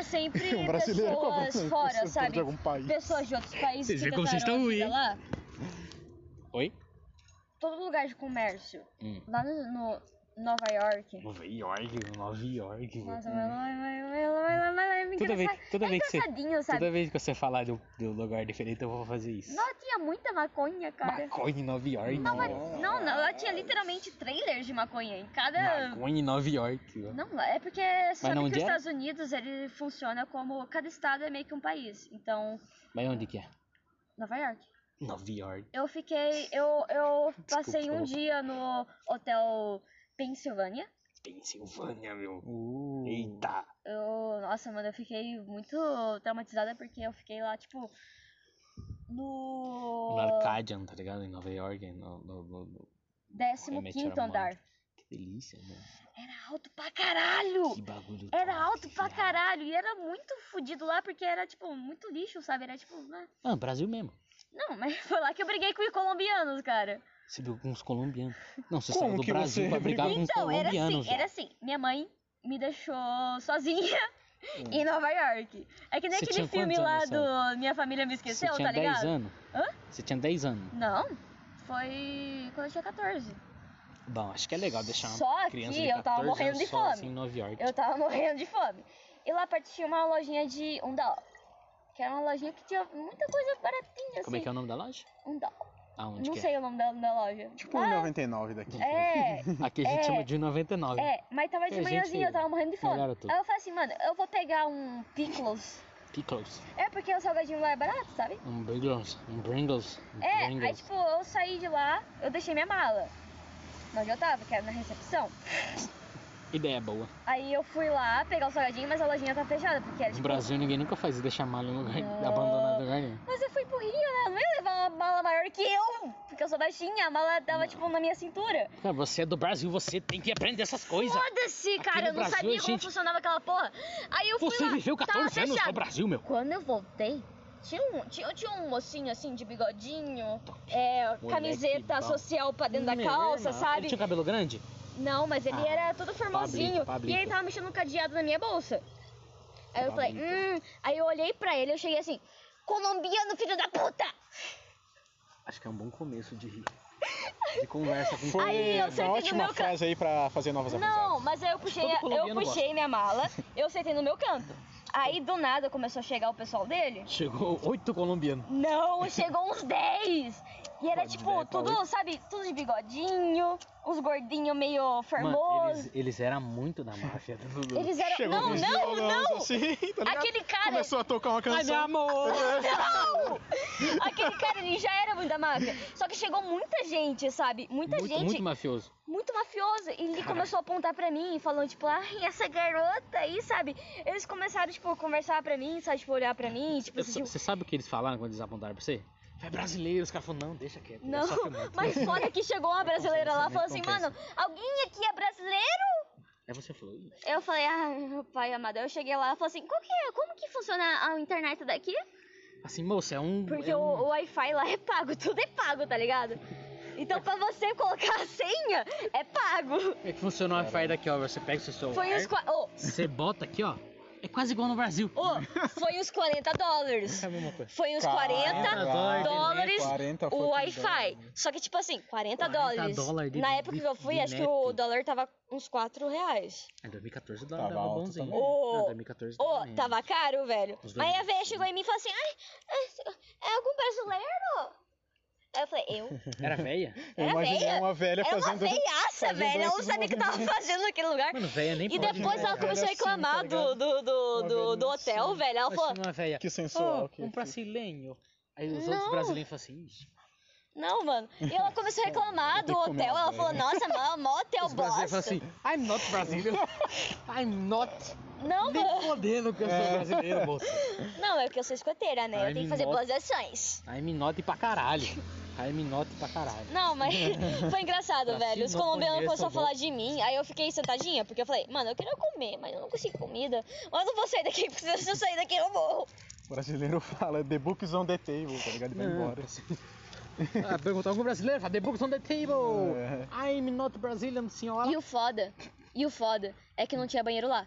[SPEAKER 6] sempre
[SPEAKER 2] Um brasileiro
[SPEAKER 6] pessoas
[SPEAKER 2] cobrando
[SPEAKER 6] fora,
[SPEAKER 2] pessoas
[SPEAKER 6] sabe?
[SPEAKER 2] de algum país.
[SPEAKER 6] Pessoas de outros países
[SPEAKER 3] Vocês
[SPEAKER 6] que
[SPEAKER 3] viram como vocês
[SPEAKER 6] tentaram
[SPEAKER 3] estão
[SPEAKER 6] a vida
[SPEAKER 3] ruim,
[SPEAKER 6] lá.
[SPEAKER 3] Oi?
[SPEAKER 6] Todo lugar de comércio.
[SPEAKER 3] Hum.
[SPEAKER 6] Lá no, no Nova York.
[SPEAKER 3] Nova York, Nova York.
[SPEAKER 6] Nossa, mas lá, mas lá, mas lá, mas lá, é
[SPEAKER 3] Toda vez-
[SPEAKER 6] engraçado.
[SPEAKER 3] toda
[SPEAKER 6] é
[SPEAKER 3] vez que você-
[SPEAKER 6] engraçadinho, sabe?
[SPEAKER 3] Toda vez que você falar de um, de um lugar diferente, eu vou fazer isso.
[SPEAKER 6] Lá tinha muita maconha, cara.
[SPEAKER 3] Maconha em Nova York.
[SPEAKER 6] Não, mas- não, não, lá tinha literalmente trailers de maconha em cada...
[SPEAKER 3] Maconha em Nova York. ó.
[SPEAKER 6] Não, é porque você sabe
[SPEAKER 3] não,
[SPEAKER 6] que os
[SPEAKER 3] onde era?
[SPEAKER 6] Estados Unidos, ele funciona como... Cada estado é meio que um país. Então,
[SPEAKER 3] Mas onde que é?
[SPEAKER 6] Nova York.
[SPEAKER 3] Nova York.
[SPEAKER 6] Eu fiquei... Eu, eu passei um
[SPEAKER 3] louco.
[SPEAKER 6] dia no hotel Pensilvânia.
[SPEAKER 3] Pensilvânia, meu.
[SPEAKER 2] Uh,
[SPEAKER 3] Eita.
[SPEAKER 6] Eu, nossa, mano, eu fiquei muito traumatizada porque eu fiquei lá, tipo, no
[SPEAKER 3] No Arcadian, tá ligado? Em Nova York. No, no, no- no- Realmente era
[SPEAKER 6] 15º
[SPEAKER 3] uma-
[SPEAKER 6] andar.
[SPEAKER 3] Que delícia, mano.
[SPEAKER 6] Era alto pra caralho!
[SPEAKER 3] Que bagulho.
[SPEAKER 6] Oh, Era
[SPEAKER 3] top,
[SPEAKER 6] alto pra
[SPEAKER 3] viado.
[SPEAKER 6] caralho! E era muito fodido lá porque era, tipo, muito lixo, sabe? Era, tipo, né?
[SPEAKER 3] Ah, Brasil mesmo.
[SPEAKER 6] não, mas foi lá que eu briguei com os colombianos, cara.
[SPEAKER 3] Você brigou com os colombianos. Não, você
[SPEAKER 2] Como
[SPEAKER 3] saiu do
[SPEAKER 2] que
[SPEAKER 3] Brasil
[SPEAKER 2] você
[SPEAKER 3] pra brigar com os
[SPEAKER 6] Então, era
[SPEAKER 3] colombianos.
[SPEAKER 6] assim,
[SPEAKER 3] velho.
[SPEAKER 6] era assim. Minha mãe me deixou sozinha em Nova York. É que nem
[SPEAKER 3] É. Você tinha
[SPEAKER 6] aquele filme
[SPEAKER 3] quantos
[SPEAKER 6] lá
[SPEAKER 3] anos,
[SPEAKER 6] do Minha Família Me
[SPEAKER 3] Você
[SPEAKER 6] Esqueceu,
[SPEAKER 3] tinha
[SPEAKER 6] tá
[SPEAKER 3] 10
[SPEAKER 6] ligado?
[SPEAKER 3] anos.
[SPEAKER 6] Hã?
[SPEAKER 3] Você tinha 10 anos.
[SPEAKER 6] Não, foi quando eu tinha 14.
[SPEAKER 3] Bom, acho que é legal deixar uma
[SPEAKER 6] Só
[SPEAKER 3] criança
[SPEAKER 6] que
[SPEAKER 3] de 14
[SPEAKER 6] eu tava morrendo
[SPEAKER 3] anos
[SPEAKER 6] de
[SPEAKER 3] só
[SPEAKER 6] fome.
[SPEAKER 3] assim em Nova York.
[SPEAKER 6] Eu tava morrendo de fome. E lá perto tinha uma lojinha de um dólar. Que era uma lojinha que tinha muita coisa baratinha,
[SPEAKER 3] Como é
[SPEAKER 6] assim.
[SPEAKER 3] que é o nome da loja?
[SPEAKER 6] Um dólar.
[SPEAKER 3] Aonde
[SPEAKER 6] Não
[SPEAKER 3] que é?
[SPEAKER 6] sei o nome da, da loja. Ah,
[SPEAKER 2] Tipo
[SPEAKER 6] Lá-
[SPEAKER 2] um 99 daqui.
[SPEAKER 6] É,
[SPEAKER 3] é? Aqui a gente
[SPEAKER 6] É.
[SPEAKER 3] chama de 99.
[SPEAKER 6] é. Mas tava
[SPEAKER 3] É,
[SPEAKER 6] de
[SPEAKER 3] gente,
[SPEAKER 6] manhãzinha, eu tava morrendo de fome.
[SPEAKER 3] melhora tudo.
[SPEAKER 6] Aí eu falei assim, mano, eu vou pegar um pickles.
[SPEAKER 3] Pickles.
[SPEAKER 6] É porque o salgadinho lá é barato, sabe?
[SPEAKER 3] Um Pringles. Um Pringles. Um
[SPEAKER 6] É,
[SPEAKER 3] Pringles.
[SPEAKER 6] aí tipo, eu saí de lá, eu deixei minha mala. Onde eu tava, que era na recepção. tipo-
[SPEAKER 3] Ideia boa.
[SPEAKER 6] Aí eu fui lá pegar o salgadinho, mas a lojinha tá fechada, porque era
[SPEAKER 3] No
[SPEAKER 6] tipo,
[SPEAKER 3] Brasil ninguém nunca faz isso, deixar mal em lugar
[SPEAKER 6] Não.
[SPEAKER 3] abandonado em lugar nenhum.
[SPEAKER 6] Mas eu fui pro Rio, né? Eu não ia levar uma mala maior que eu, porque eu sou baixinha. A mala tava, tipo, na minha cintura.
[SPEAKER 3] Cara, você é do Brasil, você tem que aprender essas coisas.
[SPEAKER 6] Foda-se,
[SPEAKER 3] Aqui
[SPEAKER 6] cara.
[SPEAKER 3] no
[SPEAKER 6] Eu não
[SPEAKER 3] Brasil,
[SPEAKER 6] sabia como
[SPEAKER 3] gente-
[SPEAKER 6] funcionava aquela porra. Aí eu fui
[SPEAKER 3] Você
[SPEAKER 6] lá,
[SPEAKER 3] viveu
[SPEAKER 6] tava
[SPEAKER 3] 14 anos no
[SPEAKER 6] fechado.
[SPEAKER 3] Brasil, meu.
[SPEAKER 6] Quando eu voltei, tinha um, tinha, tinha um mocinho, assim, de bigodinho, é, camiseta
[SPEAKER 3] bom.
[SPEAKER 6] social pra dentro da
[SPEAKER 3] Meu
[SPEAKER 6] calça,
[SPEAKER 3] irmão, Ele
[SPEAKER 6] sabe?
[SPEAKER 3] Hum, tinha cabelo grande?
[SPEAKER 6] Não, mas ele
[SPEAKER 3] Ah,
[SPEAKER 6] era todo formosinho.
[SPEAKER 3] Pablito.
[SPEAKER 6] E ele tava mexendo um cadeado na minha bolsa. Aí eu falei, hum...
[SPEAKER 3] Pablito.
[SPEAKER 6] Aí eu olhei pra ele, eu cheguei assim... Colombiano, filho da puta!
[SPEAKER 3] Acho que é um bom começo de rir. De conversa com
[SPEAKER 2] Foi
[SPEAKER 6] Aí, eu sentei
[SPEAKER 2] uma
[SPEAKER 6] no
[SPEAKER 2] ótima
[SPEAKER 6] meu ca-
[SPEAKER 2] frase aí pra fazer novas amizades.
[SPEAKER 6] Não, mas aí eu puxei,
[SPEAKER 3] todo
[SPEAKER 6] a- eu
[SPEAKER 3] colombiano
[SPEAKER 6] puxei
[SPEAKER 3] gosta.
[SPEAKER 6] minha mala, eu sentei no meu canto. Aí do nada começou a chegar o pessoal dele.
[SPEAKER 3] Chegou oito colombianos.
[SPEAKER 6] Não, chegou uns 10! E era
[SPEAKER 3] Pode
[SPEAKER 6] tipo,
[SPEAKER 3] ideia pra
[SPEAKER 6] tudo,
[SPEAKER 3] oito.
[SPEAKER 6] sabe, tudo de bigodinho, uns gordinhos meio
[SPEAKER 3] Mano,
[SPEAKER 6] formoso.
[SPEAKER 3] eles, eles eram muito da máfia.
[SPEAKER 6] eles... eram.
[SPEAKER 2] Chegou
[SPEAKER 6] não,
[SPEAKER 2] com os
[SPEAKER 6] não,
[SPEAKER 2] violões
[SPEAKER 6] não!
[SPEAKER 2] assim, tá ligado?
[SPEAKER 6] Aquele cara-
[SPEAKER 2] Começou a tocar uma
[SPEAKER 3] Ai, meu
[SPEAKER 2] canção.
[SPEAKER 3] amor!
[SPEAKER 6] Aquele cara ele já era muito da máfia. Só que chegou muita gente, sabe? Muita
[SPEAKER 3] Muito,
[SPEAKER 6] gente,
[SPEAKER 3] muito
[SPEAKER 6] muito,
[SPEAKER 3] mafioso.
[SPEAKER 6] mafiosa. E ele começou a apontar pra mim e falando, tipo, ai, essa garota aí, sabe? Eles começaram, tipo, a conversar pra mim, sabe, tipo, olhar pra mim, tipo,
[SPEAKER 3] Eu
[SPEAKER 6] assim,
[SPEAKER 3] só- Você sabe o que eles falaram quando eles apontaram pra você? É brasileiro, os caras falaram, não, deixa quieto. é
[SPEAKER 6] Não, mas foda que chegou uma brasileira lá e falou assim, mano, alguém aqui é brasileiro?
[SPEAKER 3] Aí você falou, "Ih,
[SPEAKER 6] Eu falei, ah, meu pai amado. Eu cheguei lá e falei assim, qual que é? Como que funciona a internet daqui?
[SPEAKER 3] assim, moça, é um.
[SPEAKER 6] Porque
[SPEAKER 3] é
[SPEAKER 6] o,
[SPEAKER 3] um...
[SPEAKER 6] o Wi-Fi lá é pago, tudo é pago, tá ligado? Então pra você colocar a senha, é pago.
[SPEAKER 3] Como é que funciona o Wi-Fi daqui, ó? Você pega o seu celular,
[SPEAKER 6] Foi uns, qua- oh,
[SPEAKER 3] você bota aqui, ó. É quase igual no Brasil.
[SPEAKER 6] oh, foi uns 40 dólares.
[SPEAKER 3] É a mesma coisa.
[SPEAKER 6] Foi uns
[SPEAKER 2] Caralho,
[SPEAKER 6] 40
[SPEAKER 3] caralho,
[SPEAKER 6] dólares
[SPEAKER 2] 40
[SPEAKER 6] o
[SPEAKER 2] fucking
[SPEAKER 6] Wi-Fi. Só que, tipo assim, 40,
[SPEAKER 3] 40
[SPEAKER 6] dólares.
[SPEAKER 3] dólares de-
[SPEAKER 6] Na época
[SPEAKER 3] de-
[SPEAKER 6] que eu fui,
[SPEAKER 3] de
[SPEAKER 6] acho que
[SPEAKER 3] neto.
[SPEAKER 6] o dólar tava uns 4 reais.
[SPEAKER 3] Em 2014
[SPEAKER 2] Tava
[SPEAKER 3] dava tava
[SPEAKER 2] Tá alto
[SPEAKER 3] bonzinho.
[SPEAKER 2] também.
[SPEAKER 6] Ô,
[SPEAKER 3] Não, 2014
[SPEAKER 6] Ô,
[SPEAKER 3] menos.
[SPEAKER 6] tava caro, velho.
[SPEAKER 3] Os dois
[SPEAKER 6] Aí a
[SPEAKER 3] juntos,
[SPEAKER 6] velha chegou em mim e falou assim: Ai, é- é algum brasileiro? Aí eu falei: Eu?
[SPEAKER 3] Era velha?
[SPEAKER 2] Eu
[SPEAKER 6] Era
[SPEAKER 2] imaginei
[SPEAKER 6] velha.
[SPEAKER 2] uma velha
[SPEAKER 3] Tá
[SPEAKER 6] É uma
[SPEAKER 2] fazendo...
[SPEAKER 6] veiaça,
[SPEAKER 2] fazendo
[SPEAKER 6] velho. Ela não
[SPEAKER 2] esses
[SPEAKER 6] sabia o que tava fazendo naquele lugar.
[SPEAKER 3] Mano, velha nem
[SPEAKER 6] E
[SPEAKER 3] pode.
[SPEAKER 6] depois
[SPEAKER 3] né,
[SPEAKER 6] ela
[SPEAKER 2] velha
[SPEAKER 6] começou a
[SPEAKER 2] assim, tá
[SPEAKER 6] reclamar do,
[SPEAKER 2] ligado?
[SPEAKER 6] do, do,
[SPEAKER 2] Uma
[SPEAKER 6] do,
[SPEAKER 2] velha
[SPEAKER 6] do hotel,
[SPEAKER 2] assim.
[SPEAKER 6] velho.
[SPEAKER 3] Tá
[SPEAKER 6] Ela falou:
[SPEAKER 3] é Imagina uma velha.
[SPEAKER 2] Que sensual
[SPEAKER 3] "Ô,
[SPEAKER 2] que
[SPEAKER 3] um
[SPEAKER 2] fica.
[SPEAKER 3] brasileiro. Aí os outros brasileiros falam assim, "Ixi,
[SPEAKER 6] Não, mano. E ela começou a
[SPEAKER 3] Tá
[SPEAKER 6] reclamar do
[SPEAKER 2] que comer
[SPEAKER 6] hotel.
[SPEAKER 2] uma
[SPEAKER 6] Ela falou, nossa, mano, mó hotel
[SPEAKER 3] é, né? Os brasileiros
[SPEAKER 6] bosta.
[SPEAKER 3] falam assim, I'm not Brazilian. I'm not.
[SPEAKER 6] Não,
[SPEAKER 3] Nem
[SPEAKER 6] mano.
[SPEAKER 3] fodendo que eu
[SPEAKER 6] É.
[SPEAKER 3] sou brasileiro, moço.
[SPEAKER 6] Não, é porque eu sou escoteira, né?
[SPEAKER 3] Ai,
[SPEAKER 6] eu tenho
[SPEAKER 3] me
[SPEAKER 6] que fazer
[SPEAKER 3] mostra.
[SPEAKER 6] boas ações.
[SPEAKER 3] I'm not pra caralho. I'm not pra caralho.
[SPEAKER 6] Não, mas foi engraçado,
[SPEAKER 3] Pra
[SPEAKER 6] velho.
[SPEAKER 3] se
[SPEAKER 6] Os
[SPEAKER 3] Assim não
[SPEAKER 6] colombianos
[SPEAKER 3] conheço,
[SPEAKER 6] começaram
[SPEAKER 3] eu
[SPEAKER 6] a
[SPEAKER 3] vou.
[SPEAKER 6] falar de mim, aí eu fiquei sentadinha, porque eu falei, mano, eu queria comer, mas eu não consigo comida. Mas eu não vou sair daqui, porque se eu sair daqui eu morro.
[SPEAKER 2] O brasileiro fala The Books on the Table, tá ligado? E vai
[SPEAKER 3] Não,
[SPEAKER 2] embora.
[SPEAKER 3] Ah, perguntar algum brasileiro, fala, the books on the table.
[SPEAKER 2] É.
[SPEAKER 3] I'm not Brazilian, senhora.
[SPEAKER 6] E o foda, e o foda, é que não tinha banheiro lá.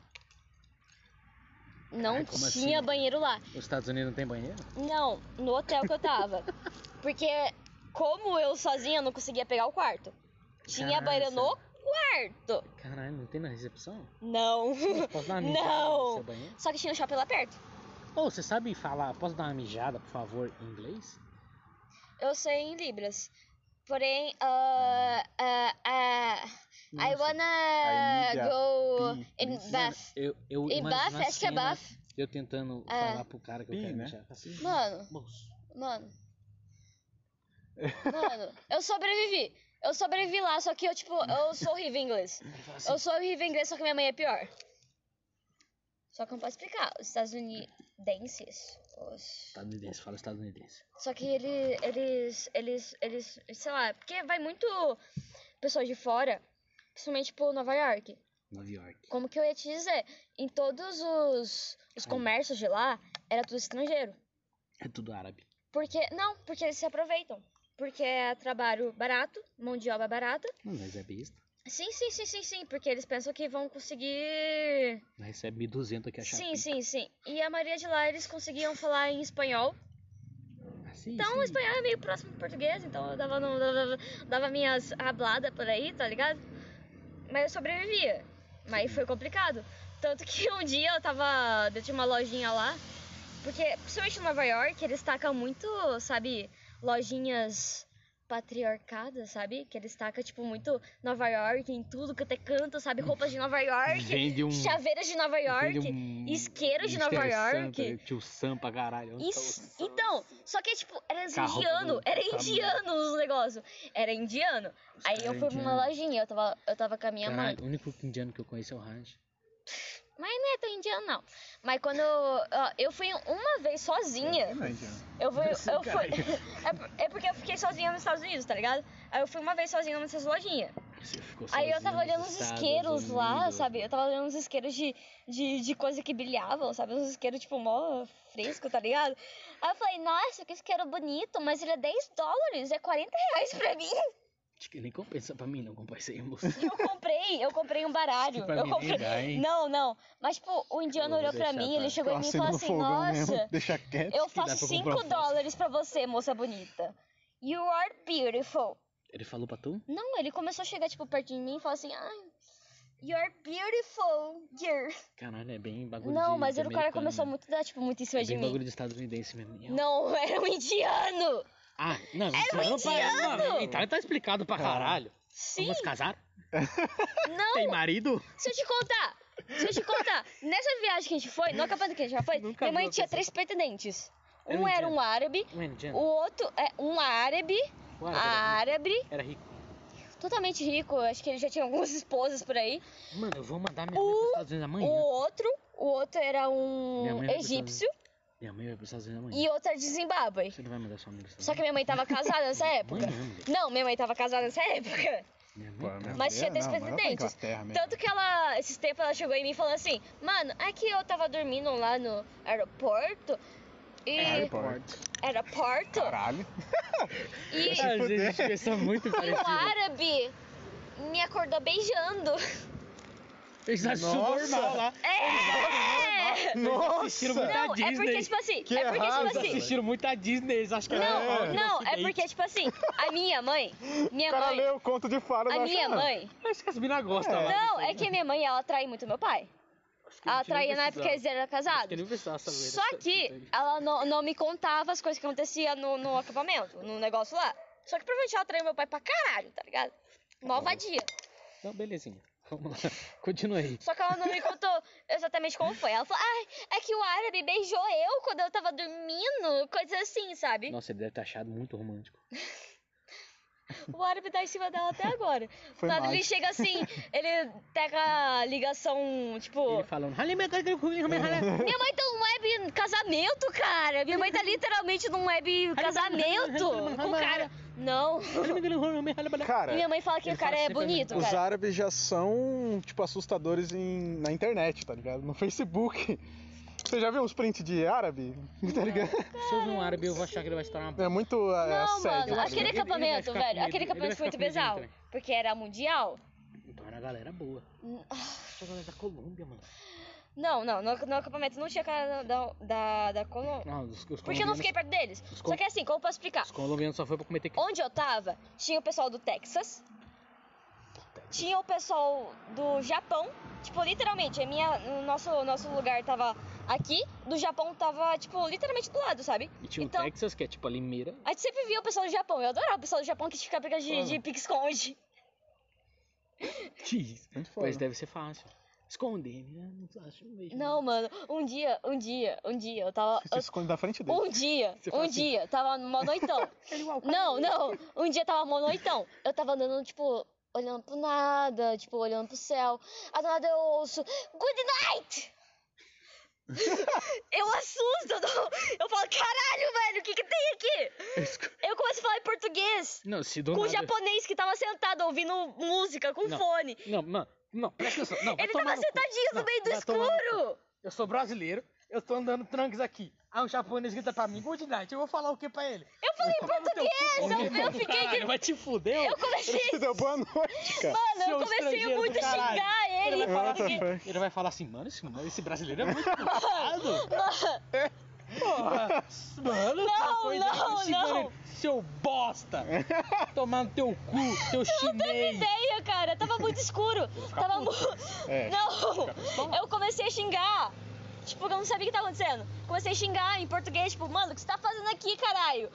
[SPEAKER 6] Não
[SPEAKER 3] Caralho, como
[SPEAKER 6] tinha
[SPEAKER 3] assim?
[SPEAKER 6] banheiro lá.
[SPEAKER 3] Os Estados Unidos não tem banheiro?
[SPEAKER 6] Não, no hotel que eu tava. Porque como eu sozinha não conseguia pegar o quarto. Tinha
[SPEAKER 3] Caraca.
[SPEAKER 6] banheiro no quarto.
[SPEAKER 3] Caralho, não tem na recepção?
[SPEAKER 6] Não.
[SPEAKER 3] Posso dar uma mijada no seu
[SPEAKER 6] Não.
[SPEAKER 3] banheiro?
[SPEAKER 6] Só que tinha um shopping lá perto.
[SPEAKER 3] Ô, você sabe falar, posso dar uma mijada, por favor, em inglês?
[SPEAKER 6] Eu sei em libras. Porém, ah, ah, ah, I
[SPEAKER 3] Nossa.
[SPEAKER 2] I need
[SPEAKER 6] wanna
[SPEAKER 2] a
[SPEAKER 6] go
[SPEAKER 2] pee,
[SPEAKER 6] in
[SPEAKER 2] please.
[SPEAKER 6] bath.
[SPEAKER 3] Eu, eu
[SPEAKER 6] Em
[SPEAKER 3] imagino
[SPEAKER 6] bafo,
[SPEAKER 3] a
[SPEAKER 6] acho que é
[SPEAKER 3] cena
[SPEAKER 6] bafo.
[SPEAKER 3] Eu tentando
[SPEAKER 6] É.
[SPEAKER 3] falar pro cara que eu
[SPEAKER 2] Pi,
[SPEAKER 3] quero
[SPEAKER 2] né?
[SPEAKER 3] mijar. Assim,
[SPEAKER 6] Mano,
[SPEAKER 3] moço.
[SPEAKER 6] mano. Mano, eu sobrevivi. Eu sobrevivi lá, só que eu, tipo, eu sou horrível em inglês.
[SPEAKER 3] Ele fala assim,
[SPEAKER 6] Eu sou horrível em inglês, só que minha mãe é pior. Só que eu não posso explicar. Os estadunidenses. os-
[SPEAKER 3] Estadunidense, fala estadunidense.
[SPEAKER 6] Só que ele, eles, eles, eles, sei lá, porque vai muito pessoas de fora, principalmente por Nova York.
[SPEAKER 3] Nova York.
[SPEAKER 6] Como que eu ia te dizer? Em todos os,
[SPEAKER 3] Hum.
[SPEAKER 6] os comércios de lá, era tudo estrangeiro.
[SPEAKER 3] É tudo árabe.
[SPEAKER 6] Porque, não, porque eles se aproveitam. Porque é trabalho barato, mão de obra barata.
[SPEAKER 3] Não, mas é besta.
[SPEAKER 6] Sim, sim, sim, sim, sim, porque eles pensam que vão conseguir
[SPEAKER 3] Nós recebe 1.200 aqui a chave.
[SPEAKER 6] Sim, sim, sim. E a maioria de lá eles conseguiam falar em espanhol.
[SPEAKER 3] Assim,
[SPEAKER 6] Então o
[SPEAKER 3] sim.
[SPEAKER 6] espanhol é meio próximo do português, então eu dava, no, dava, dava minhas habladas por aí, tá ligado? Mas eu sobrevivia. Mas foi complicado. Tanto que um dia eu tava dentro de uma lojinha lá, porque principalmente em Nova York eles tacam muito, sabe, lojinhas patriarcadas, sabe? Que eles tacam, tipo, muito Nova York em tudo que até canto, sabe? Roupas de Nova York,
[SPEAKER 3] Vende um-
[SPEAKER 6] chaveiras de Nova York,
[SPEAKER 3] Vende um-
[SPEAKER 6] isqueiro de
[SPEAKER 3] um
[SPEAKER 6] Nova
[SPEAKER 3] Mr. Sam,
[SPEAKER 6] York.
[SPEAKER 3] tá ligado? Tinha o Sam pra caralho. Onde tá o
[SPEAKER 6] Isso- então, só que tipo, era
[SPEAKER 3] Com a roupa
[SPEAKER 6] indiano,
[SPEAKER 3] do-
[SPEAKER 6] era
[SPEAKER 3] com a-
[SPEAKER 6] indiano os negócios. Era indiano. Aí eu
[SPEAKER 3] caras
[SPEAKER 6] fui pra uma
[SPEAKER 3] indianos.
[SPEAKER 6] lojinha, eu tava, eu tava com a minha mãe.
[SPEAKER 3] Caralho, o único indiano que eu conheço é o Ranch.
[SPEAKER 6] Mas não é tão indiano, não. Mas quando eu, ó, eu fui uma vez sozinha,
[SPEAKER 2] Não, indiano.
[SPEAKER 6] eu fui. Eu fui é, por- é porque eu fiquei sozinha nos Estados Unidos, tá ligado? Aí eu fui uma vez sozinha nessas lojinhas.
[SPEAKER 3] Você ficou
[SPEAKER 6] Aí eu
[SPEAKER 3] sozinho
[SPEAKER 6] tava
[SPEAKER 3] nos
[SPEAKER 6] olhando os
[SPEAKER 3] Estados
[SPEAKER 6] isqueiros lá,
[SPEAKER 3] Unidos.
[SPEAKER 6] sabe? Eu tava olhando os isqueiros de, de, de coisa que brilhavam, sabe? Uns isqueiros, tipo, mó fresco, tá ligado? Aí eu falei, nossa, que isqueiro bonito, mas ele é 10 dólares, é 40 reais pra mim.
[SPEAKER 3] Acho que nem compensa pra mim não comprar isso aí, moço.
[SPEAKER 6] Eu comprei, eu comprei um baralho.
[SPEAKER 3] Pra
[SPEAKER 6] Eu
[SPEAKER 3] mim
[SPEAKER 6] comprei...
[SPEAKER 3] nem dá, hein?
[SPEAKER 6] Não, não. Mas, tipo, o indiano
[SPEAKER 3] Eu vou
[SPEAKER 6] olhou pra
[SPEAKER 3] deixar
[SPEAKER 6] mim,
[SPEAKER 3] pra-
[SPEAKER 6] ele
[SPEAKER 2] Tá
[SPEAKER 6] chegou em mim e falou assim, nossa,
[SPEAKER 2] Deixa quieto.
[SPEAKER 6] eu
[SPEAKER 3] que dá
[SPEAKER 6] faço
[SPEAKER 3] pra comprar
[SPEAKER 6] 5
[SPEAKER 3] um fósforo.
[SPEAKER 6] dólares pra você, moça bonita. You are beautiful.
[SPEAKER 3] Ele falou pra tu?
[SPEAKER 6] Não, ele começou a chegar, tipo, perto de mim e falou assim, ai, you're beautiful, girl.
[SPEAKER 3] Caralho, é bem bagulho
[SPEAKER 6] Não,
[SPEAKER 3] de-
[SPEAKER 6] mas
[SPEAKER 3] de
[SPEAKER 6] era o cara
[SPEAKER 3] americano,
[SPEAKER 6] começou
[SPEAKER 3] né?
[SPEAKER 6] muito, dar, tipo, muito em cima
[SPEAKER 3] É
[SPEAKER 6] de
[SPEAKER 3] bem
[SPEAKER 6] mim.
[SPEAKER 3] bagulho de estadunidense mesmo.
[SPEAKER 6] Não, era um indiano!
[SPEAKER 3] Ah, não,
[SPEAKER 6] Era um
[SPEAKER 3] então, pra-
[SPEAKER 6] indiano!
[SPEAKER 3] não, então tá explicado pra caralho.
[SPEAKER 6] Sim,
[SPEAKER 3] Vamos casar?
[SPEAKER 6] não,
[SPEAKER 3] Tem marido?
[SPEAKER 6] se eu te contar, se eu te contar, nessa viagem que a gente foi, no acampamento que a gente já foi,
[SPEAKER 3] Nunca
[SPEAKER 6] minha mãe
[SPEAKER 3] vi uma
[SPEAKER 6] tinha
[SPEAKER 3] pessoa-
[SPEAKER 6] três pretendentes.
[SPEAKER 3] Era um
[SPEAKER 6] Um era
[SPEAKER 3] indiano.
[SPEAKER 6] um árabe,
[SPEAKER 3] Um indiano.
[SPEAKER 6] o outro é um árabe,
[SPEAKER 3] O árabe era
[SPEAKER 6] árabe,
[SPEAKER 3] rico. Era rico.
[SPEAKER 6] totalmente rico, acho que ele já tinha algumas esposas por aí.
[SPEAKER 3] Mano, eu vou mandar minha
[SPEAKER 6] O-
[SPEAKER 3] mãe pros Estados Unidos
[SPEAKER 6] O
[SPEAKER 3] amanhã.
[SPEAKER 6] outro, o outro era
[SPEAKER 3] Minha
[SPEAKER 6] um
[SPEAKER 3] mãe é vai pro
[SPEAKER 6] egípcio
[SPEAKER 3] Minha mãe vai pros Estados Unidos amanhã.
[SPEAKER 6] e outro era de Zimbábue.
[SPEAKER 3] Você não vai mandar sua mãe pros Estados
[SPEAKER 6] Só que minha mãe tava casada nessa época.
[SPEAKER 3] Mãe né? não, moleque.
[SPEAKER 6] Não, minha mãe tava casada nessa época.
[SPEAKER 3] Minha
[SPEAKER 2] Pô,
[SPEAKER 3] mãe
[SPEAKER 2] minha
[SPEAKER 3] tá.
[SPEAKER 6] Mas tinha
[SPEAKER 2] mulher, não,
[SPEAKER 6] três
[SPEAKER 2] mas ela tá em
[SPEAKER 6] pretendentes.
[SPEAKER 2] Inglaterra mesmo.
[SPEAKER 6] Tanto que ela, esses tempos, ela chegou em mim e falou assim: Mano, é que eu tava dormindo lá no aeroporto. E.
[SPEAKER 2] É, Aeroporto.
[SPEAKER 6] aeroporto?
[SPEAKER 2] Caralho.
[SPEAKER 6] E,
[SPEAKER 3] Ah, gente,
[SPEAKER 2] fuder.
[SPEAKER 3] a gente pensa muito
[SPEAKER 6] e o
[SPEAKER 3] parecido.
[SPEAKER 6] árabe me acordou beijando. Tá
[SPEAKER 3] Eles acham
[SPEAKER 2] Nossa.
[SPEAKER 3] normal lá.
[SPEAKER 6] É!
[SPEAKER 3] Assistiram muito a
[SPEAKER 6] Não,
[SPEAKER 3] Disney.
[SPEAKER 6] é porque, tipo assim.
[SPEAKER 2] Que
[SPEAKER 6] é porque,
[SPEAKER 2] errado,
[SPEAKER 6] tipo assim.
[SPEAKER 3] Assistiram muito a Disney, eles acham que era normal
[SPEAKER 6] Não,
[SPEAKER 3] no
[SPEAKER 6] não, é
[SPEAKER 3] Ocidente.
[SPEAKER 6] porque, tipo assim, a minha mãe.
[SPEAKER 2] O
[SPEAKER 6] Minha
[SPEAKER 2] cara
[SPEAKER 6] mãe.
[SPEAKER 2] leu o conto de fadas.
[SPEAKER 6] A
[SPEAKER 2] acha,
[SPEAKER 6] minha
[SPEAKER 2] "Ah,
[SPEAKER 6] mãe.
[SPEAKER 3] Acho que as minas gostam lá.
[SPEAKER 6] Não, é que minha mãe, ela atrai muito meu pai. Ela traía na época que eles eram casados.
[SPEAKER 3] nem precisava saber.
[SPEAKER 6] Só que ela não, não me contava as coisas que aconteciam no, no acampamento, no negócio lá. Só que provavelmente ela traiu meu pai pra caralho, tá ligado? Mó vadia.
[SPEAKER 3] Não, belezinha. Vamos lá. Continua aí.
[SPEAKER 6] Só que ela não me contou exatamente como foi. Ela falou, ah, é que o árabe beijou eu quando eu tava dormindo, coisa assim, sabe?
[SPEAKER 3] Nossa, ele deve ter achado muito romântico.
[SPEAKER 6] O árabe tá em cima dela até agora.
[SPEAKER 2] Foi
[SPEAKER 6] Quando ele
[SPEAKER 2] mágico.
[SPEAKER 6] chega assim, ele pega a ligação, tipo.
[SPEAKER 3] Ele falando, "Halimegagagugugugugugugugugugugugugugugugugugugugugugugugugugugum".
[SPEAKER 6] Minha mãe tá num web casamento, cara. Minha mãe tá literalmente num web casamento com o cara. Não. E
[SPEAKER 2] Cara,
[SPEAKER 6] minha mãe fala que o cara é bonito,
[SPEAKER 2] os
[SPEAKER 6] cara.
[SPEAKER 2] árabes já são, tipo, assustadores em- na internet, tá ligado? No Facebook. Você já viu uns prints de árabe? Tá ligado?
[SPEAKER 3] Se eu ver um árabe, eu vou achar que ele vai estourar uma
[SPEAKER 2] É muito é,
[SPEAKER 6] Não,
[SPEAKER 2] assédio.
[SPEAKER 6] mano,
[SPEAKER 2] tá ligado?
[SPEAKER 6] aquele
[SPEAKER 3] né? ele- ele vai
[SPEAKER 6] acampamento,
[SPEAKER 3] ficar com medo,
[SPEAKER 6] velho, aquele
[SPEAKER 3] ele né? vai
[SPEAKER 6] acampamento foi
[SPEAKER 3] ficar
[SPEAKER 6] muito
[SPEAKER 3] com medo
[SPEAKER 6] bizarro.
[SPEAKER 3] também.
[SPEAKER 6] Porque era mundial.
[SPEAKER 3] Então era a galera boa. Tinha a galera é da Colômbia, mano.
[SPEAKER 6] Não, não, no, no acampamento não tinha cara da, da, da Colômbia.
[SPEAKER 3] Não, os, os
[SPEAKER 6] Porque eu não
[SPEAKER 3] colombianos-
[SPEAKER 6] fiquei perto deles.
[SPEAKER 3] com-
[SPEAKER 6] Só que assim, como eu posso explicar?
[SPEAKER 3] Os colombianos só foi pra cometer crime.
[SPEAKER 6] Onde eu tava, tinha o pessoal do Texas, tinha o pessoal do Japão. Tipo, literalmente, a minha, o nosso, o nosso lugar tava aqui, do Japão tava, tipo, literalmente do lado, sabe?
[SPEAKER 3] E tinha
[SPEAKER 6] então,
[SPEAKER 3] o Texas, que é tipo a Limeira.
[SPEAKER 6] a gente sempre via o pessoal do Japão. Eu adorava o pessoal do Japão que ficava brincando de, de pique-esconde.
[SPEAKER 3] Jeez.
[SPEAKER 2] Muito foda.
[SPEAKER 3] Mas deve ser fácil. Esconder, né? Não acho um beijo.
[SPEAKER 6] Não, mano, um dia, um dia, um dia, eu tava.
[SPEAKER 2] Você
[SPEAKER 6] eu-
[SPEAKER 2] esconde da frente dele.
[SPEAKER 6] um dia,
[SPEAKER 3] Você fala
[SPEAKER 6] um
[SPEAKER 3] assim. é
[SPEAKER 6] dia, tava mó noitão. não, não, um dia tava mó noitão. Eu tava andando, tipo, olhando pro nada, tipo, olhando pro céu. A nada eu ouço, good night! eu assusto, eu, dou- eu falo, caralho, velho, o que que tem aqui? Eu começo a falar em português.
[SPEAKER 3] Não, se do
[SPEAKER 6] Com o
[SPEAKER 3] nada...
[SPEAKER 6] japonês que tava sentado ouvindo música com
[SPEAKER 3] Não.
[SPEAKER 6] fone.
[SPEAKER 3] Não, mano. Não, presta atenção. Não, vai
[SPEAKER 6] Ele
[SPEAKER 3] tomar
[SPEAKER 6] tava
[SPEAKER 3] no cu.
[SPEAKER 6] sentadinho no
[SPEAKER 3] Não,
[SPEAKER 6] meio do
[SPEAKER 3] vai tomar no cu.
[SPEAKER 6] escuro.
[SPEAKER 4] Eu sou brasileiro, eu tô andando tranques aqui. Aí um japonês grita pra mim, good night, eu vou falar o que pra ele?
[SPEAKER 6] Eu falei em
[SPEAKER 3] é
[SPEAKER 6] português, eu, eu fiquei.
[SPEAKER 4] Caralho, vai te fuder,
[SPEAKER 6] Eu comecei.
[SPEAKER 2] Você deu boa noite, cara.
[SPEAKER 6] Mano,
[SPEAKER 4] Seu
[SPEAKER 6] eu comecei
[SPEAKER 4] estrangeiro
[SPEAKER 6] muito
[SPEAKER 4] do
[SPEAKER 6] a
[SPEAKER 4] caralho.
[SPEAKER 6] xingar ele.
[SPEAKER 4] Ele vai falar
[SPEAKER 2] What the
[SPEAKER 4] assim,
[SPEAKER 2] fuck?
[SPEAKER 4] ele vai falar assim, mano, esse, mano, esse brasileiro é muito complicado. Porra, mano,
[SPEAKER 6] Não,
[SPEAKER 4] essa coisa aí,
[SPEAKER 6] não,
[SPEAKER 4] eu xingando
[SPEAKER 6] não.
[SPEAKER 4] ele, Seu bosta, tomar no teu cu, seu
[SPEAKER 6] Não teve
[SPEAKER 4] chinês.
[SPEAKER 6] ideia, cara. Tava muito escuro. Tava muito.
[SPEAKER 2] É,
[SPEAKER 6] Não! Eu comecei a xingar. Tipo, eu não sabia o que tava acontecendo. Comecei a xingar em português, tipo, mano, o que você tá fazendo aqui, caralho?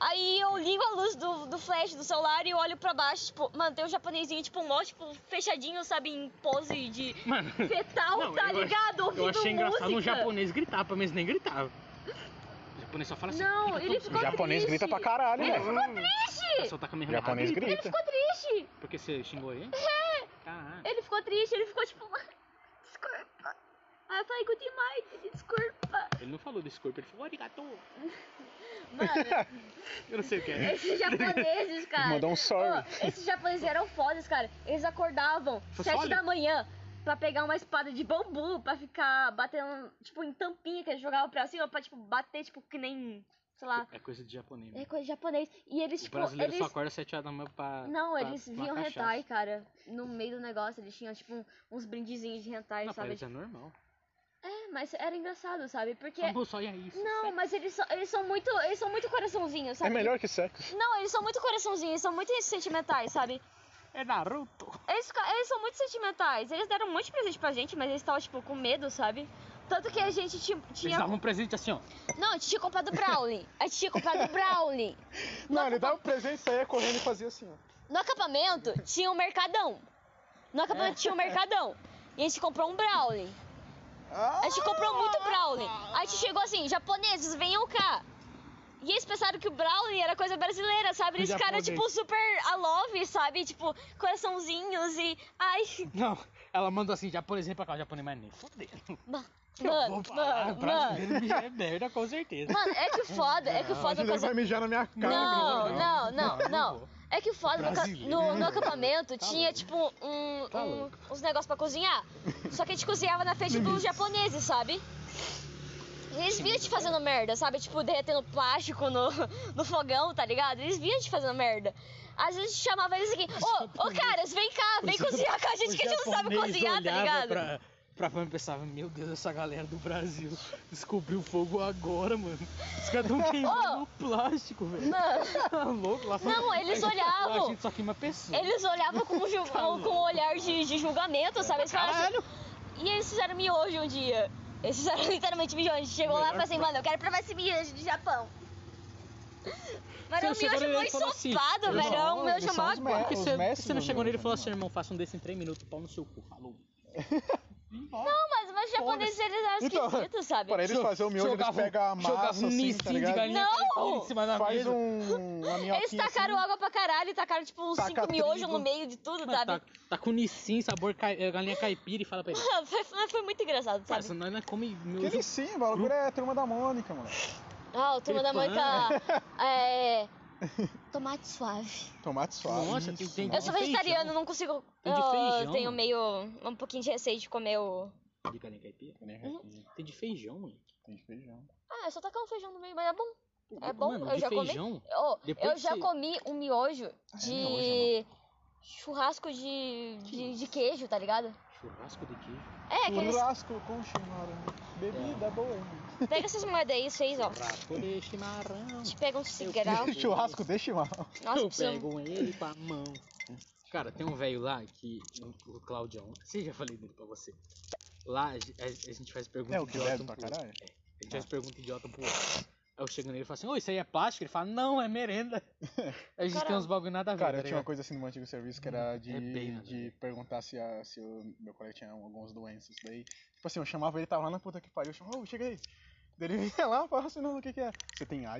[SPEAKER 6] Aí eu ligo a luz do, do flash do celular e olho pra baixo, tipo, mano, tem um japonesinho, tipo, mó, tipo, fechadinho, sabe, em pose de
[SPEAKER 3] Mano,
[SPEAKER 6] fetal,
[SPEAKER 3] não,
[SPEAKER 6] tá
[SPEAKER 3] eu ach-
[SPEAKER 6] ligado?
[SPEAKER 3] eu
[SPEAKER 6] Ouvindo
[SPEAKER 3] achei engraçado um
[SPEAKER 6] música.
[SPEAKER 3] japonês gritar, pelo menos nem gritava. O japonês só fala assim.
[SPEAKER 6] Não, ele
[SPEAKER 2] O
[SPEAKER 6] ficou
[SPEAKER 2] japonês
[SPEAKER 6] triste.
[SPEAKER 2] grita pra caralho,
[SPEAKER 6] Ele
[SPEAKER 2] velho.
[SPEAKER 6] ficou
[SPEAKER 3] O
[SPEAKER 6] triste!
[SPEAKER 3] pessoal tá com a
[SPEAKER 2] assim, O
[SPEAKER 3] minha
[SPEAKER 2] japonês
[SPEAKER 6] Ele
[SPEAKER 2] grita.
[SPEAKER 6] ficou triste! É.
[SPEAKER 3] Porque você xingou ele? Tá. Caralho.
[SPEAKER 6] Ele ficou triste, ele ficou tipo, "Mãe, desculpa. Aí eu falei, good night, desculpa.
[SPEAKER 3] Ele não falou desse corpo, ele falou, arigato.
[SPEAKER 6] Mano,
[SPEAKER 3] Eu não sei o que é.
[SPEAKER 6] esses japoneses, cara.
[SPEAKER 2] Mandou um sorry.
[SPEAKER 6] Ô, esses japoneses eram fodas, cara. Eles acordavam
[SPEAKER 3] Foi
[SPEAKER 6] sete
[SPEAKER 3] sólido?
[SPEAKER 6] da manhã pra pegar uma espada de bambu pra ficar batendo, tipo, em tampinha que eles jogavam pra cima pra, tipo, bater, tipo, que nem, sei lá,
[SPEAKER 3] É coisa de japonês.
[SPEAKER 4] né?
[SPEAKER 6] é coisa de japonês. E eles,
[SPEAKER 3] O
[SPEAKER 6] tipo,
[SPEAKER 3] brasileiro
[SPEAKER 6] eles...
[SPEAKER 3] só acorda às 7 horas da manhã pra.
[SPEAKER 6] Não,
[SPEAKER 3] pra
[SPEAKER 6] eles
[SPEAKER 3] tomar
[SPEAKER 6] viam
[SPEAKER 3] cachaça.
[SPEAKER 6] hentai, cara. No meio do negócio, eles tinham, tipo, um- uns brindezinhos de hentai,
[SPEAKER 3] Não, pra
[SPEAKER 6] sabe?
[SPEAKER 3] eles é normal.
[SPEAKER 6] É, mas era engraçado, sabe? Porque...
[SPEAKER 3] Não, só
[SPEAKER 4] é
[SPEAKER 3] ia isso.
[SPEAKER 6] é- Não, mas eles são, eles são muito. Eles são muito coraçãozinhos,
[SPEAKER 2] É
[SPEAKER 6] sabe?
[SPEAKER 2] melhor que sexo.
[SPEAKER 6] Não, eles são muito coraçãozinhos, eles são muito sentimentais, sabe?
[SPEAKER 3] É Naruto.
[SPEAKER 6] Eles, fica- eles são muito sentimentais. Eles deram um monte de presente pra gente, mas eles estavam, tipo, com medo, sabe? Tanto que é a gente ti-
[SPEAKER 3] Eles
[SPEAKER 6] tinha.
[SPEAKER 3] davam um presente assim, ó.
[SPEAKER 6] Não, a gente tinha comprado Brownie. A gente tinha comprado Brownie. No,
[SPEAKER 2] Não, ele
[SPEAKER 6] acampa-
[SPEAKER 2] dava o presente, saía correndo e fazia assim, ó.
[SPEAKER 6] no acampamento tinha um mercadão. No acampamento tinha um mercadão. E a gente comprou um Brownie. A gente comprou muito Brawley. A gente chegou assim, japoneses, venham cá. E eles pensaram que o Brawley era coisa brasileira, sabe? Eles ficaram, tipo, super a love, sabe? Tipo, coraçãozinhos e... Ai,
[SPEAKER 4] Não, ela mandou assim, japonês vem pra cá, o japonês, mas nem fudendo.
[SPEAKER 6] mano,
[SPEAKER 4] Eu
[SPEAKER 6] mano,
[SPEAKER 4] vou falar,
[SPEAKER 6] mano, mano.
[SPEAKER 4] brasileiro bicho é merda, com certeza.
[SPEAKER 6] é que foda, é que foda...
[SPEAKER 2] Ele
[SPEAKER 6] no casa-
[SPEAKER 2] vai mijar na minha cara. né?
[SPEAKER 6] Não,
[SPEAKER 2] Bruno.
[SPEAKER 6] não, não,
[SPEAKER 4] Tá
[SPEAKER 6] não. É que foda, no, ca- no, no acampamento tinha, tipo, um,
[SPEAKER 4] Tá
[SPEAKER 6] um-
[SPEAKER 4] louco.
[SPEAKER 6] uns negócios pra cozinhar. Só que a gente cozinhava na frente dos japoneses, sabe? E eles vinham te fazendo merda, sabe? Tipo, derretendo plástico no, no fogão, tá ligado? Eles vinham te fazendo merda. Às vezes chamava eles aqui, ô, ô caras, vem cá, vem cozinhar com a gente que a gente não sabe cozinhar, tá ligado?
[SPEAKER 4] Pra, pra mim pensava, meu Deus, essa galera do Brasil descobriu fogo agora, mano. Os caras tão queimando
[SPEAKER 6] Ô!
[SPEAKER 4] o plástico, velho.
[SPEAKER 6] Mano,
[SPEAKER 4] Tá louco lá só-
[SPEAKER 6] Não, eles
[SPEAKER 4] Aí,
[SPEAKER 6] olhavam.
[SPEAKER 4] A gente só queima pessoa.
[SPEAKER 6] eles olhavam com, ju- com, com um olhar de, de julgamento, sabe? Eles falavam assim,
[SPEAKER 4] Caralho!
[SPEAKER 6] E eles fizeram miojo um dia. Eles fizeram literalmente miojo. A gente chegou lá e falou assim, mano, eu quero provar esse miojo de Japão. Mas é um
[SPEAKER 4] Você chegou
[SPEAKER 6] miojo
[SPEAKER 4] nele
[SPEAKER 6] mó
[SPEAKER 4] e falou assim,
[SPEAKER 6] ensopado,
[SPEAKER 4] eu
[SPEAKER 6] velho. É um
[SPEAKER 2] não, eles
[SPEAKER 6] miojo
[SPEAKER 2] são
[SPEAKER 6] mó
[SPEAKER 2] os me-
[SPEAKER 6] aguado.
[SPEAKER 2] os
[SPEAKER 4] Você,
[SPEAKER 2] mestres
[SPEAKER 4] você não
[SPEAKER 2] do
[SPEAKER 4] chegou nele e
[SPEAKER 2] jogo,
[SPEAKER 4] falou
[SPEAKER 2] né,
[SPEAKER 4] assim,
[SPEAKER 2] mano?
[SPEAKER 4] irmão, faça um desse em 3 minutos, pau no seu cu, falou.
[SPEAKER 2] Embora.
[SPEAKER 6] Mas, mas os japoneses, eles eram
[SPEAKER 2] Então,
[SPEAKER 6] esquisitos, sabe?
[SPEAKER 2] Para eles fazerem o miojo, eles
[SPEAKER 3] Jogavam-
[SPEAKER 2] pegam a massa
[SPEAKER 3] jogavam
[SPEAKER 2] assim,
[SPEAKER 3] um
[SPEAKER 2] tá
[SPEAKER 3] micinho de
[SPEAKER 2] ligado?
[SPEAKER 3] galinha
[SPEAKER 6] Não!
[SPEAKER 3] caipira em cima da
[SPEAKER 2] Faz
[SPEAKER 3] mesa.
[SPEAKER 2] um, uma minhoquinha
[SPEAKER 6] Eles tacaram
[SPEAKER 2] assim.
[SPEAKER 6] água pra caralho, tacaram tipo uns
[SPEAKER 2] Taca
[SPEAKER 6] 5 miojos
[SPEAKER 2] trigo.
[SPEAKER 6] no meio de tudo,
[SPEAKER 3] Mas
[SPEAKER 6] sabe?
[SPEAKER 3] Tá, tá com nissin, sabor cai- eh, galinha caipira e fala pra ele.
[SPEAKER 6] foi, foi- foi muito engraçado, sabe?
[SPEAKER 3] Parça, nós não é come
[SPEAKER 2] Que
[SPEAKER 3] miojo
[SPEAKER 2] eles sim, o bagulho é a turma da Mônica, mano.
[SPEAKER 6] Ah, o Turma da
[SPEAKER 3] Tripã.
[SPEAKER 6] Mônica. É. Tomate suave.
[SPEAKER 2] Tomate suave.
[SPEAKER 3] Nossa, tem- tem-
[SPEAKER 6] Eu sou
[SPEAKER 3] Feijão.
[SPEAKER 6] vegetariano, não consigo.
[SPEAKER 3] Tem né? de
[SPEAKER 6] eu
[SPEAKER 3] feijão.
[SPEAKER 6] tenho meio. um pouquinho de receio de comer o.
[SPEAKER 3] de galinha caipira. Uhum.
[SPEAKER 2] Tem
[SPEAKER 3] Tem de feijão, mano.
[SPEAKER 2] feijão.
[SPEAKER 6] Ah, é só tacar um feijão no meio, mas é bom. É bom,
[SPEAKER 3] mano,
[SPEAKER 6] eu
[SPEAKER 3] de
[SPEAKER 6] já comi.
[SPEAKER 3] feijão.
[SPEAKER 6] Ô,
[SPEAKER 3] Depois
[SPEAKER 6] eu
[SPEAKER 3] que
[SPEAKER 6] já
[SPEAKER 3] você- É,
[SPEAKER 6] comi um miojo de.
[SPEAKER 2] miojo,
[SPEAKER 6] churrasco de, de, de queijo, tá ligado?
[SPEAKER 3] Churrasco de queijo.
[SPEAKER 6] É, aqueles.
[SPEAKER 2] Churrasco com chimarrão. Bebida boa. mano.
[SPEAKER 6] Pega essas moedas aí, vocês, ó.
[SPEAKER 3] Churrasco de chimarrão.
[SPEAKER 6] Te pega um cigarro.
[SPEAKER 2] Churrasco de chimarrão.
[SPEAKER 6] Nossa,
[SPEAKER 3] eu
[SPEAKER 6] precisa-
[SPEAKER 3] pego ele com a mão. Cara, tem um velho lá que. O o Claudião. Você já falei dele pra você. Lá a, ge- a- a gente faz pergunta
[SPEAKER 2] É o que
[SPEAKER 3] idiota.
[SPEAKER 2] bebe
[SPEAKER 3] um
[SPEAKER 2] pra
[SPEAKER 3] pro outro.
[SPEAKER 2] caralho?
[SPEAKER 3] É, a gente faz pergunta idiota um pro outro. Aí eu chego nele e falo assim: Ô, isso aí é Páscoa? Ele fala: Não, é merenda. A gente tem
[SPEAKER 6] Caralho.
[SPEAKER 3] uns bagulho nada a ver.
[SPEAKER 2] Cara, eu
[SPEAKER 3] tá
[SPEAKER 2] tinha uma
[SPEAKER 3] ligado? Uhum.
[SPEAKER 2] coisa assim no meu antigo serviço que era de,
[SPEAKER 3] É bem nada a
[SPEAKER 2] de perguntar se, a- se o meu colega tinha algumas doenças. Daí, tipo assim, eu chamava ele, tava lá na puta que pariu, eu chamava, ô, chega aí. Daí ele ia lá, falava assim, não, o que que é? Você tem AIDS?